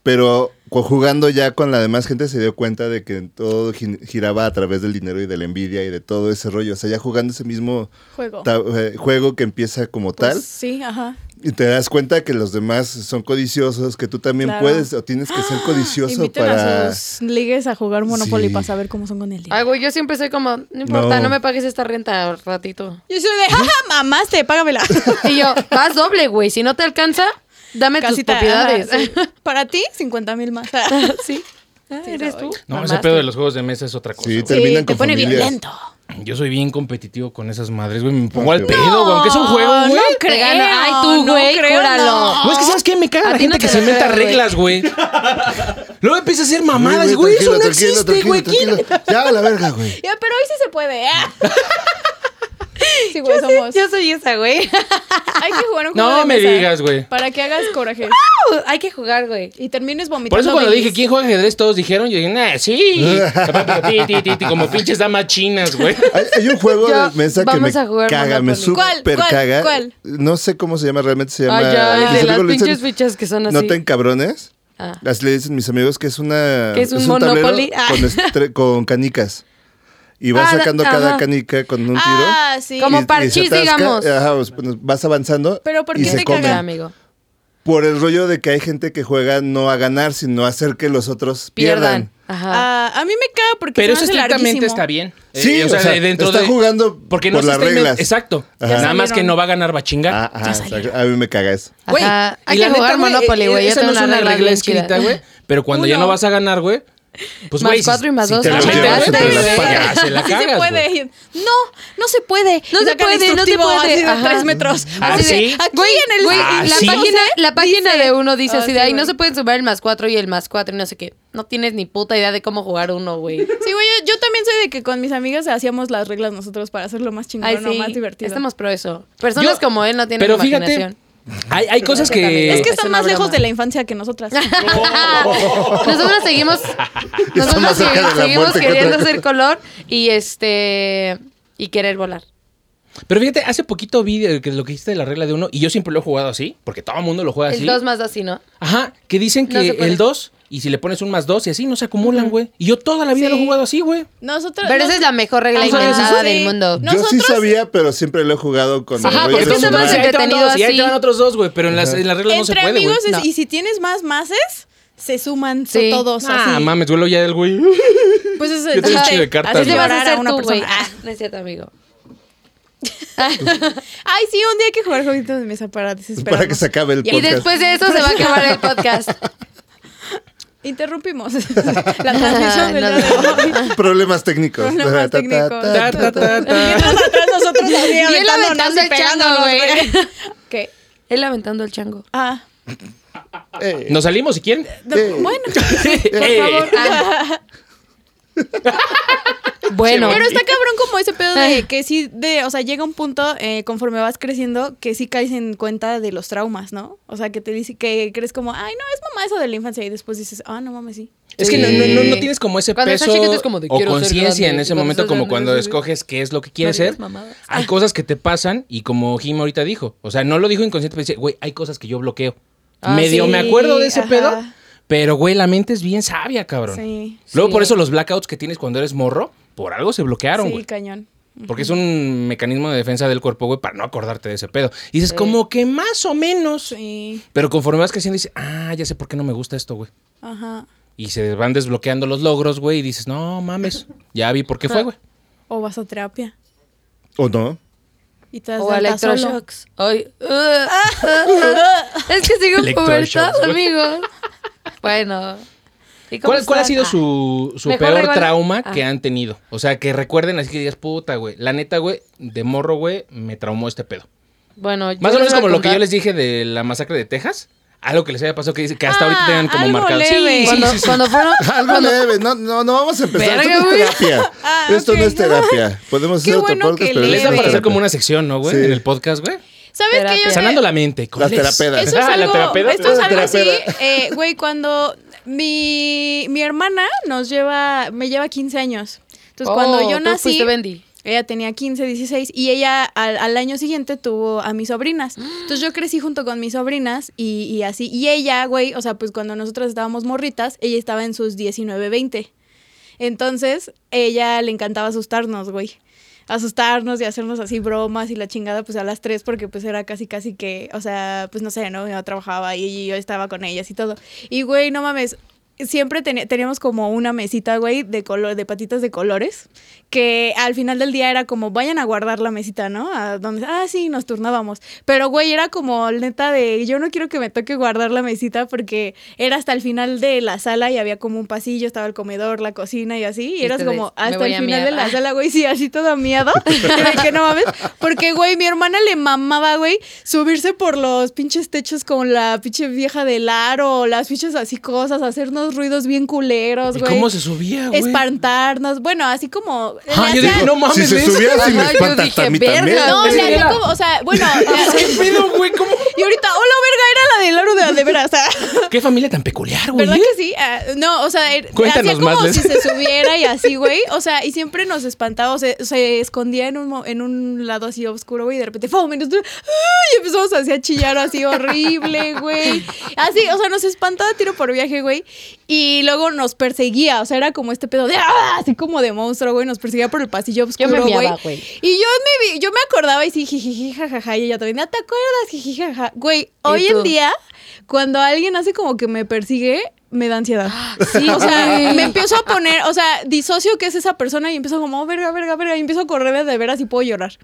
[SPEAKER 4] pero co- jugando ya con la demás gente se dio cuenta de que todo gi- giraba a través del dinero y de la envidia y de todo ese rollo. O sea, ya jugando ese mismo
[SPEAKER 5] Juego.
[SPEAKER 4] ta- eh, juego que empieza como
[SPEAKER 5] Pues
[SPEAKER 4] tal
[SPEAKER 5] sí, ajá.
[SPEAKER 4] y te das cuenta que los demás son codiciosos, que tú también
[SPEAKER 5] Claro.
[SPEAKER 4] puedes o tienes que ser codicioso
[SPEAKER 5] Inviten
[SPEAKER 4] para...
[SPEAKER 5] a sus ligues a jugar Monopoly
[SPEAKER 4] Sí.
[SPEAKER 5] para saber cómo son con el dinero.
[SPEAKER 3] Ay, güey, yo siempre soy como, no importa,
[SPEAKER 4] No.
[SPEAKER 3] no, me pagues esta renta ratito.
[SPEAKER 5] Yo soy de, jaja, mamaste, págamela.
[SPEAKER 3] Y yo, vas doble, güey. Si no te alcanza, dame
[SPEAKER 5] Casita,
[SPEAKER 3] tus propiedades.
[SPEAKER 5] ajá, sí. Para ti, 50 mil más. sí.
[SPEAKER 3] Ah, ¿Eres tú?
[SPEAKER 2] No, ese
[SPEAKER 3] Mamaste.
[SPEAKER 2] pedo de los juegos de mesa es otra cosa.
[SPEAKER 4] Sí,
[SPEAKER 2] güey.
[SPEAKER 4] terminan con familias.
[SPEAKER 2] Yo soy bien competitivo con esas madres, güey. Me pongo al
[SPEAKER 4] No.
[SPEAKER 2] pedo, güey. Aunque es un juego,
[SPEAKER 5] No,
[SPEAKER 2] güey.
[SPEAKER 5] no
[SPEAKER 3] Te
[SPEAKER 5] creo.
[SPEAKER 3] gana. Ay, tú,
[SPEAKER 5] no
[SPEAKER 3] güey,
[SPEAKER 5] creo,
[SPEAKER 3] cúralo.
[SPEAKER 5] no.
[SPEAKER 2] No, es que ¿sabes qué? Me caga
[SPEAKER 3] A
[SPEAKER 2] la
[SPEAKER 3] ti
[SPEAKER 2] gente
[SPEAKER 3] no te
[SPEAKER 2] que se
[SPEAKER 3] lo
[SPEAKER 2] inventa
[SPEAKER 3] creo, güey.
[SPEAKER 2] reglas, güey. Luego empieza a hacer mamadas,
[SPEAKER 4] Sí,
[SPEAKER 2] güey. Eso no
[SPEAKER 4] tranquilo,
[SPEAKER 2] existe,
[SPEAKER 4] tranquilo,
[SPEAKER 2] güey.
[SPEAKER 4] tranquilo, tranquilo. Ya, a la verga, güey.
[SPEAKER 5] Ya, pero hoy sí se puede. ah. Sí, güey, somos.
[SPEAKER 3] Yo soy esa, güey.
[SPEAKER 5] Hay que jugar un juego
[SPEAKER 2] No
[SPEAKER 5] de
[SPEAKER 2] me
[SPEAKER 5] mesa
[SPEAKER 2] digas, güey. Ah.
[SPEAKER 5] Para que hagas coraje
[SPEAKER 3] Hay que jugar, güey.
[SPEAKER 5] y termines vomitando.
[SPEAKER 2] Por eso cuando
[SPEAKER 5] bilis.
[SPEAKER 2] dije quién juega ajedrez, todos dijeron, yo dije, nah, sí. Ti, ti, ti, ti, Como pinches damas chinas, güey.
[SPEAKER 4] Hay, hay un juego
[SPEAKER 3] Ya,
[SPEAKER 4] de mesa que me
[SPEAKER 3] vamos a jugar
[SPEAKER 4] caga, me
[SPEAKER 3] Monopoly.
[SPEAKER 5] ¿Cuál,
[SPEAKER 4] super
[SPEAKER 5] cuál,
[SPEAKER 4] caga.
[SPEAKER 5] cuál?
[SPEAKER 4] No sé cómo se llama, realmente se llama.
[SPEAKER 3] Ay, ya,
[SPEAKER 4] mis
[SPEAKER 3] de las
[SPEAKER 4] amigos le dicen,
[SPEAKER 3] pinches fichas que son así.
[SPEAKER 4] No te cabrones.
[SPEAKER 3] Ah.
[SPEAKER 4] Así le dicen mis amigos que es una.
[SPEAKER 3] Que es un
[SPEAKER 4] tablero
[SPEAKER 3] Monopoly. Ah.
[SPEAKER 4] Con, estre- con canicas. Y vas
[SPEAKER 3] Ah, da-
[SPEAKER 4] sacando cada
[SPEAKER 3] ajá.
[SPEAKER 4] canica con un tiro.
[SPEAKER 5] Ah, sí.
[SPEAKER 3] Como
[SPEAKER 4] y- y se
[SPEAKER 3] parchís,
[SPEAKER 4] atasca,
[SPEAKER 3] digamos.
[SPEAKER 4] Ajá, pues, bueno, vas avanzando.
[SPEAKER 5] Pero ¿por
[SPEAKER 4] y
[SPEAKER 5] qué
[SPEAKER 4] se
[SPEAKER 5] te
[SPEAKER 4] comen.
[SPEAKER 5] caga?
[SPEAKER 3] amigo.
[SPEAKER 4] Por el rollo de que hay gente que juega no a ganar, sino a hacer que los otros
[SPEAKER 3] Pierdan.
[SPEAKER 4] pierdan.
[SPEAKER 3] Ajá.
[SPEAKER 5] Ah, a mí me caga porque
[SPEAKER 2] Pero
[SPEAKER 5] se
[SPEAKER 2] eso
[SPEAKER 5] me hace
[SPEAKER 2] estrictamente
[SPEAKER 5] larguísimo.
[SPEAKER 2] está bien.
[SPEAKER 4] Sí, o sea, está jugando
[SPEAKER 2] porque no
[SPEAKER 4] por
[SPEAKER 2] se
[SPEAKER 4] las
[SPEAKER 2] está inven-
[SPEAKER 4] reglas.
[SPEAKER 2] Exacto.
[SPEAKER 4] Ajá.
[SPEAKER 2] Nada más
[SPEAKER 5] salieron.
[SPEAKER 2] que no va a ganar, va a chingar.
[SPEAKER 4] Ah, ajá, exacto. a mí me caga eso.
[SPEAKER 2] Güey,
[SPEAKER 3] Ajá.
[SPEAKER 2] y
[SPEAKER 3] Hay
[SPEAKER 2] la
[SPEAKER 3] que jugar
[SPEAKER 2] neta, güey,
[SPEAKER 3] Monopoly,
[SPEAKER 2] eh,
[SPEAKER 3] güey,
[SPEAKER 2] Esa
[SPEAKER 3] ya
[SPEAKER 2] no
[SPEAKER 3] te
[SPEAKER 2] es
[SPEAKER 3] van a
[SPEAKER 2] una
[SPEAKER 3] dar la
[SPEAKER 2] regla
[SPEAKER 3] vencida.
[SPEAKER 2] escrita, güey. Pero cuando ya
[SPEAKER 5] Uno.
[SPEAKER 2] no vas a ganar, güey. Pues,
[SPEAKER 3] Más
[SPEAKER 2] güey.
[SPEAKER 3] cuatro y más
[SPEAKER 2] si
[SPEAKER 3] dos.
[SPEAKER 2] Te la
[SPEAKER 4] Ah,
[SPEAKER 2] metes,
[SPEAKER 4] ya,
[SPEAKER 2] güey,
[SPEAKER 4] te
[SPEAKER 2] te la
[SPEAKER 4] la
[SPEAKER 2] pagas, se la
[SPEAKER 5] Así
[SPEAKER 2] cagas,
[SPEAKER 5] se puede.
[SPEAKER 2] güey.
[SPEAKER 5] No, no se puede.
[SPEAKER 3] No se
[SPEAKER 5] Saca el
[SPEAKER 3] puede, no se
[SPEAKER 5] instructivo
[SPEAKER 3] puede.
[SPEAKER 5] así de
[SPEAKER 3] Ajá.
[SPEAKER 5] tres metros.
[SPEAKER 2] ¿Ah,
[SPEAKER 5] Así de,
[SPEAKER 2] sí?
[SPEAKER 5] Aquí
[SPEAKER 3] Güey,
[SPEAKER 5] en el.
[SPEAKER 3] güey,
[SPEAKER 2] Ah,
[SPEAKER 3] la
[SPEAKER 2] ¿sí?
[SPEAKER 3] página, la página de uno dice
[SPEAKER 5] Ah,
[SPEAKER 3] así
[SPEAKER 5] sí,
[SPEAKER 3] de ahí
[SPEAKER 5] güey.
[SPEAKER 3] no se pueden sumar el más cuatro y el más cuatro y no sé qué. No tienes ni puta idea de cómo jugar uno, güey.
[SPEAKER 5] Sí, güey, yo, yo también soy de que con mis amigas hacíamos las reglas nosotros para hacerlo más chingón,
[SPEAKER 3] Ay,
[SPEAKER 5] o
[SPEAKER 3] sí.
[SPEAKER 5] más divertido.
[SPEAKER 3] Estamos pro eso. Personas
[SPEAKER 2] Yo-
[SPEAKER 3] como él no tienen
[SPEAKER 2] Pero fíjate,
[SPEAKER 3] imaginación.
[SPEAKER 2] hay, hay cosas que...
[SPEAKER 5] es que
[SPEAKER 3] es
[SPEAKER 5] están
[SPEAKER 3] una
[SPEAKER 5] más lejos
[SPEAKER 3] broma.
[SPEAKER 5] de la infancia que nosotras.
[SPEAKER 3] Nosotros seguimos, nosotros
[SPEAKER 4] más cerca de la
[SPEAKER 3] seguimos
[SPEAKER 4] muerte que
[SPEAKER 3] queriendo
[SPEAKER 4] otra
[SPEAKER 3] hacer color y este y querer volar.
[SPEAKER 2] Pero fíjate, hace poquito vi de- que lo que dijiste de la regla de uno, y yo siempre lo he jugado así, porque todo el mundo lo juega así.
[SPEAKER 3] El 2 más así, ¿no?
[SPEAKER 2] Ajá, que dicen
[SPEAKER 3] No se
[SPEAKER 2] que
[SPEAKER 3] puede.
[SPEAKER 2] el 2, y si le pones un más 2 y así, no se acumulan, güey. Y yo toda la vida lo he jugado así, güey.
[SPEAKER 5] Nosotros.
[SPEAKER 3] Pero esa es la mejor regla
[SPEAKER 5] Ajá.
[SPEAKER 3] inventada
[SPEAKER 5] Sí.
[SPEAKER 3] del mundo.
[SPEAKER 5] No.
[SPEAKER 4] Yo sí
[SPEAKER 5] Nosotros-
[SPEAKER 4] sabía, pero siempre lo he jugado con
[SPEAKER 3] Ajá,
[SPEAKER 4] el
[SPEAKER 3] porque
[SPEAKER 4] rollo de
[SPEAKER 3] es
[SPEAKER 4] sumar.
[SPEAKER 3] más
[SPEAKER 2] y ahí te van
[SPEAKER 3] entretenido
[SPEAKER 2] dos, y ahí
[SPEAKER 3] así.
[SPEAKER 2] te van otros dos, güey, pero en las, en las reglas no se
[SPEAKER 5] Entre
[SPEAKER 2] puede, güey.
[SPEAKER 5] amigos, es-
[SPEAKER 3] No.
[SPEAKER 5] y si tienes más mases, se suman so-
[SPEAKER 3] Sí.
[SPEAKER 5] todos
[SPEAKER 2] Ah,
[SPEAKER 5] así.
[SPEAKER 2] mames, duelo ya del güey.
[SPEAKER 5] Pues eso
[SPEAKER 2] Yo
[SPEAKER 5] es
[SPEAKER 2] tengo un
[SPEAKER 5] chiste.
[SPEAKER 2] chingo de cartas,
[SPEAKER 5] Así
[SPEAKER 3] ¿Qué
[SPEAKER 5] le
[SPEAKER 3] vas
[SPEAKER 5] vas
[SPEAKER 3] a
[SPEAKER 5] a
[SPEAKER 3] hacer
[SPEAKER 5] una
[SPEAKER 3] tú, güey?
[SPEAKER 5] persona.
[SPEAKER 3] Ah, no es cierto, amigo.
[SPEAKER 5] Ay, sí, un día hay que jugar jueguitos de mesa para desesperar.
[SPEAKER 4] Para que se acabe el
[SPEAKER 3] Y
[SPEAKER 4] podcast.
[SPEAKER 3] después de eso se va a acabar el podcast.
[SPEAKER 5] Interrumpimos la transmisión del
[SPEAKER 3] no,
[SPEAKER 5] día de
[SPEAKER 3] no.
[SPEAKER 5] hoy.
[SPEAKER 4] Problemas técnicos.
[SPEAKER 5] Problemas
[SPEAKER 4] Ta, ta, ta,
[SPEAKER 5] técnicos.
[SPEAKER 2] Ta,
[SPEAKER 4] ta,
[SPEAKER 2] ta, ta, ta.
[SPEAKER 5] Mientras atrás nosotros así
[SPEAKER 3] él
[SPEAKER 5] aventándonos
[SPEAKER 3] aventando
[SPEAKER 5] y
[SPEAKER 3] el chango,
[SPEAKER 5] pegándonos,
[SPEAKER 3] güey.
[SPEAKER 5] ¿Qué?
[SPEAKER 3] Él aventando el chango.
[SPEAKER 5] Ah,
[SPEAKER 4] Eh,
[SPEAKER 2] Nos salimos si quieren.
[SPEAKER 5] no,
[SPEAKER 4] Eh.
[SPEAKER 5] bueno.
[SPEAKER 2] Eh,
[SPEAKER 3] Bueno.
[SPEAKER 5] Pero está cabrón como ese pedo de que sí, de, o sea, llega un punto eh, conforme vas creciendo que sí caes en cuenta de los traumas, ¿no? O sea, que te dice que crees como, ay, no, es mamá eso de la infancia y después dices, ah, no mames, sí.
[SPEAKER 2] Es que no, no- no- no tienes como ese
[SPEAKER 3] Cuando estás
[SPEAKER 2] peso
[SPEAKER 3] chiquito es como de,
[SPEAKER 2] o
[SPEAKER 3] "Quiero ser grande",
[SPEAKER 2] conciencia en
[SPEAKER 3] y
[SPEAKER 2] ese
[SPEAKER 3] cuando
[SPEAKER 2] momento,
[SPEAKER 3] estás
[SPEAKER 2] como
[SPEAKER 3] grande,
[SPEAKER 2] cuando
[SPEAKER 3] sí, sí.
[SPEAKER 2] escoges qué es lo que quieres
[SPEAKER 3] No
[SPEAKER 2] ser.
[SPEAKER 3] digas mamadas. Ah.
[SPEAKER 2] Hay cosas que te pasan y como Jim ahorita dijo, o sea, no lo dijo inconsciente, pero dice, güey, hay cosas que yo bloqueo.
[SPEAKER 3] Ah,
[SPEAKER 2] Medio
[SPEAKER 3] sí,
[SPEAKER 2] me acuerdo de ese
[SPEAKER 5] ajá.
[SPEAKER 2] pedo, pero güey, la mente es bien sabia, cabrón.
[SPEAKER 5] Sí.
[SPEAKER 2] Luego
[SPEAKER 3] Sí.
[SPEAKER 2] por eso los blackouts que tienes cuando eres morro, por algo se bloquearon,
[SPEAKER 5] sí,
[SPEAKER 2] güey.
[SPEAKER 5] cañón.
[SPEAKER 2] Porque es un mecanismo de defensa del cuerpo, güey, para no acordarte de ese pedo. Y dices, como que más o menos.
[SPEAKER 5] Sí,
[SPEAKER 2] Pero conforme vas creciendo, dices, ah, ya sé por qué no me gusta esto, güey.
[SPEAKER 5] ajá.
[SPEAKER 2] Y se van desbloqueando los logros, güey, y dices, no mames, ya vi por qué fue, güey.
[SPEAKER 5] O vas a terapia
[SPEAKER 4] ¿O no?
[SPEAKER 5] y te das
[SPEAKER 3] O
[SPEAKER 5] de alta solo.
[SPEAKER 3] electroshocks. Ay, uh, uh, uh. es que sigo en pubertad,
[SPEAKER 2] Electroshocks, güey.
[SPEAKER 3] amigo. Bueno. ¿Y cómo
[SPEAKER 2] ¿Cuál, cuál ha
[SPEAKER 3] estás?
[SPEAKER 2] sido
[SPEAKER 3] Ah.
[SPEAKER 2] su, su
[SPEAKER 3] Mejor
[SPEAKER 2] peor
[SPEAKER 3] regalo.
[SPEAKER 2] trauma
[SPEAKER 3] Ah.
[SPEAKER 2] que han tenido? O sea, que recuerden así que digas, puta, güey. La neta, güey, de morro, güey, me traumó este pedo.
[SPEAKER 3] Bueno, yo
[SPEAKER 2] Más o
[SPEAKER 3] les
[SPEAKER 2] menos
[SPEAKER 3] voy a
[SPEAKER 2] como lo que yo
[SPEAKER 3] contar.
[SPEAKER 2] les dije de la masacre de Texas. Algo que les haya pasado que dice que hasta ahorita
[SPEAKER 5] Ah,
[SPEAKER 2] tengan como
[SPEAKER 5] algo
[SPEAKER 2] marcado.
[SPEAKER 5] leve.
[SPEAKER 3] Cuando, cuando fueron.
[SPEAKER 4] Algo
[SPEAKER 3] cuando-
[SPEAKER 4] leve, no, no, no vamos a empezar. Esto
[SPEAKER 3] Verga,
[SPEAKER 4] no
[SPEAKER 3] güey.
[SPEAKER 4] es terapia.
[SPEAKER 5] Ah,
[SPEAKER 4] Esto no
[SPEAKER 5] ok.
[SPEAKER 4] es terapia. Podemos
[SPEAKER 5] Qué
[SPEAKER 4] hacer otro
[SPEAKER 5] bueno
[SPEAKER 4] podcast,
[SPEAKER 5] que
[SPEAKER 4] pero
[SPEAKER 2] Les
[SPEAKER 5] leve.
[SPEAKER 4] esto
[SPEAKER 2] da
[SPEAKER 4] es
[SPEAKER 2] para hacer
[SPEAKER 4] terapia.
[SPEAKER 2] como una sección, ¿no, güey?
[SPEAKER 4] Sí.
[SPEAKER 2] En el podcast, güey.
[SPEAKER 5] ¿Sabes qué?
[SPEAKER 3] Terapia.
[SPEAKER 5] Yo
[SPEAKER 2] Sanando
[SPEAKER 5] creo-
[SPEAKER 2] la mente.
[SPEAKER 4] Las
[SPEAKER 2] coles.
[SPEAKER 4] terapedas.
[SPEAKER 5] Esto es
[SPEAKER 2] Ah, la
[SPEAKER 5] algo,
[SPEAKER 2] terapeda.
[SPEAKER 5] esto es algo así,
[SPEAKER 4] Terapeda.
[SPEAKER 5] eh, güey, cuando mi, mi hermana nos lleva, me lleva 15 años. Entonces,
[SPEAKER 3] Oh,
[SPEAKER 5] cuando yo
[SPEAKER 3] tú
[SPEAKER 5] nací,
[SPEAKER 3] fuiste Bendy.
[SPEAKER 5] ella tenía 15, 16 y ella al, al año siguiente tuvo a mis sobrinas. Entonces, yo crecí junto con mis sobrinas y, y así. Y ella, güey, o sea, pues cuando nosotras estábamos morritas, ella estaba en sus 19, 20. Entonces, ella le encantaba asustarnos, güey. Asustarnos y hacernos así bromas y la chingada, pues a las tres, porque pues era casi, casi que, o sea, pues no sé, ¿no? Yo trabajaba y yo estaba con ellas y todo. Y, güey, no mames. Siempre teni- teníamos como una mesita, güey, de color, de patitas de colores, que al final del día era como, vayan a guardar la mesita, ¿no? A donde, ah, sí, nos turnábamos. Pero, güey, era como neta de, yo no quiero que me toque guardar la mesita porque era hasta el final de la sala y había como un pasillo, estaba el comedor, la cocina y así. Y
[SPEAKER 3] Y
[SPEAKER 5] eras
[SPEAKER 3] tú de,
[SPEAKER 5] como,
[SPEAKER 3] "Me
[SPEAKER 5] hasta
[SPEAKER 3] voy
[SPEAKER 5] el
[SPEAKER 3] a
[SPEAKER 5] final de
[SPEAKER 3] miar".
[SPEAKER 5] la sala, güey, sí, así todo miado. Y de que no mames. Porque, güey, mi hermana le mamaba, güey, subirse por los pinches techos con la pinche vieja del aro, las pinches así cosas, hacernos ruidos bien culeros,
[SPEAKER 2] ¿Y
[SPEAKER 5] güey.
[SPEAKER 2] cómo se subía, güey?
[SPEAKER 5] espantarnos. Bueno, así como. le
[SPEAKER 2] Ah, yo
[SPEAKER 5] hacía-
[SPEAKER 2] dije, no mames.
[SPEAKER 4] Si se
[SPEAKER 2] ¿ves?
[SPEAKER 4] subía así me
[SPEAKER 3] Ajá, yo
[SPEAKER 4] espanta
[SPEAKER 3] dije,
[SPEAKER 4] hasta a mí
[SPEAKER 3] verga,
[SPEAKER 4] también.
[SPEAKER 5] No, o sea,
[SPEAKER 3] Era-
[SPEAKER 5] yo como, o sea, bueno,
[SPEAKER 2] ¿Qué pedo, güey? ¿Cómo?
[SPEAKER 5] y ahorita, hola, verga, era la del aro de la de veras, o sea.
[SPEAKER 2] ¿Qué familia tan peculiar, güey?
[SPEAKER 5] ¿Verdad
[SPEAKER 2] eh?
[SPEAKER 5] que sí? Ah, no, o sea, er-
[SPEAKER 2] Cuéntanos
[SPEAKER 5] hacía como
[SPEAKER 2] más, Les.
[SPEAKER 5] si se subiera y así, güey. O sea, y siempre nos espantaba, o sea, se escondía en un, mo- en un lado así oscuro, güey, y de repente, ¡fum! Y nosotros, ¡ay! Y empezamos así a chillar así horrible, güey. Así, o sea, nos espantaba tiro por viaje, güey. Y luego nos perseguía, o sea, era como este pedo de, ¡ah! Así como de monstruo, güey, nos perseguía por el pasillo
[SPEAKER 3] Yo me
[SPEAKER 5] oscuro, güey.
[SPEAKER 3] miaba, güey.
[SPEAKER 5] Y yo me, vi- yo me acordaba y sí, jijiji, jajaja, y ella también, "Ah, ¿te acuerdas? Jiji, jajaja. Güey, hoy
[SPEAKER 3] tú?
[SPEAKER 5] en día, cuando alguien hace como que me persigue, me da ansiedad.
[SPEAKER 3] Sí,
[SPEAKER 5] O sea,
[SPEAKER 3] güey.
[SPEAKER 5] me empiezo a poner, o sea, disocio que es esa persona y empiezo como, oh, verga, verga, verga, y empiezo a correr de veras y puedo llorar.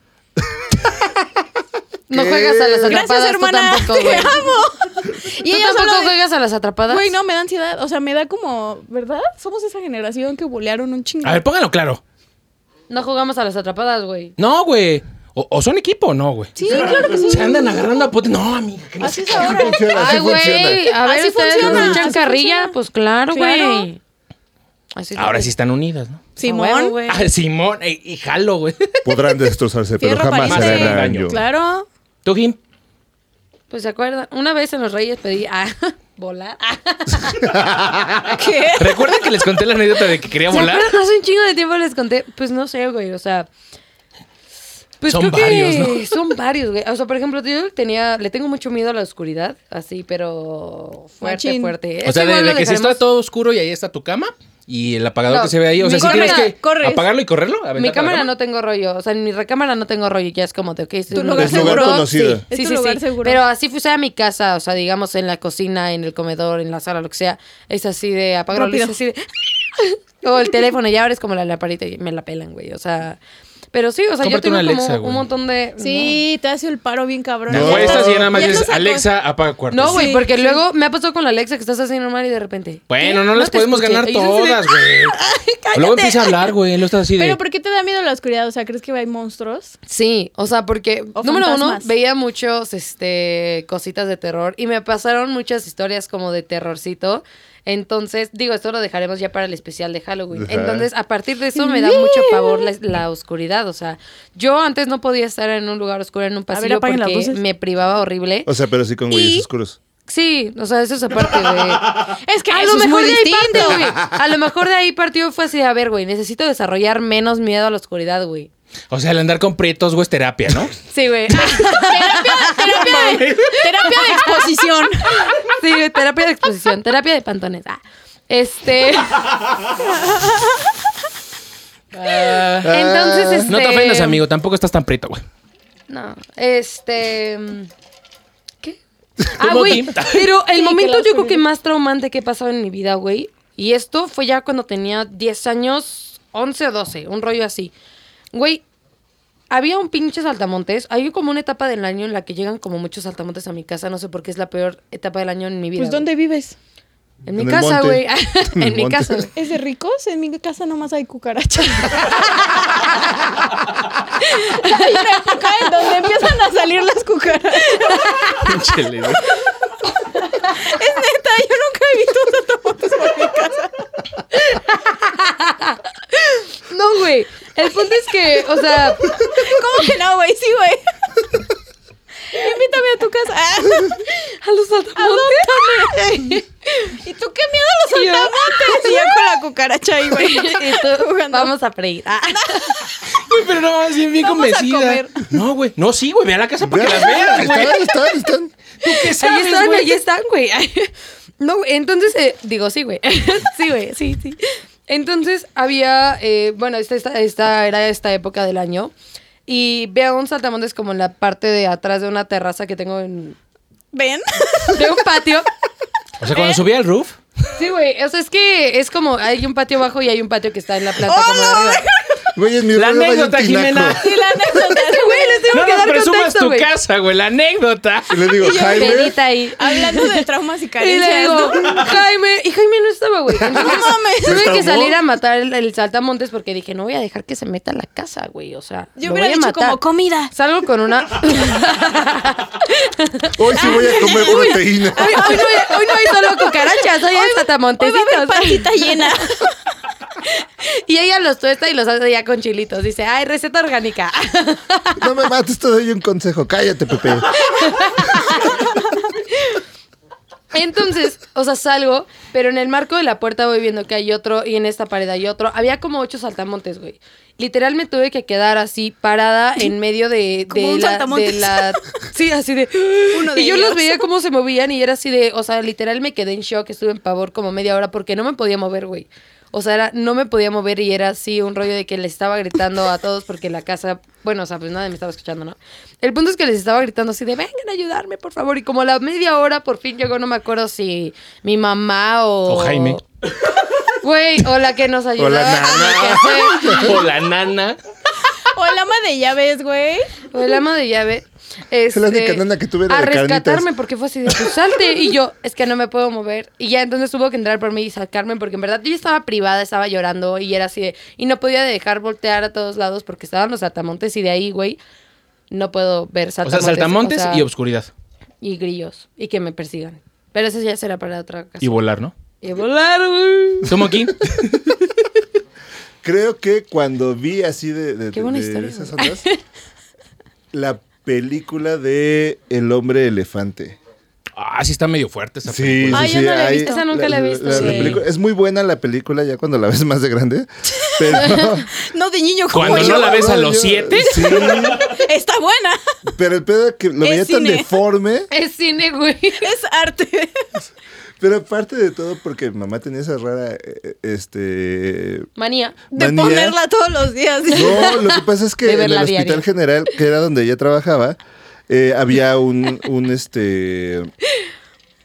[SPEAKER 3] No juegas a las atrapadas.
[SPEAKER 5] Gracias, hermana,
[SPEAKER 3] Tú tampoco,
[SPEAKER 5] te
[SPEAKER 3] güey.
[SPEAKER 5] amo. Y
[SPEAKER 3] ¿Tú
[SPEAKER 5] ella
[SPEAKER 3] tampoco
[SPEAKER 5] solo de-
[SPEAKER 3] juegas a las atrapadas?
[SPEAKER 5] Güey, no, me da ansiedad, o sea, me da como, ¿verdad? Somos esa generación que bolearon un chingo.
[SPEAKER 2] A ver, pónganlo claro.
[SPEAKER 3] No jugamos a las atrapadas, güey.
[SPEAKER 2] No, güey. O, o son equipo o no, güey.
[SPEAKER 5] Sí, claro que sí.
[SPEAKER 2] Se andan agarrando a puta. No, amiga. que no
[SPEAKER 5] Así
[SPEAKER 2] sé
[SPEAKER 5] es ahora.
[SPEAKER 4] Funciona, así
[SPEAKER 3] Ay, güey.
[SPEAKER 4] funciona.
[SPEAKER 3] A ver,
[SPEAKER 5] Así
[SPEAKER 3] ustedes
[SPEAKER 5] funciona,
[SPEAKER 3] nos echan
[SPEAKER 5] así
[SPEAKER 3] carrilla.
[SPEAKER 5] funciona.
[SPEAKER 3] Pues claro,
[SPEAKER 5] Claro.
[SPEAKER 3] güey. Así
[SPEAKER 2] qué. Ahora sí
[SPEAKER 3] está.
[SPEAKER 2] están unidas, ¿no?
[SPEAKER 5] Simón.
[SPEAKER 3] A huevo, güey.
[SPEAKER 2] Ah, Simón eh, y jalo, güey.
[SPEAKER 4] Podrán destrozarse, pero
[SPEAKER 5] Fierro
[SPEAKER 4] jamás
[SPEAKER 2] pariente.
[SPEAKER 4] harán daño.
[SPEAKER 5] Claro.
[SPEAKER 2] ¿Tú, Jim?
[SPEAKER 3] Pues se acuerdan. Una vez en los Reyes pedí a volar.
[SPEAKER 5] ¿Qué?
[SPEAKER 2] ¿Recuerdan que les conté la anécdota de que quería
[SPEAKER 3] ¿Se
[SPEAKER 2] volar?
[SPEAKER 3] acuerdan? Hace un chingo de tiempo les conté. Pues no sé, güey. O sea. Pues
[SPEAKER 2] Son
[SPEAKER 3] creo que
[SPEAKER 2] varios, ¿no?
[SPEAKER 3] son varios, güey. O sea, por ejemplo, yo tenía, le tengo mucho miedo a la oscuridad, así, pero fuerte,
[SPEAKER 5] Machín.
[SPEAKER 3] fuerte.
[SPEAKER 2] O
[SPEAKER 3] Eso
[SPEAKER 2] sea, de,
[SPEAKER 3] igual
[SPEAKER 2] de
[SPEAKER 3] lo
[SPEAKER 2] que si
[SPEAKER 3] dejaremos-
[SPEAKER 2] está todo oscuro y ahí está tu cama y el apagador
[SPEAKER 3] No,
[SPEAKER 2] que se ve ahí. O sea,
[SPEAKER 3] mi
[SPEAKER 2] si
[SPEAKER 3] cámara-
[SPEAKER 2] tienes que
[SPEAKER 5] corres.
[SPEAKER 2] apagarlo y correrlo.
[SPEAKER 3] Mi
[SPEAKER 2] aventarte a la
[SPEAKER 3] cámara
[SPEAKER 2] cama.
[SPEAKER 3] no tengo rollo, o sea, en mi recámara no tengo rollo, ya es como de, ok, es
[SPEAKER 5] Tu lugar
[SPEAKER 4] Es lugar
[SPEAKER 5] seguro.
[SPEAKER 4] conocido.
[SPEAKER 5] Sí. Es tu lugar seguro.
[SPEAKER 3] Pero así fue, sea mi casa, o sea, digamos en la cocina, en el comedor, en la sala, lo que sea, es así de apagar la luz,
[SPEAKER 5] Rápido.
[SPEAKER 3] así de- o el teléfono, ya abres como la lamparita y me la pelan, güey, o sea, pero sí, o sea,
[SPEAKER 2] Cómprate
[SPEAKER 3] yo
[SPEAKER 2] una
[SPEAKER 3] tengo como
[SPEAKER 2] Alexa, güey.
[SPEAKER 3] un montón de...
[SPEAKER 5] Sí, te hace el paro bien cabrón.
[SPEAKER 2] Te
[SPEAKER 4] No.
[SPEAKER 2] acuestas y ya nada más
[SPEAKER 5] mm. Ya
[SPEAKER 2] dices,
[SPEAKER 5] nos acos-
[SPEAKER 2] Alexa, apaga cuartos.
[SPEAKER 3] No, güey,
[SPEAKER 5] Sí,
[SPEAKER 3] porque
[SPEAKER 5] sí.
[SPEAKER 3] luego me ha pasado con la Alexa que estás haciendo normal y de repente...
[SPEAKER 2] Bueno,
[SPEAKER 3] ¿qué?
[SPEAKER 2] no las
[SPEAKER 3] te
[SPEAKER 2] podemos
[SPEAKER 3] escuché.
[SPEAKER 2] ganar
[SPEAKER 3] Y yo así de-
[SPEAKER 2] todas, güey. Luego empieza a hablar, güey. Lo estás así de.
[SPEAKER 5] Pero ¿por qué te da miedo la oscuridad? O sea, ¿crees que hay monstruos?
[SPEAKER 3] Sí, o sea, porque
[SPEAKER 5] O
[SPEAKER 3] número uno
[SPEAKER 5] fantasmas.
[SPEAKER 3] veía muchos este cositas de terror y me pasaron muchas historias como de terrorcito. Entonces, digo, esto lo dejaremos ya para el especial de Halloween.
[SPEAKER 4] Ajá.
[SPEAKER 3] Entonces, a partir de eso me da mucho pavor la, la oscuridad, o sea, yo antes no podía estar en un lugar oscuro en un
[SPEAKER 5] ver,
[SPEAKER 3] pasillo
[SPEAKER 5] apaguen las
[SPEAKER 3] porque
[SPEAKER 5] luces.
[SPEAKER 3] me privaba horrible.
[SPEAKER 4] O sea, pero sí con güeyes
[SPEAKER 3] Y-
[SPEAKER 4] oscuros.
[SPEAKER 3] Sí, o sea, eso es aparte de
[SPEAKER 5] Es que
[SPEAKER 3] a
[SPEAKER 5] Ah, eso
[SPEAKER 3] lo
[SPEAKER 5] es
[SPEAKER 3] mejor
[SPEAKER 5] muy
[SPEAKER 3] de ahí
[SPEAKER 5] distinto.
[SPEAKER 3] partió, güey. A lo mejor de ahí partió fue así, de, a ver, güey, necesito desarrollar menos miedo a la oscuridad, güey.
[SPEAKER 2] O sea, el andar con prietos, güey, es terapia, ¿no?
[SPEAKER 3] Sí, güey.
[SPEAKER 5] terapia, de, terapia de exposición.
[SPEAKER 3] Sí, güey, terapia de exposición, terapia de pantones. Ah, este.
[SPEAKER 2] Ah,
[SPEAKER 3] Entonces, este.
[SPEAKER 2] Pues No te ofendas, amigo. Tampoco estás tan prieto, güey.
[SPEAKER 3] No, este. ¿Qué?
[SPEAKER 2] Tú
[SPEAKER 3] Ah,
[SPEAKER 2] no
[SPEAKER 3] güey.
[SPEAKER 2] tinta.
[SPEAKER 3] Pero el
[SPEAKER 5] Sí,
[SPEAKER 3] momento
[SPEAKER 5] que la
[SPEAKER 3] yo creo
[SPEAKER 5] oscuridad.
[SPEAKER 3] que más traumante que he pasado en mi vida, güey. Y esto fue ya cuando tenía 10 años, 11 o 12, un rollo así. Güey, había un pinche saltamontes. Hay como una etapa del año en la que llegan como muchos saltamontes a mi casa. No sé por qué es la peor etapa del año en mi vida.
[SPEAKER 5] Pues
[SPEAKER 3] güey.
[SPEAKER 5] ¿dónde vives?
[SPEAKER 3] En mi
[SPEAKER 4] En el
[SPEAKER 3] casa,
[SPEAKER 4] monte.
[SPEAKER 3] güey. en
[SPEAKER 4] En el
[SPEAKER 3] mi
[SPEAKER 4] monte.
[SPEAKER 3] casa, güey.
[SPEAKER 5] ¿Es de ricos? En mi casa nomás hay cucarachas. hay una época en donde empiezan a salir las cucarachas.
[SPEAKER 2] Pinche Leo.
[SPEAKER 5] Es neta, yo nunca he visto tantas fotos por mi casa.
[SPEAKER 3] No, güey. El punto es que, o sea,
[SPEAKER 5] ¿Cómo que no, güey? Sí, güey. Invítame a tu casa. Ah,
[SPEAKER 3] a los saltamontes.
[SPEAKER 5] ¿Y tú qué miedo a los
[SPEAKER 3] Y yo-
[SPEAKER 5] saltamontes? Y yo con la cucaracha ahí, güey.
[SPEAKER 3] Y tú,
[SPEAKER 5] Jugando.
[SPEAKER 3] vamos a freír. Ah.
[SPEAKER 2] Güey, pero no, es bien, bien
[SPEAKER 5] Vamos a
[SPEAKER 2] convencida.
[SPEAKER 5] comer.
[SPEAKER 2] No, güey. No, sí, güey. Ve a la casa para que las veas, güey.
[SPEAKER 4] Están, están, están.
[SPEAKER 2] ¿Tú qué
[SPEAKER 3] Ahí
[SPEAKER 2] sabes,
[SPEAKER 3] están,
[SPEAKER 2] güey?
[SPEAKER 3] ahí están, güey. No, güey, entonces, eh, digo, sí, güey. Sí, güey, sí, sí. Entonces había, eh, bueno, esta, esta, esta era esta época del año. Y veo un saltamontes como en la parte de atrás de una terraza que tengo en.
[SPEAKER 5] ¿Ven?
[SPEAKER 3] de un patio.
[SPEAKER 2] O sea,
[SPEAKER 3] Eh,
[SPEAKER 2] cuando subí al roof.
[SPEAKER 3] Sí, güey. O sea, es que es como hay un patio abajo y hay un patio que está en la planta como de arriba.
[SPEAKER 4] Güey, en mi
[SPEAKER 2] La
[SPEAKER 4] rola hay un
[SPEAKER 2] anécdota,
[SPEAKER 4] tinaco.
[SPEAKER 2] Jimena.
[SPEAKER 5] Y la anécdota.
[SPEAKER 3] Güey, les tengo
[SPEAKER 2] No
[SPEAKER 3] que
[SPEAKER 2] nos
[SPEAKER 3] dar
[SPEAKER 2] presumas
[SPEAKER 3] contexto,
[SPEAKER 2] tu
[SPEAKER 3] güey.
[SPEAKER 2] casa, güey. La anécdota.
[SPEAKER 4] Y le digo,
[SPEAKER 3] Y yo,
[SPEAKER 4] Jaime,
[SPEAKER 3] pedita ahí.
[SPEAKER 5] Hablando de traumas y
[SPEAKER 3] Y
[SPEAKER 5] carencias.
[SPEAKER 3] le digo,
[SPEAKER 5] ¿no?
[SPEAKER 3] Jaime, y Jaime no estaba, güey. Entonces, tuve que
[SPEAKER 4] traumó.
[SPEAKER 3] salir a matar el, el saltamontes porque dije, no voy a dejar que se meta a la casa, güey. O sea,
[SPEAKER 5] Yo
[SPEAKER 3] lo
[SPEAKER 5] hubiera
[SPEAKER 3] voy a
[SPEAKER 5] dicho
[SPEAKER 3] matar.
[SPEAKER 5] como comida.
[SPEAKER 3] Salgo con una.
[SPEAKER 4] hoy sí voy a comer proteína.
[SPEAKER 3] Hoy, hoy no hay, hoy no hay solo cucarachas, hoy hay
[SPEAKER 5] Hoy va a haber
[SPEAKER 3] saltamontesitos.
[SPEAKER 5] pancita llena.
[SPEAKER 3] Y ella los tuesta y los hace ya con chilitos. Dice, ay, receta orgánica.
[SPEAKER 4] No me mates, te doy un consejo. Cállate, Pepe.
[SPEAKER 3] Entonces, o sea, salgo, pero en el marco de la puerta voy viendo que hay otro y en esta pared hay otro. Había como ocho saltamontes, güey. Literal me tuve que quedar así parada en medio de,
[SPEAKER 5] Como
[SPEAKER 3] de
[SPEAKER 5] un
[SPEAKER 3] la, de
[SPEAKER 5] saltamontes.
[SPEAKER 3] la... Sí, así de...
[SPEAKER 5] Uno de
[SPEAKER 3] y yo
[SPEAKER 5] ellos.
[SPEAKER 3] los veía cómo se movían y era así de... O sea, literal me quedé en shock, estuve en pavor como media hora porque no me podía mover, güey. O sea, era- no me podía mover y era así un rollo de que les estaba gritando a todos porque la casa, bueno, o sea, pues nadie me estaba escuchando, ¿no? El punto es que les estaba gritando así de, vengan a ayudarme, por favor. Y como a la media hora por fin llegó, no me acuerdo si mi mamá o...
[SPEAKER 2] O Jaime.
[SPEAKER 3] Güey, o la que nos ayudó.
[SPEAKER 4] la nana.
[SPEAKER 2] O la nana.
[SPEAKER 5] O el ama de llaves, güey.
[SPEAKER 3] O el ama de llave.
[SPEAKER 4] la
[SPEAKER 3] este,
[SPEAKER 4] única nana que tuve era
[SPEAKER 3] A
[SPEAKER 4] de carnitas.
[SPEAKER 3] rescatarme porque fue así de "Pues, salte. Y yo, es que no me puedo mover. Y ya entonces tuvo que entrar por mí y sacarme porque en verdad yo ya estaba privada, estaba llorando y era así de. Y no podía dejar voltear a todos lados porque estaban los saltamontes y de ahí, güey, no puedo ver
[SPEAKER 2] O sea,
[SPEAKER 3] saltamontes.
[SPEAKER 2] saltamontes
[SPEAKER 3] o sea,
[SPEAKER 2] y obscuridad.
[SPEAKER 3] y grillos. Y que me persigan. Pero eso ya será para otra
[SPEAKER 2] Y
[SPEAKER 3] ocasión.
[SPEAKER 2] volar, ¿no?
[SPEAKER 3] Y, volar, güey.
[SPEAKER 2] Tomo aquí.
[SPEAKER 4] Creo que cuando vi así de, de-
[SPEAKER 3] Qué buena
[SPEAKER 4] de-
[SPEAKER 3] historia,
[SPEAKER 4] de esas
[SPEAKER 3] güey.
[SPEAKER 4] ondas, la película de El hombre elefante.
[SPEAKER 2] Ah, sí está medio fuerte esa
[SPEAKER 4] Sí,
[SPEAKER 2] película.
[SPEAKER 5] Ah,
[SPEAKER 4] sí,
[SPEAKER 5] yo
[SPEAKER 4] sí,
[SPEAKER 5] no la he
[SPEAKER 4] hay-
[SPEAKER 5] visto.
[SPEAKER 3] Esa nunca la he visto,
[SPEAKER 4] la
[SPEAKER 3] sí.
[SPEAKER 4] película- es muy buena la película ya cuando la ves más de grande. Pero
[SPEAKER 5] No de niño como
[SPEAKER 2] Cuando
[SPEAKER 5] yo.
[SPEAKER 2] no la ves a
[SPEAKER 4] yo-
[SPEAKER 2] los siete.
[SPEAKER 4] Sí,
[SPEAKER 5] Está buena.
[SPEAKER 4] pero el pedo es que lo
[SPEAKER 5] Es
[SPEAKER 4] veía tan
[SPEAKER 5] cine.
[SPEAKER 4] deforme.
[SPEAKER 3] Es cine, güey.
[SPEAKER 5] Es arte.
[SPEAKER 4] Pero aparte de todo, porque mi mamá tenía esa rara, eh, este...
[SPEAKER 3] Manía.
[SPEAKER 5] De
[SPEAKER 4] manía.
[SPEAKER 5] ponerla todos los días.
[SPEAKER 4] No, lo que pasa es que
[SPEAKER 3] De
[SPEAKER 4] en el
[SPEAKER 3] verla
[SPEAKER 4] hospital
[SPEAKER 3] diario.
[SPEAKER 4] general, que era donde ella trabajaba, eh, había un, un, este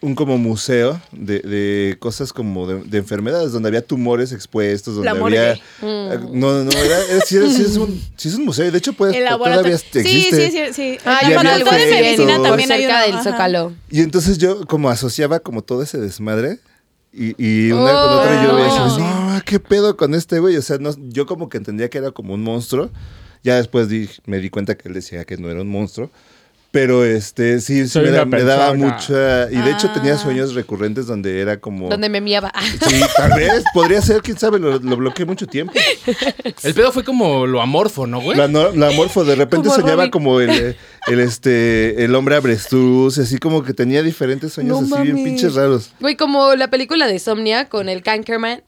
[SPEAKER 4] un como museo de, de cosas como de, de enfermedades, donde había tumores expuestos,
[SPEAKER 5] La
[SPEAKER 4] donde había... eh,
[SPEAKER 5] morgue. Mm.
[SPEAKER 4] No, no, era, era- sí, era- sí es un, sí es un museo, de hecho puedes,
[SPEAKER 5] El
[SPEAKER 4] todavía
[SPEAKER 5] laboratorio.
[SPEAKER 4] existe.
[SPEAKER 5] Sí, sí, sí, sí.
[SPEAKER 4] Ah,
[SPEAKER 5] En
[SPEAKER 4] ya
[SPEAKER 5] la
[SPEAKER 4] había
[SPEAKER 5] facultad de
[SPEAKER 4] fotos.
[SPEAKER 5] medicina
[SPEAKER 4] Por
[SPEAKER 5] también hay
[SPEAKER 3] cerca
[SPEAKER 5] una.
[SPEAKER 3] del
[SPEAKER 5] ajá.
[SPEAKER 3] Zócalo.
[SPEAKER 4] Y entonces yo como asociaba como todo ese desmadre. Y, y una con
[SPEAKER 3] Oh,
[SPEAKER 4] otra yo veía
[SPEAKER 3] no.
[SPEAKER 4] así, no, qué pedo con este güey. O sea, no- yo como que entendía que era como un monstruo. Ya después di- me di cuenta que él decía que no era un monstruo. Pero este, sí, sí
[SPEAKER 7] Soy
[SPEAKER 4] me, da-
[SPEAKER 7] una
[SPEAKER 4] me daba
[SPEAKER 7] persona.
[SPEAKER 4] mucha. Y de hecho tenía
[SPEAKER 5] Ah.
[SPEAKER 4] sueños recurrentes donde era como.
[SPEAKER 3] Donde me miaba.
[SPEAKER 4] Sí, tal vez, podría ser, quién sabe, lo, lo bloqueé mucho tiempo.
[SPEAKER 2] El pedo fue como lo amorfo, ¿no, güey?
[SPEAKER 4] La, no- la morfo, de repente
[SPEAKER 3] Pues. Como
[SPEAKER 4] soñaba
[SPEAKER 3] Robin.
[SPEAKER 4] como el, eh, el, este, el hombre abrestruz, y así como que tenía diferentes sueños
[SPEAKER 5] No
[SPEAKER 4] así bien
[SPEAKER 5] mames.
[SPEAKER 4] pinches raros.
[SPEAKER 3] Güey, como la película de Somnia con el Cankerman.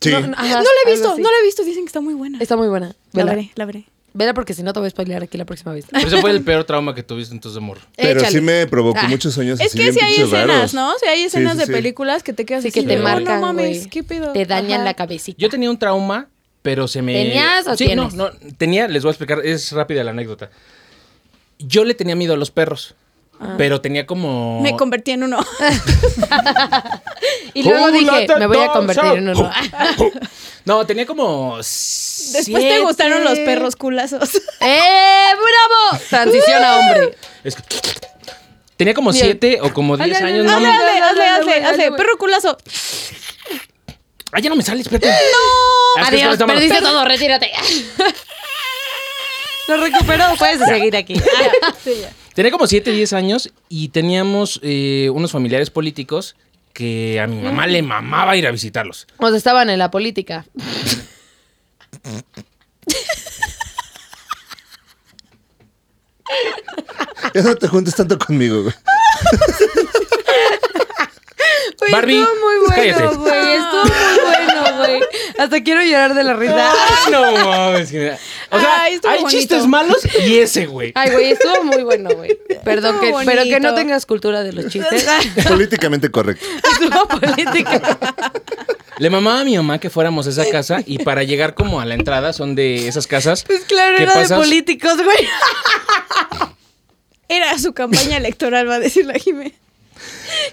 [SPEAKER 4] Sí.
[SPEAKER 5] No la he visto, no la he visto. Dicen que está muy buena.
[SPEAKER 3] Está muy buena.
[SPEAKER 5] La
[SPEAKER 3] Vela.
[SPEAKER 5] veré, la veré.
[SPEAKER 3] Vela porque si no te voy a spoilear aquí la próxima vez.
[SPEAKER 2] Pero ese fue el peor trauma que tuviste entonces de morro.
[SPEAKER 4] Pero
[SPEAKER 3] Échale.
[SPEAKER 4] sí me provocó
[SPEAKER 3] Ah.
[SPEAKER 4] muchos sueños
[SPEAKER 5] Es
[SPEAKER 4] así
[SPEAKER 5] que
[SPEAKER 4] bien
[SPEAKER 5] si hay
[SPEAKER 4] pinches
[SPEAKER 5] escenas,
[SPEAKER 4] raros.
[SPEAKER 5] ¿no? Si hay
[SPEAKER 4] Sí,
[SPEAKER 5] escenas
[SPEAKER 4] sí,
[SPEAKER 5] de
[SPEAKER 4] sí.
[SPEAKER 5] películas que te quedas
[SPEAKER 3] Así
[SPEAKER 5] así
[SPEAKER 3] que te
[SPEAKER 5] de, "Oh,
[SPEAKER 3] marcan,
[SPEAKER 5] No mames,
[SPEAKER 3] güey.
[SPEAKER 5] qué pedo.
[SPEAKER 3] Te dañan
[SPEAKER 5] Ajá.
[SPEAKER 3] la cabecita.
[SPEAKER 2] Yo tenía un trauma, pero se me.
[SPEAKER 3] ¿Tenías o
[SPEAKER 2] sí,
[SPEAKER 3] tienes?
[SPEAKER 2] No, no, tenía, les voy a explicar, es rápida la anécdota. Yo le tenía miedo a los perros,
[SPEAKER 3] Ah.
[SPEAKER 2] pero tenía como.
[SPEAKER 5] Me convertí en uno.
[SPEAKER 3] Y luego
[SPEAKER 2] Hola,
[SPEAKER 3] dije, me voy a convertir en uno.
[SPEAKER 2] No, tenía como.
[SPEAKER 5] Después te gustaron los perros culazos.
[SPEAKER 3] ¡Eh, bravo! Transición a hombre.
[SPEAKER 2] Es que- Tenía como
[SPEAKER 3] Bien.
[SPEAKER 2] siete o como
[SPEAKER 3] Ay,
[SPEAKER 2] diez
[SPEAKER 3] ay,
[SPEAKER 2] años.
[SPEAKER 3] ay,
[SPEAKER 2] No,
[SPEAKER 5] Hazle,
[SPEAKER 3] ay,
[SPEAKER 2] no.
[SPEAKER 3] no,
[SPEAKER 5] hazle,
[SPEAKER 3] no,
[SPEAKER 5] hazle,
[SPEAKER 3] no,
[SPEAKER 5] hazle,
[SPEAKER 3] güey,
[SPEAKER 5] hazle.
[SPEAKER 3] no, güey.
[SPEAKER 5] Perro culazo.
[SPEAKER 2] Ah, ya no me sale, espérate. Ah, ¡No!
[SPEAKER 6] Adiós, perdiste todo, retírate.
[SPEAKER 3] Lo recuperó, puedes seguir aquí.
[SPEAKER 2] Tenía como 7, 10 años y teníamos eh, unos familiares políticos que a mi mamá
[SPEAKER 3] Mm.
[SPEAKER 2] le mamaba ir a visitarlos.
[SPEAKER 3] O sea, estaban en la política.
[SPEAKER 4] Ya no te juntes tanto conmigo, güey.
[SPEAKER 3] Güey,
[SPEAKER 2] Barbie,
[SPEAKER 3] estuvo muy
[SPEAKER 2] cállate.
[SPEAKER 3] bueno, güey. Estuvo muy bueno, güey. Hasta quiero llorar de la risa.
[SPEAKER 2] No mames. que me da- O sea,
[SPEAKER 5] Ay, estuvo
[SPEAKER 2] hay
[SPEAKER 5] bonito.
[SPEAKER 2] chistes malos y ese, güey.
[SPEAKER 3] Ay, güey, estuvo muy bueno, güey. Perdón, que,
[SPEAKER 5] Estuvo
[SPEAKER 3] pero que no
[SPEAKER 5] bonito.
[SPEAKER 3] tengas cultura de los chistes.
[SPEAKER 4] Políticamente correcto.
[SPEAKER 3] estuvo política.
[SPEAKER 2] Le mamaba a mi mamá que fuéramos a esa casa y para llegar como a la entrada son de esas casas.
[SPEAKER 3] Pues claro,
[SPEAKER 2] que
[SPEAKER 3] era de
[SPEAKER 2] pasas-
[SPEAKER 3] políticos, güey.
[SPEAKER 5] Era su campaña electoral, va a decir la Jime.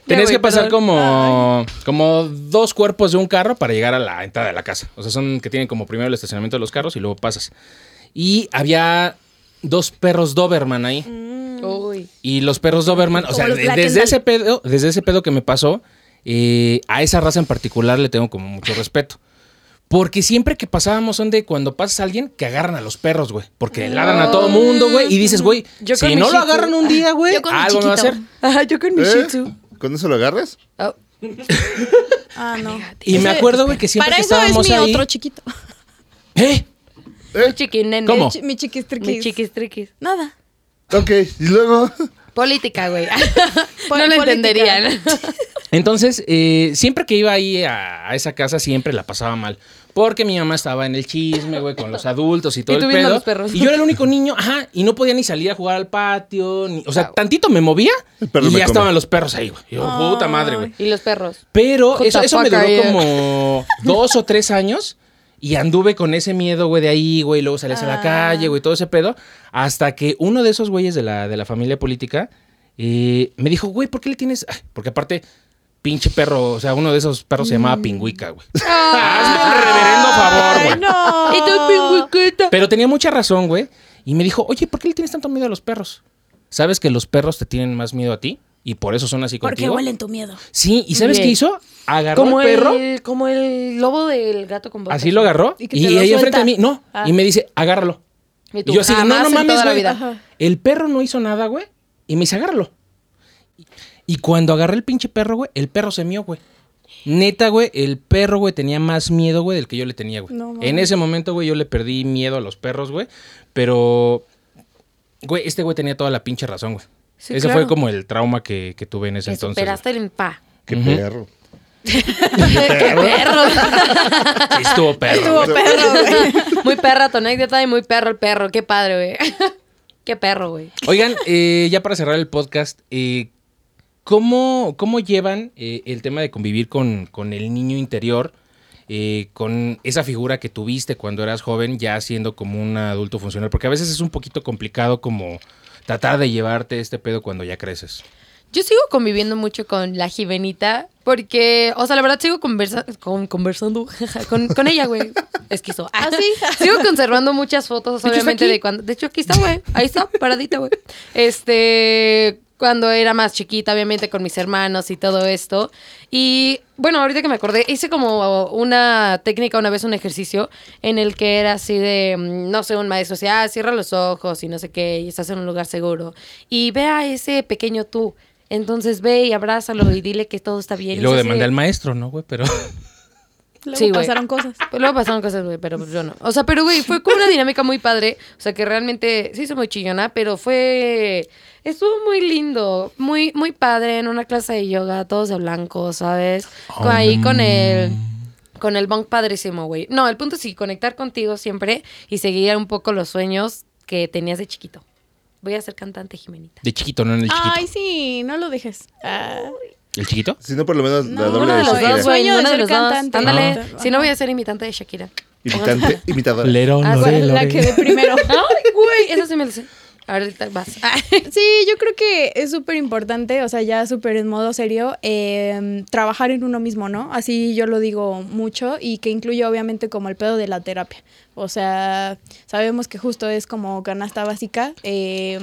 [SPEAKER 2] Tenías
[SPEAKER 3] güey,
[SPEAKER 2] que pasar
[SPEAKER 3] perdón.
[SPEAKER 2] como, como dos cuerpos de un carro para llegar a la entrada de la casa. O sea, son que tienen como primero el estacionamiento de los carros y luego pasas. Y había dos perros Doberman ahí.
[SPEAKER 3] Uy.
[SPEAKER 2] Y los perros Doberman, o sea,
[SPEAKER 1] los
[SPEAKER 2] de-
[SPEAKER 1] Black and
[SPEAKER 2] desde
[SPEAKER 1] Tan.
[SPEAKER 2] ese pedo, desde ese pedo que me pasó, eh, a esa raza en particular le tengo como mucho respeto. Porque siempre que pasábamos son de cuando pasas a alguien que agarran a los perros, güey. Porque le ladran a todo mundo, güey. Y dices, güey,
[SPEAKER 3] Yo con mi
[SPEAKER 2] si no lo
[SPEAKER 3] Shih Tzu.
[SPEAKER 2] agarran un día, güey,
[SPEAKER 6] Yo con mi
[SPEAKER 2] algo me va a hacer.
[SPEAKER 6] chiquito.
[SPEAKER 3] Ajá, Ah, yo con mi
[SPEAKER 4] ¿Eh?
[SPEAKER 3] Shih Tzu.
[SPEAKER 4] ¿Con eso lo agarras?
[SPEAKER 3] Oh.
[SPEAKER 5] Ah, no.
[SPEAKER 2] Y me acuerdo, güey, que siempre
[SPEAKER 5] Para
[SPEAKER 2] que
[SPEAKER 5] eso es
[SPEAKER 2] estábamos
[SPEAKER 5] mi
[SPEAKER 2] ahí.
[SPEAKER 5] otro chiquito.
[SPEAKER 2] ¿Eh?
[SPEAKER 3] Mi chiquinene.
[SPEAKER 2] ¿Cómo?
[SPEAKER 5] Chi- Mi chiquistriquis.
[SPEAKER 3] Mi chiquis triquis.
[SPEAKER 5] Nada.
[SPEAKER 4] Ok, y luego.
[SPEAKER 3] Política, güey.
[SPEAKER 5] Pol-
[SPEAKER 3] no lo
[SPEAKER 5] política.
[SPEAKER 3] entenderían.
[SPEAKER 2] Entonces, eh, siempre que iba ahí a, a esa casa, siempre la pasaba mal. Porque mi mamá estaba en el chisme, güey, con los adultos y todo
[SPEAKER 3] tú
[SPEAKER 2] el
[SPEAKER 3] viendo
[SPEAKER 2] pedo.
[SPEAKER 3] a los perros.
[SPEAKER 2] Y yo era el único niño, ajá, y no podía ni salir a jugar al patio. ni- o sea, tantito me movía y
[SPEAKER 4] El
[SPEAKER 2] ya
[SPEAKER 4] perro me come.
[SPEAKER 2] estaban los perros ahí, güey. Yo, puta madre, güey.
[SPEAKER 3] y los perros.
[SPEAKER 2] Pero
[SPEAKER 3] What
[SPEAKER 2] eso,
[SPEAKER 3] the
[SPEAKER 2] eso me
[SPEAKER 3] fuck
[SPEAKER 2] duró
[SPEAKER 3] are you?
[SPEAKER 2] como dos o tres años. Y anduve con ese miedo, güey, de ahí, güey. Luego salías
[SPEAKER 3] Ah.
[SPEAKER 2] a la calle, güey, todo ese pedo. Hasta que uno de esos güeyes de la, de la familia política eh, me dijo, güey, ¿por qué le tienes...? Ay, porque aparte, pinche perro, o sea, uno de esos perros se
[SPEAKER 3] Mm.
[SPEAKER 2] llamaba Pingüica, güey. Hazme Ah, el reverendo favor, güey.
[SPEAKER 5] No.
[SPEAKER 3] Y tu pingüiquita.
[SPEAKER 2] Pero tenía mucha razón, güey. Y me dijo, oye, ¿por qué le tienes tanto miedo a los perros? ¿Sabes que los perros te tienen más miedo a ti? Y por eso son así
[SPEAKER 1] Porque
[SPEAKER 2] contigo.
[SPEAKER 1] huelen tu miedo.
[SPEAKER 2] Sí, ¿y sabes
[SPEAKER 3] Bien.
[SPEAKER 2] qué hizo? Agarró
[SPEAKER 3] Como
[SPEAKER 2] al perro...
[SPEAKER 3] el, como el lobo del gato con botas.
[SPEAKER 2] Así lo agarró
[SPEAKER 5] Y
[SPEAKER 2] y,
[SPEAKER 5] que te lo
[SPEAKER 2] ahí
[SPEAKER 5] suelta.
[SPEAKER 2] enfrente de mí, no. Y me dice, agárralo.
[SPEAKER 3] Y
[SPEAKER 2] Y,
[SPEAKER 3] tú,
[SPEAKER 2] yo así, de,
[SPEAKER 3] jamás
[SPEAKER 2] no, no
[SPEAKER 3] en toda
[SPEAKER 2] mames,
[SPEAKER 3] la
[SPEAKER 2] güey.
[SPEAKER 3] vida.
[SPEAKER 2] Ajá. El perro no hizo nada, güey. Y me dice, agárralo. Y, y cuando agarré el pinche perro, güey, el perro se mió, güey. Neta, güey, el perro, güey, tenía más miedo, güey, del que yo le tenía, güey.
[SPEAKER 5] No mames.
[SPEAKER 2] en ese momento, güey, yo le perdí miedo a los perros, güey. Pero, güey, este güey tenía toda la pinche razón, güey.
[SPEAKER 3] Sí,
[SPEAKER 2] ese
[SPEAKER 3] claro.
[SPEAKER 2] fue como el trauma que, que tuve en ese
[SPEAKER 3] Que
[SPEAKER 2] entonces. güey.
[SPEAKER 3] superaste el pa.
[SPEAKER 4] Qué
[SPEAKER 2] Ujú.
[SPEAKER 4] perro.
[SPEAKER 3] ¡Qué perro!
[SPEAKER 2] Sí, estuvo perro. güey.
[SPEAKER 3] muy perra tu anécdota y muy perro el perro. Qué padre, güey. Qué perro, güey.
[SPEAKER 2] Oigan, eh, ya para cerrar el podcast, eh, ¿cómo, cómo llevan eh, el tema de convivir con, con el niño interior, eh, con esa figura que tuviste cuando eras joven, ya siendo como un adulto funcional? Porque a veces es un poquito complicado como tratar de llevarte este pedo cuando ya creces.
[SPEAKER 3] Yo sigo conviviendo mucho con la Jivenita porque, o sea, la verdad sigo conversa con, conversando jaja, con, con ella, güey. Esquizo.
[SPEAKER 5] ¿Ah, sí?
[SPEAKER 3] Sigo conservando muchas fotos,
[SPEAKER 2] hecho, está
[SPEAKER 3] obviamente,
[SPEAKER 2] aquí.
[SPEAKER 3] de cuando... De hecho, aquí está, güey. Ahí está, paradita, güey. Este... Cuando era más chiquita, obviamente, con mis hermanos y todo esto. Y, bueno, ahorita que me acordé, hice como una técnica, una vez un ejercicio, en el que era así de, mm, no sé, un maestro decía, ah, cierra los ojos y no sé qué, y estás en un lugar seguro. Y ve a ese pequeño tú. Entonces ve y abrázalo y dile que todo está
[SPEAKER 2] Y,
[SPEAKER 3] bien.
[SPEAKER 2] luego
[SPEAKER 3] es así
[SPEAKER 2] demandé
[SPEAKER 3] de-
[SPEAKER 2] al maestro, ¿no, güey? Pero
[SPEAKER 5] Luego
[SPEAKER 3] Sí, güey.
[SPEAKER 5] pasaron cosas.
[SPEAKER 3] pues luego pasaron cosas, güey, pero pues yo no. O sea, pero güey, fue como una dinámica muy padre. O sea, que realmente sí hizo muy chillona, pero fue. Estuvo muy lindo, muy, muy padre en una clase de yoga, todos de blanco, ¿sabes? Con- Ahí con el. Con el bunk padrísimo, güey. No, el punto es sí, conectar contigo siempre y seguir un poco los sueños que tenías de chiquito. Voy a ser cantante, Jimenita.
[SPEAKER 2] de chiquito, no en el chiquito.
[SPEAKER 5] Ay, sí, no lo dejes. Ah.
[SPEAKER 2] ¿El chiquito?
[SPEAKER 4] Si no, por lo menos la
[SPEAKER 5] No,
[SPEAKER 4] doble
[SPEAKER 3] Uno
[SPEAKER 4] de
[SPEAKER 3] de los
[SPEAKER 5] Shakira.
[SPEAKER 3] dos, güey.
[SPEAKER 5] Sueño de
[SPEAKER 3] Uno de
[SPEAKER 5] ser
[SPEAKER 3] los dos.
[SPEAKER 5] cantante.
[SPEAKER 3] Ándale.
[SPEAKER 5] Ajá.
[SPEAKER 3] Si no, voy a ser imitante de Shakira.
[SPEAKER 4] Imitante, imitador.
[SPEAKER 2] Lerón,
[SPEAKER 3] Ah,
[SPEAKER 2] lore,
[SPEAKER 3] güey,
[SPEAKER 2] lore.
[SPEAKER 5] La que de primero.
[SPEAKER 3] Ay, güey, esa se me la sé. Ahorita vas.
[SPEAKER 5] Sí, yo creo que es súper importante, o sea, ya súper en modo serio, eh, trabajar en uno mismo, ¿no? Así yo lo digo mucho y que incluye obviamente como el pedo de la terapia. O sea, sabemos que justo es como canasta básica. eh,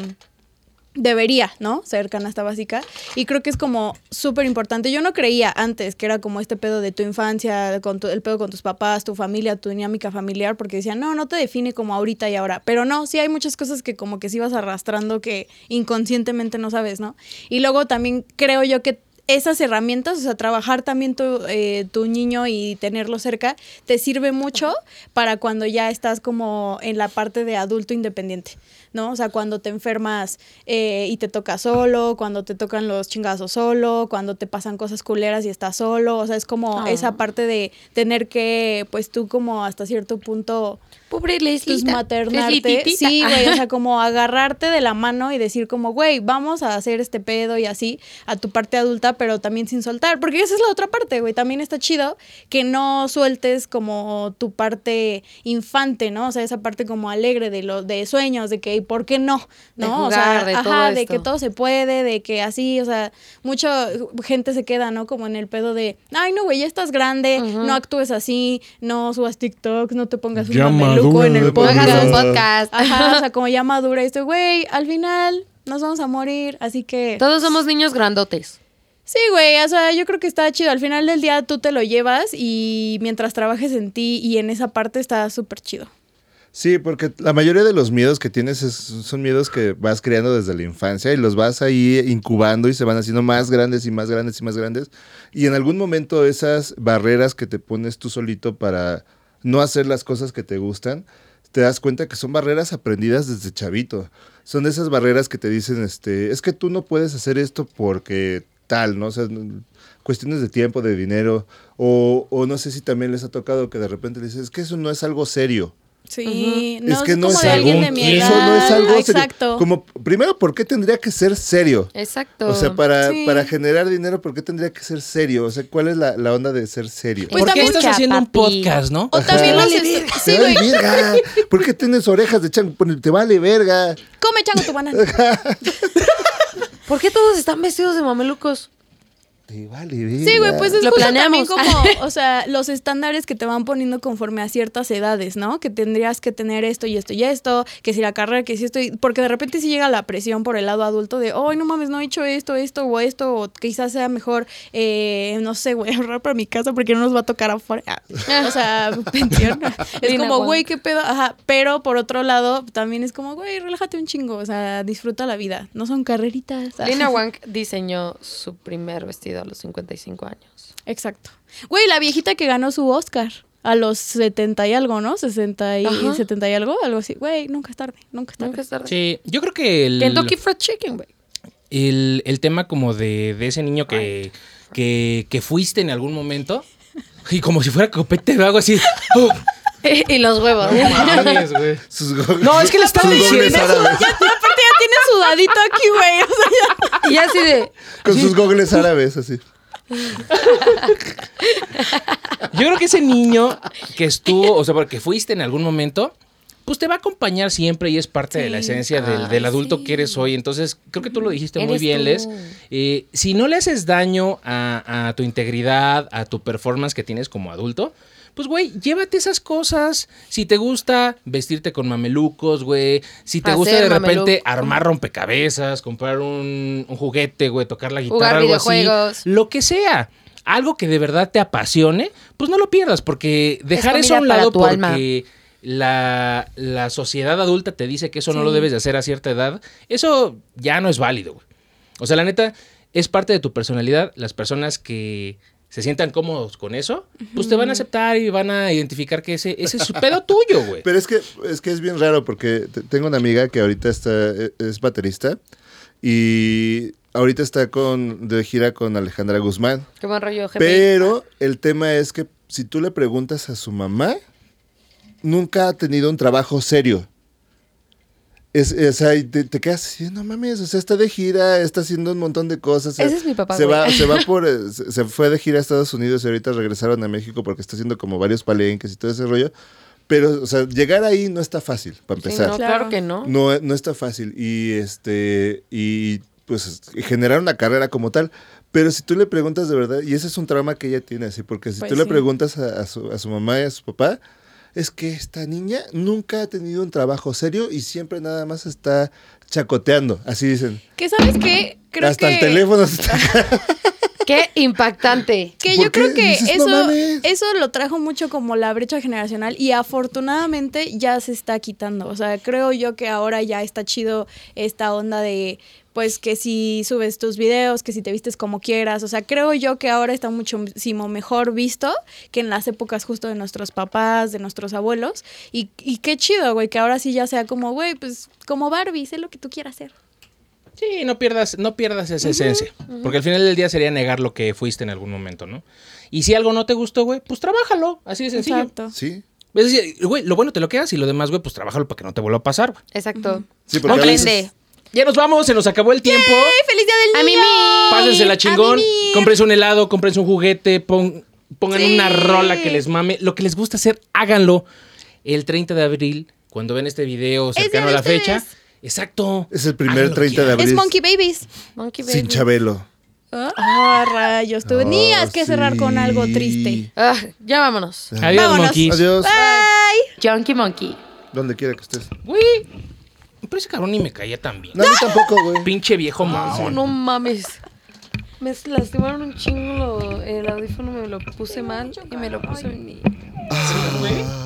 [SPEAKER 5] debería, ¿no? Ser canasta básica. Y creo que es como súper importante. Yo no creía antes que era como este pedo de tu infancia, con tu- el pedo con tus papás, tu familia, tu dinámica familiar, porque decían, no, no te define como ahorita y ahora. Pero no, sí hay muchas cosas que como que sí vas arrastrando que inconscientemente no sabes, ¿no? Y luego también creo yo que esas herramientas, o sea, trabajar también tu, eh, tu niño y tenerlo cerca, te sirve mucho para cuando ya estás como en la parte de adulto independiente, ¿no? O sea, cuando te enfermas eh, y te toca solo, cuando te tocan los chingazos solo, cuando te pasan cosas culeras y estás solo, o sea, es como
[SPEAKER 3] Ah.
[SPEAKER 5] esa parte de tener que, pues tú como hasta cierto punto
[SPEAKER 3] Pobre
[SPEAKER 5] pues
[SPEAKER 3] Leslie.
[SPEAKER 5] maternarte. Sí, güey, o sea, como agarrarte de la mano y decir como, güey, vamos a hacer este pedo y así a tu parte adulta, pero también sin soltar, porque esa es la otra parte, güey, también está chido que no sueltes como tu parte infante, ¿no? O sea, esa parte como alegre de los de sueños, de que ¿por qué no?
[SPEAKER 3] De
[SPEAKER 5] ¿No? o
[SPEAKER 3] jugar,
[SPEAKER 5] sea,
[SPEAKER 3] de
[SPEAKER 5] ajá,
[SPEAKER 3] todo
[SPEAKER 5] de
[SPEAKER 3] esto.
[SPEAKER 5] que todo se puede, de que así, o sea, mucha gente se queda, ¿no? Como en el pedo de, ay, no, güey, ya estás grande, no actúes así, no subas TikToks, no te pongas un
[SPEAKER 7] Ya
[SPEAKER 5] mameluco
[SPEAKER 7] madura
[SPEAKER 5] en
[SPEAKER 7] de
[SPEAKER 5] el
[SPEAKER 3] No hagas un
[SPEAKER 5] podcast.
[SPEAKER 3] podcast.
[SPEAKER 5] Ajá, o sea, como ya madura y estoy, güey, al final nos vamos a morir, así que...
[SPEAKER 3] Todos somos niños grandotes.
[SPEAKER 5] Sí, güey, o sea, yo creo que está chido. Al final del día tú te lo llevas y mientras trabajes en ti y en esa parte está súper chido.
[SPEAKER 4] Sí, porque la mayoría de los miedos que tienes es- son miedos que vas creando desde la infancia y los vas ahí incubando y se van haciendo más grandes y más grandes y más grandes. Y en algún momento esas barreras que te pones tú solito para no hacer las cosas que te gustan, te das cuenta que son barreras aprendidas desde chavito. Son esas barreras que te dicen, este, es que tú no puedes hacer esto porque tal, ¿no? O sea, n- cuestiones de tiempo, de dinero, o, o no sé si también les ha tocado que de repente le dices, es que eso no es algo serio.
[SPEAKER 5] Sí,
[SPEAKER 4] Es que no
[SPEAKER 5] como
[SPEAKER 4] es
[SPEAKER 5] de
[SPEAKER 4] algo,
[SPEAKER 5] alguien de mi edad.
[SPEAKER 4] eso no es algo
[SPEAKER 5] Ah,
[SPEAKER 4] serio.
[SPEAKER 5] Exacto.
[SPEAKER 4] Como, primero, ¿por qué tendría que ser serio?
[SPEAKER 3] Exacto.
[SPEAKER 4] O sea, para,
[SPEAKER 5] Sí.
[SPEAKER 4] para generar dinero, ¿por qué tendría que ser serio? O sea, ¿cuál es la, la onda de ser serio?
[SPEAKER 5] Pues
[SPEAKER 2] ¿Por qué
[SPEAKER 5] también-
[SPEAKER 2] estás haciendo un
[SPEAKER 3] Papi.
[SPEAKER 2] podcast, no?
[SPEAKER 5] O también los... Sí,
[SPEAKER 4] te vale
[SPEAKER 5] güey,
[SPEAKER 4] verga. ¿Por qué tienes orejas de chango? Pon- Te vale verga.
[SPEAKER 5] come chango tu banana.
[SPEAKER 3] ¿Por qué todos están vestidos de mamelucos?
[SPEAKER 4] Te vale verga.
[SPEAKER 5] Sí, güey, pues es
[SPEAKER 3] Lo
[SPEAKER 5] justo también
[SPEAKER 3] planeamos.
[SPEAKER 5] como, o sea, los estándares que te van poniendo conforme a ciertas edades, ¿no? Que tendrías que tener esto y esto y esto, que si la carrera, que si esto, y- porque de repente si llega la presión por el lado adulto de, ay, no mames, no he hecho esto, esto o esto, o quizás sea mejor, eh, no sé, güey, ahorrar para mi casa porque no nos va a tocar afuera. O sea, pensión. Es
[SPEAKER 3] Lina
[SPEAKER 5] como,
[SPEAKER 3] Wong.
[SPEAKER 5] güey, qué pedo, ajá, pero por otro lado también es como, güey, relájate un chingo, o sea, disfruta la vida, no son carreritas.
[SPEAKER 3] Lina Wang diseñó su primer vestido a los 55 años.
[SPEAKER 5] Exacto. Güey, la viejita que ganó su Oscar a los 70 y algo, ¿no? 60 y
[SPEAKER 3] Ajá.
[SPEAKER 5] 70 y algo, algo así. Güey, nunca es tarde, nunca es tarde.
[SPEAKER 3] Nunca es tarde.
[SPEAKER 2] Sí, yo creo que el...
[SPEAKER 3] Kentucky Fried Chicken, güey.
[SPEAKER 2] el, el tema como de, de ese niño que, que, que fuiste en algún momento y como si fuera copete o algo así. ¡Oh!
[SPEAKER 3] y los huevos.
[SPEAKER 2] No mames, güey.
[SPEAKER 4] Sus go-
[SPEAKER 2] No, es que le estaba
[SPEAKER 4] sus goles
[SPEAKER 2] diciendo.
[SPEAKER 4] árabes.
[SPEAKER 5] Aparte ya tiene sudadito aquí, güey. O sea, ya-
[SPEAKER 3] y así de.
[SPEAKER 4] Con sus gogles árabes, así.
[SPEAKER 2] Yo creo que ese niño que estuvo, o sea, porque fuiste en algún momento, pues te va a acompañar siempre y es parte de la esencia del, del
[SPEAKER 3] Ay,
[SPEAKER 2] adulto
[SPEAKER 3] sí.
[SPEAKER 2] que eres hoy. Entonces, creo que tú lo dijiste muy
[SPEAKER 3] Eres
[SPEAKER 2] bien,
[SPEAKER 3] tú.
[SPEAKER 2] Les. Eh, si no le haces daño a, a tu integridad, a tu performance que tienes como adulto, pues, güey, llévate esas cosas. Si te gusta vestirte con mamelucos, güey. Si te gusta de
[SPEAKER 3] Hacer
[SPEAKER 2] repente
[SPEAKER 3] mameluco.
[SPEAKER 2] armar rompecabezas, comprar un, un juguete, güey, tocar la guitarra,
[SPEAKER 3] Jugar
[SPEAKER 2] algo así.
[SPEAKER 3] videojuegos.
[SPEAKER 2] Lo que sea. Algo que de verdad te apasione, pues no lo pierdas, porque dejar eso
[SPEAKER 3] comida
[SPEAKER 2] a un
[SPEAKER 3] para
[SPEAKER 2] lado
[SPEAKER 3] tu
[SPEAKER 2] porque
[SPEAKER 3] alma.
[SPEAKER 2] La, la sociedad adulta te dice que eso no lo debes de hacer a cierta edad, eso ya no es válido, güey. O sea, la neta, es parte de tu personalidad. Las personas que se sientan cómodos con eso, pues te van a aceptar y van a identificar que ese, ese es su pedo tuyo, güey.
[SPEAKER 4] Pero es que es que es bien raro porque te- tengo una amiga que ahorita está e- es baterista y ahorita está con de gira con Alejandra Guzmán.
[SPEAKER 3] Qué buen rollo, jefe.
[SPEAKER 4] Pero el tema es que si tú le preguntas a su mamá, nunca ha tenido un trabajo serio. Es, es- o sea, y te, te quedas así, no mames, o sea, está de gira, está haciendo un montón de cosas.
[SPEAKER 3] Ese
[SPEAKER 4] se-
[SPEAKER 3] es mi papá,
[SPEAKER 4] Se
[SPEAKER 3] güey.
[SPEAKER 4] va, se va por, eh, se se fue de gira a Estados Unidos y ahorita regresaron a México porque está haciendo como varios palenques y todo ese rollo. Pero, o sea, llegar ahí no está fácil, para
[SPEAKER 3] Sí,
[SPEAKER 4] empezar.
[SPEAKER 3] no,
[SPEAKER 5] Claro.
[SPEAKER 3] claro que no.
[SPEAKER 4] No, no está fácil. Y este. Y pues generar una carrera como tal. Pero si tú le preguntas de verdad, y ese es un trauma que ella tiene, así, porque si
[SPEAKER 5] Pues
[SPEAKER 4] tú le
[SPEAKER 5] sí.
[SPEAKER 4] preguntas a, a su, a su mamá y a su papá, es que esta niña nunca ha tenido un trabajo serio y siempre nada más está chacoteando. Así dicen.
[SPEAKER 5] Que sabes qué? Creo
[SPEAKER 4] Hasta
[SPEAKER 5] que
[SPEAKER 4] el teléfono se está...
[SPEAKER 3] Qué impactante.
[SPEAKER 5] Que
[SPEAKER 4] ¿Por
[SPEAKER 5] yo
[SPEAKER 4] qué?
[SPEAKER 5] creo que
[SPEAKER 4] Dices, "No
[SPEAKER 5] eso,
[SPEAKER 4] mames".
[SPEAKER 5] eso lo trajo mucho como la brecha generacional y afortunadamente ya se está quitando. O sea, creo yo que ahora ya está chido esta onda de pues que si subes tus videos, que si te vistes como quieras. O sea, creo yo que ahora está muchísimo mejor visto que en las épocas justo de nuestros papás, de nuestros abuelos. Y, y qué chido, güey, que ahora sí ya sea como, güey, pues como Barbie, sé lo que tú quieras hacer.
[SPEAKER 2] Sí, no pierdas, no pierdas esa esencia. Porque al final del día sería negar lo que fuiste en algún momento, ¿no? Y si algo no te gustó, güey, pues trabájalo. Así de sencillo.
[SPEAKER 5] Exacto.
[SPEAKER 4] Sí.
[SPEAKER 2] Es decir, güey, lo bueno te lo quedas y lo demás, güey, pues trabájalo para que no te vuelva a pasar, güey.
[SPEAKER 3] Exacto.
[SPEAKER 4] Sí, porque a veces-
[SPEAKER 3] Aprende.
[SPEAKER 2] Ya nos vamos, se nos acabó el tiempo.
[SPEAKER 5] ¡Feliz día del
[SPEAKER 3] A mí mi.
[SPEAKER 2] Pásense la chingón.
[SPEAKER 5] mimir.
[SPEAKER 2] Cómprense un helado, cómprense un juguete, pon- pongan
[SPEAKER 5] Sí.
[SPEAKER 2] una rola que les mame. Lo que les gusta hacer, háganlo. El 30 de abril, cuando ven este video cercano a
[SPEAKER 5] de
[SPEAKER 2] la
[SPEAKER 5] ustedes.
[SPEAKER 2] fecha. Exacto.
[SPEAKER 4] Es el primer
[SPEAKER 2] Háganlo,
[SPEAKER 4] 30 de
[SPEAKER 5] Es
[SPEAKER 4] abril
[SPEAKER 5] Monkey Babies.
[SPEAKER 3] Monkey Baby.
[SPEAKER 4] sin Chabelo.
[SPEAKER 5] Ah, rayos, tú tenías
[SPEAKER 4] Ah,
[SPEAKER 5] que cerrar con
[SPEAKER 4] sí.
[SPEAKER 5] algo triste. Ah.
[SPEAKER 3] Ah, ya vámonos.
[SPEAKER 2] Adiós,
[SPEAKER 5] Vámonos.
[SPEAKER 2] monkeys.
[SPEAKER 4] Adiós.
[SPEAKER 5] Bye.
[SPEAKER 3] Junkie Monkey.
[SPEAKER 4] Donde quiera que estés.
[SPEAKER 2] Güey, pero ese cabrón ni me caía tan bien.
[SPEAKER 4] No, a mí tampoco, güey.
[SPEAKER 2] Pinche viejo mamón.
[SPEAKER 3] No mames. Me lastimaron un chingo. lo- el audífono me lo puse mal y me lo puse en mi.
[SPEAKER 2] Sí, güey.